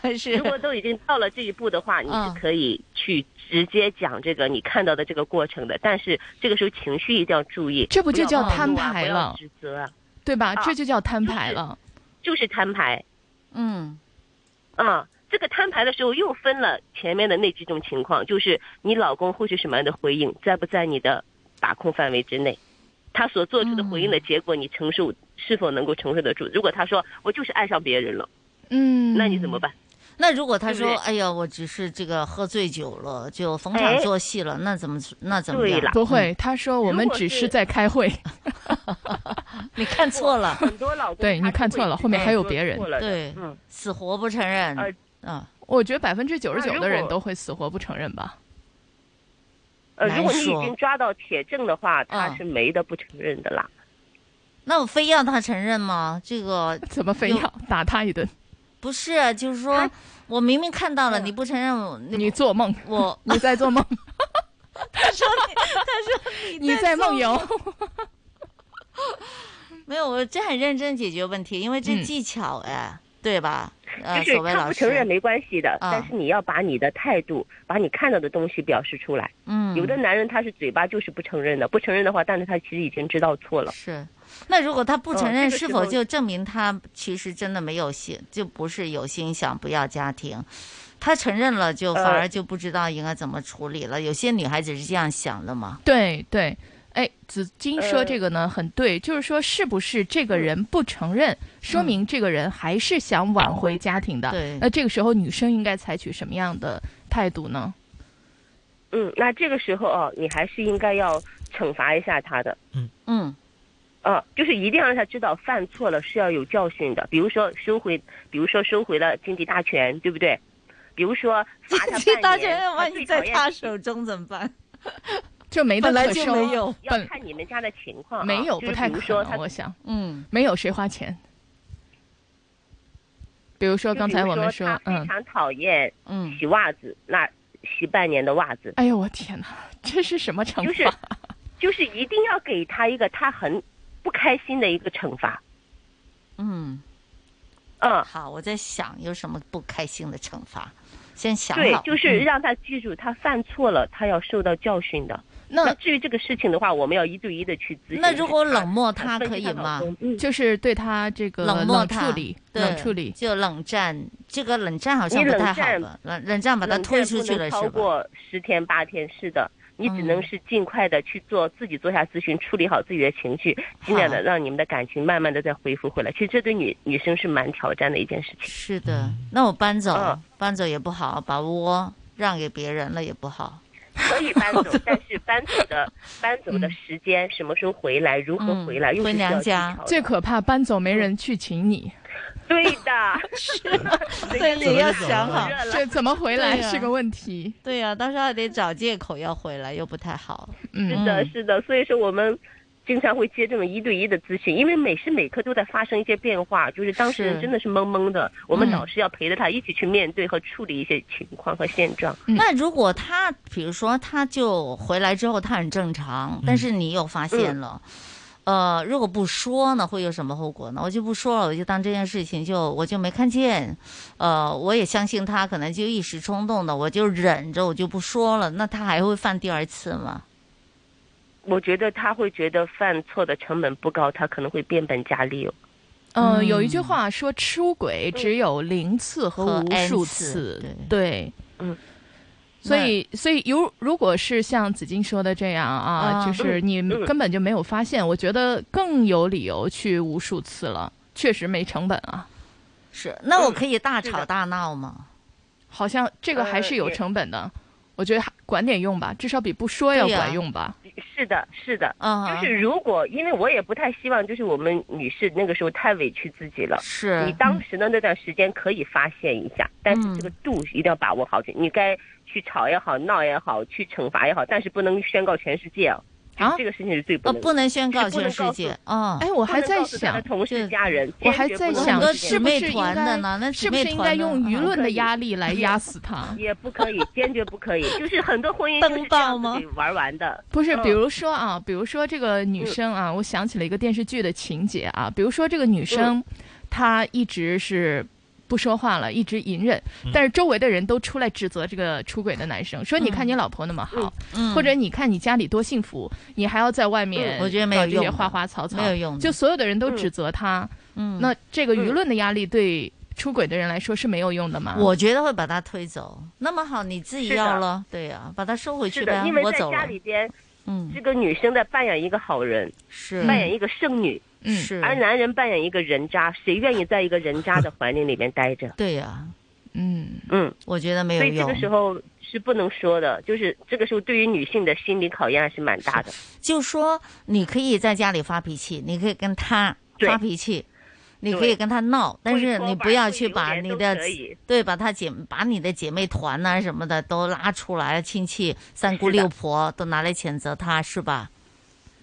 F: 还是
C: 如果都已经到了这一步 的话，你
G: 嗯
C: 是可以去直接讲这个你看到的这个过程的，但是这个时候情绪一定要注意，
G: 这不就叫
C: 要暴
G: 摊
C: 怒啊
G: 牌
C: 不要
G: 了
C: 指责啊，
G: 对吧？
C: 啊
G: 这就叫摊牌了。
C: 就是摊牌。
F: 嗯，
C: 啊，这个摊牌的时候又分了前面的那几种情况，就是你老公会是什么样的回应，在不在你的把控范围之内，他所做出的回应的结果，你承受是否能够承受得住？如果他说我就是爱上别人了，
G: 嗯，
C: 那你怎么办？
F: 那如果他
C: 对哎
F: 说
C: 不：“对
F: 哎呀，我只是这个喝醉酒了，就逢场作戏了。那怎么那怎么样？嗯
G: 不会，他说我们只是在开会。
F: 你看错了，
C: 很多老公
G: 对你看错了，后面
C: 哎
G: 还有别人。
F: 对，
C: 嗯
F: 死活不承认。嗯，
G: 我觉得百分之九十
C: 那
G: 九
C: 呃啊如
G: 的
C: 果
G: 人都会死活不承认吧。
C: 呃，如果你
G: 难
C: 已
G: 说
C: 经抓到铁证的
F: 嗯
C: 话，他是没得不承认的啦。
F: 那我非要他承认吗？这个
G: 怎么非要打他一顿？
F: 不是，就是说我明明看到了，你不承认我，你
G: 做梦，
F: 我
G: 你在做梦，
F: 他说你，他说
G: 你在梦游。
F: 没有，我这很认真解决问题，因为这
C: 嗯
F: 技巧哎，对吧？呃，
C: 就是
F: 所谓
C: 他
F: 老
C: 不
F: 师
C: 承认没关系的，
F: 啊
C: 但是你要把你的态度、把你看到的东西表示出来。
F: 嗯
C: 有的男人他是嘴巴就是不承认的，不承认的话，但是他其实已经知道错了。
F: 是，那如果他不承认，
C: 嗯这个时
F: 是
C: 候
F: 否就证明他其实真的没有心，就不是有心想不要家庭？他承认了，就反
G: 呃
F: 而就不知道应该怎么处理了。有些女孩子是这样想的嘛？
G: 对对，哎，紫金说
F: 呃
G: 这个呢、很对，就是说是不是这
C: 嗯
G: 个人不承认，说明这个人还是想挽回家庭的。
C: 对
G: 那这个时候女生应该采取什么样的态度呢？
C: 嗯，那这个时候哦，你还是应该要惩罚一下他的。
F: 嗯
C: 啊，就是一定要让他知道犯错了是要有教训的，比如说收回，比如说收回了经济大权，对不对？比 如说罚 他
F: 这大
C: 半
F: 权
C: 年，
F: 要万
C: 最
F: 一
C: 讨
F: 在
C: 厌
F: 他手中怎么办？
G: 就没得
F: 本来
G: 可
F: 就
G: 收
F: 没有
C: 要
G: 本
C: 看你们家的情况啊、
G: 没有，
C: 就
G: 不
C: 是
G: 太
C: 比如
G: 可
C: 说他
G: 能。我想，
F: 嗯，
G: 没有谁花钱。比如说
C: 就
G: 刚
C: 比
G: 才
C: 如
G: 我们
C: 说，他非
G: 嗯，
C: 常讨厌
F: 嗯
C: 洗袜子，那洗半年的袜子，
G: 哎呦我天哪，这是什么惩罚？
C: 就是就是一定要给他一个他很不开心的一个惩罚。
F: 嗯
C: 嗯，
F: 好，我在想有什么不开心的惩罚，先想
C: 对
F: 好，，
C: 就是
F: 嗯
C: 让他记住，他犯错了，他要受到教训的。
G: 那
C: 至于这个事情的话，我们要一对一的去咨询。
F: 那如果冷漠他
C: 他
F: 可以吗？
G: 就是对他这个
F: 冷漠他
G: 处理，
F: 对
G: 冷处理。
F: 就冷战，这个冷战好像
C: 你
F: 不
C: 冷
F: 太好
C: 战
F: 吧？冷冷战把
C: 嗯
F: 他推出去了
C: 超
F: 是吧？嗯
C: 过十天八天，是的，你只能是尽快的去做自己做下咨询，处理好自己的情绪，尽量的让你们的感情慢慢的再恢复回来。其实这对女女生是蛮挑战的一件事情。
F: 是的，那我搬走，
C: 嗯
F: 搬走也不好，把窝让给别人了也不好。
C: 可以搬走，但是搬走的搬走
F: 嗯
C: 的时间，什么时候回来，如何回来，又是需要技巧的
G: 嗯最可怕，搬走没人去请你，
C: 对的，
F: 对也要想好
G: 这怎么回来
F: 对呀
G: 是个问题。
F: 对呀、到时候还得找借口要回来，又不太好。
G: 嗯
C: 是的，是的，所以说我们经常会接这种一对一的咨询，因为每时每刻都在发生一些变化，就是当事
F: 是
C: 人真的是懵懵的，我们
F: 嗯
C: 老师要陪着他一起去面对和处理一些情况和现状。
F: 那如果他，比如说他就回来之后他很正常，
C: 嗯
F: 但是你又发现了，呃，如果不说呢，会有什么后果呢？我就不说了，我就当这件事情就我就没看见，呃，我也相信他可能就一时冲动的，我就忍着，我就不说了，那他还会犯第二次吗？
C: 我觉得他会觉得犯错的成本不高，他可能会变本加厉哦。
G: 嗯、有一句话说，出轨只有零次和
F: 嗯和
G: 无
F: n
G: 数
F: 次
G: 次，对，
C: 嗯。
G: 所以，所以如如果是像紫金说的这样啊，
F: 啊
G: 就是你
F: 嗯嗯
G: 根本就没有发现，我觉得更有理由去无数次了，确实没成本啊。
F: 是，那
C: 嗯
F: 我可以大吵大闹吗？
G: 好像这个还是有
C: 呃也
G: 成本的，我觉得还管点用吧，至少比不说要
C: 对呀
G: 管用吧。
C: 是的，是的，
F: 嗯
C: 就是如果，因为我也不太希望，就是我们女士那个时候太委屈自己了。
F: 是嗯
C: 你当时的那段时间可以发泄一下，但是这个度一定要把握好，你该去吵也好，闹也好，去惩罚也好，但是不能宣告全世界啊。啊，这个事情是最不
F: 哦，
C: 能
F: 不能宣告
C: 不
F: 全
C: 能
F: 世
C: 告
F: 界
C: 诉
F: 哦。
G: 哎，我还
C: 不能
G: 在
C: 告诉他
G: 想
C: 的，同事家人，
G: 我还
C: 坚决
G: 在
C: 不能
G: 想
C: 告，诉
G: 是不是
F: 姊妹
G: 应
F: 团
G: 该
F: 的呢那
G: 是
F: 姊
G: 不
F: 妹
G: 是应
F: 团
G: 该
F: 的
G: 用舆
F: 嗯
G: 论的
C: 可以
G: 压力来
C: 也
G: 压死他？
C: 也不可以，坚决不可以。就是很多婚姻 就是这样子给玩完的。
G: 不是，
C: 嗯
G: 比如说啊，比如说这个女生
F: 嗯
G: 啊，我想起了一个电视剧的情节啊，比如说这个女
F: 嗯
G: 生，她一直是不说话了，一直隐忍，
F: 嗯
G: 但是周围的人都出来指责这个出轨的男生，说你看你老婆那么好，
F: 嗯嗯
G: 或者你看你家里多幸福，你还要在外面
F: 嗯我觉得没有
G: 搞这些
F: 用的
G: 花花草草，
F: 没有用的
G: 就所有的人都指责她，
F: 嗯
G: 那这个舆论的压力对出轨的人来说是没有用的吗？
F: 我觉得会把他推走。那么好，你自己
C: 是的
F: 要了，对呀、把他收回
C: 是
F: 去
C: 的
F: 呗，
C: 因为
F: 我
C: 在
F: 走
C: 家
F: 了。
C: 里边，
F: 嗯，
C: 这个女生在扮演一个好人，
F: 是
C: 扮演一个剩女，
F: 嗯是
C: 而男人扮演一个人渣，谁愿意在一个人渣的环境里面待着？
F: 对呀、
G: 嗯
C: 嗯，
F: 我觉得没有
C: 所以这
F: 用
C: 个。时候是不能说的，就是这个时候对于女性的心理考验还是蛮大的。
F: 就说你可以在家里发脾气，你可以跟他
C: 对
F: 发脾气，你可以
C: 对
F: 跟他闹，但是你不要去把
C: 会
F: 你
C: 搓板
F: 的
C: 会榴莲都可以
F: 对把他姐把你的姐妹团呐、什么的都拉出来，亲戚三姑六婆都拿来谴责他，是吧？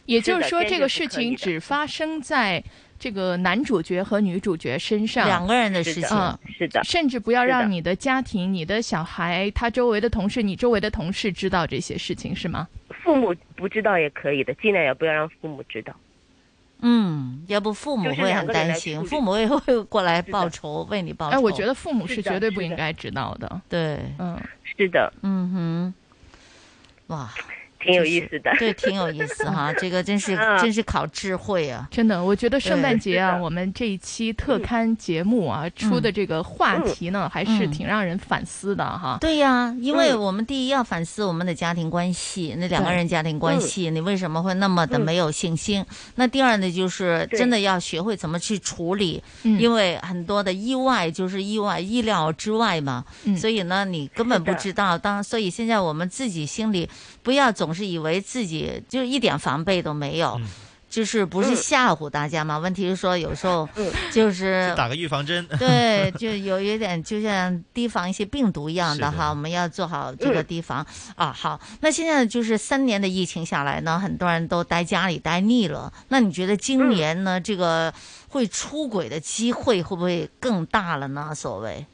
G: 也就是说，
F: 是的
G: 这个事情只发生在这个男主角和女主角身上，
F: 两个人的事情
G: 嗯
C: 是的
G: 甚至不要
C: 是的
G: 让你的家庭、你的小孩、他周围的同事、你周围的同事知道这些事情，是吗？
C: 父母不知道也可以的，尽量也不要让父母知道。
F: 嗯，要不父母
C: 就是
F: 会
C: 两
F: 很
C: 个人
F: 担
C: 来
F: 心，
C: 处理
F: 父母也会过来报仇，为你报仇。
G: 哎，我觉得父母是绝对不应
F: 该。
G: 该知道的。
F: 对，
G: 嗯，
C: 是的，
F: 嗯哼，哇，
C: 挺有
F: 真
C: 意
F: 是
C: 思的
F: 对，挺有意思 哈，这个真是
G: 嗯
F: 真是考智慧啊，
G: 真的，我觉得圣诞节啊，
F: 对
G: 我们这一期特刊节目啊、出
F: 嗯
G: 的这个话题呢，还是挺让人反思的哈。
F: 对呀、因
G: 嗯
F: 为我们第一要反思我们的家庭关系，那两个人家庭
G: 嗯
F: 关系，你为什么会那么的没有信心？那第二呢，就是
G: 对
F: 真的要学会怎么去处理，
G: 嗯
F: 因为很多的意外就是意外，意料之外嘛。
G: 嗯
F: 所以呢，你根本不知道。当所以现在我们自己心里不要总是以为自己就一点防备都没有。
G: 嗯
F: 就是不是
H: 嗯
F: 吓唬大家嘛？问题是说有时候
G: 嗯
F: 就是
H: 打个预防针。
F: 对，就有一点就像提防一些病毒一样的
H: 是的
F: 哈，我们要做好这个提防、啊。好，那现在就是三年的疫情下来呢，很多人都待家里待腻了。那你觉得
H: 嗯
F: 今年呢，这个会出轨的机会会不会更大了呢？所谓，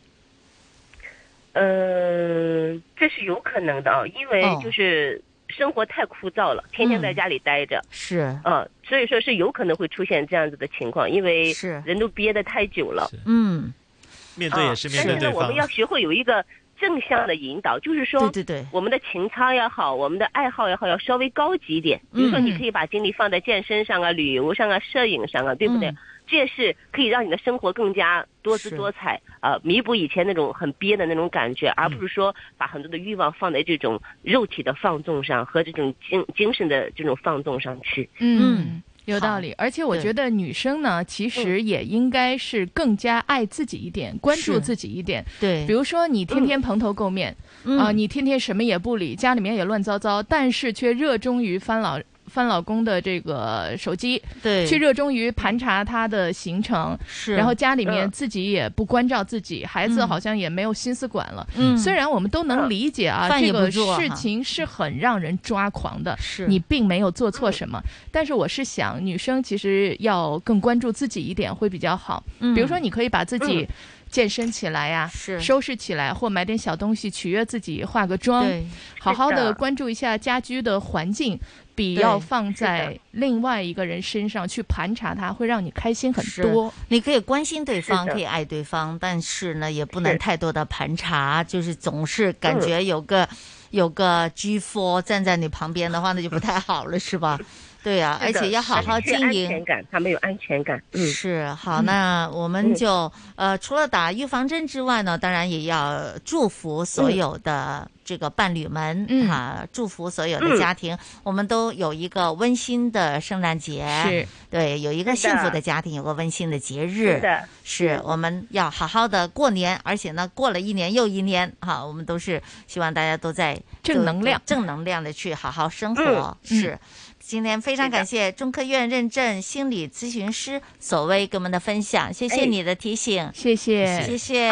C: 嗯、这是有可能的啊，因为
F: 哦
C: 就是生活太枯燥了，天
F: 嗯
C: 天在家里待着。
F: 是
C: 啊，所以说是有可能会出现这样子的情况，因为人都憋得太久了。啊
F: 嗯，
H: 面对也是面对
C: 但是
H: 对
C: 呢，我
H: 方
C: 们。要学会有一个正向的引导，就是说，
F: 对对对，
C: 我们的情操也好，我们的爱好也好，要稍微高级一点。比如说，你可以把精力放在健身上啊、旅游上啊、摄影上啊，对不对？
F: 嗯
C: 这也是可以让你的生活更加多姿多彩，呃，弥补以前那种很憋的那种感觉，而不是说把很多的欲望放在这种肉体的放纵上和这种精精神的这种放纵上去。
G: 嗯，有道理。而且我
C: 对
G: 觉得女生呢，
F: 嗯
G: 其实也应该是更加爱自己一点，关注
F: 是
G: 自己一点。
F: 对
G: 比如说你天天蓬头垢面啊、
F: 嗯
G: 你天天什么也不理，家里面也乱糟糟，但是却热衷于翻老。翻老公的这个手机，
F: 对
G: 去热衷于盘查他的行程，
F: 是
G: 然后家里面
F: 嗯
G: 自己也不关照自己，孩子
F: 嗯
G: 好像也没有心思管了。
F: 嗯
G: 虽然我们都能理解啊，
F: 饭
G: 这
F: 也
G: 个
F: 不做
G: 事
F: 哈
G: 情是很让人抓狂的，你并没有做
F: 嗯
G: 错什么。但是我是想，女生其实要更关注自己一点会比较好。
F: 嗯
G: 比如说，你可以把自己
F: 嗯
G: 健身起来呀、
F: 是
G: 收拾起来，或买点小东西取悦自己，化个妆
F: 对，
G: 好好
F: 是
G: 的
F: 的
G: 关注一下家居的环境，比
F: 对
G: 要放
F: 是
G: 在另外一个人身上去盘查他，会让你开心很
F: 是
G: 多。
F: 你可以关心对方，
G: 是的
F: 可以爱对方，但是呢，也不能
G: 是
F: 太多的盘查，就是总是感
C: 嗯
F: 觉有个、有个 G four 站在你旁边的话，那就不太好了，是吧？对呀、而
C: 是的
F: 且要好好经
C: 是安全
F: 营。
C: 感，他嗯们有安全感。嗯，
F: 是好，那我们就、呃，除了打预防针之外呢，当然也要祝福所有的这个伴侣们哈、
G: 嗯
F: 祝福所有的家庭、我们都有一个温馨的圣诞节，
G: 是
F: 对，有一个
G: 是的
F: 幸福的家庭，有个温馨的节日，
G: 是的
F: 是我们要好好的过年，而且呢，过了一年又一年，哈，我们都是希望大家都在
G: 正能量
F: 正能量的去好好生活。
G: 嗯
F: 是
G: 嗯，
F: 今天非常感谢中科院认证心理咨询师索薇给我们的分享，谢谢
G: 哎
F: 你的提醒，
G: 谢谢
F: 谢谢，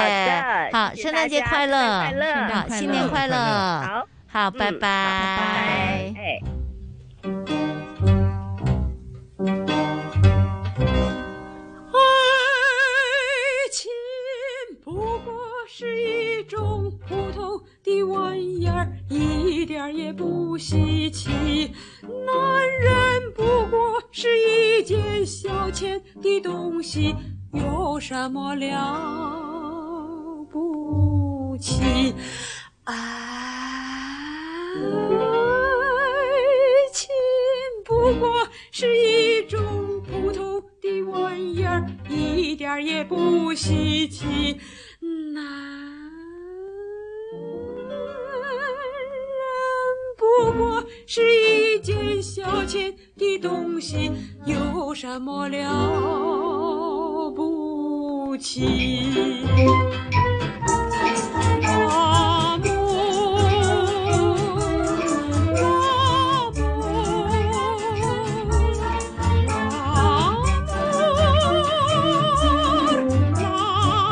F: 好，圣诞节快乐，好
G: 嗯
F: 新年快乐，好，拜拜，
C: 哎。
J: 儿也不稀奇。男人不过是一件消遣的东西，有什么了不起？爱情不过是一种普通的玩意儿，一点儿也不稀奇。不过是一件消遣的东西，有什么了不起？阿木阿木阿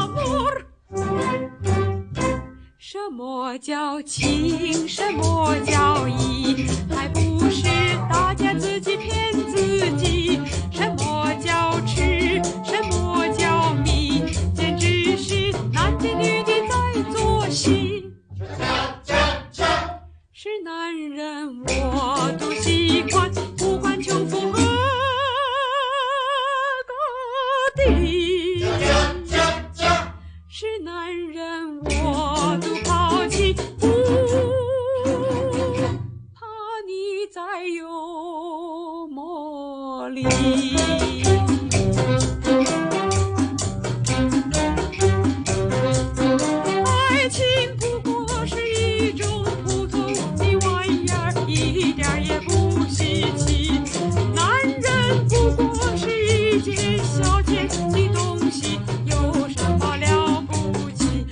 J: 木阿木。什么叫情？什么叫义？还不是大家自己骗自己。什么叫痴？什么叫迷？简直是男的女的在做戏。是男人我都喜欢，不管穷富和高低。是男人我都抛弃，不怕你再有魔力。爱情不过是一种普通的玩意儿，一点儿也不稀奇。男人不过是一件消遣的东西，有什么了不起？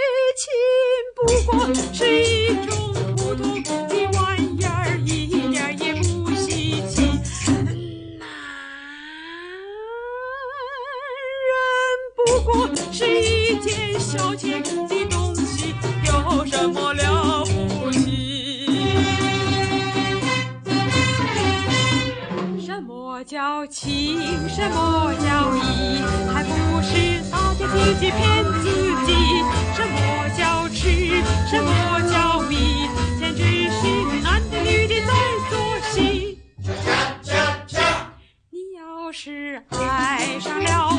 J: 爱情不过是一种普通的玩意儿，一点儿也不稀奇。不过是一件消遣的东西，有什么了不起？什么叫情？什么叫义？还不是大家自己骗自己？什么叫痴？什么叫迷？简直是男的女的在做戏。你要是爱上了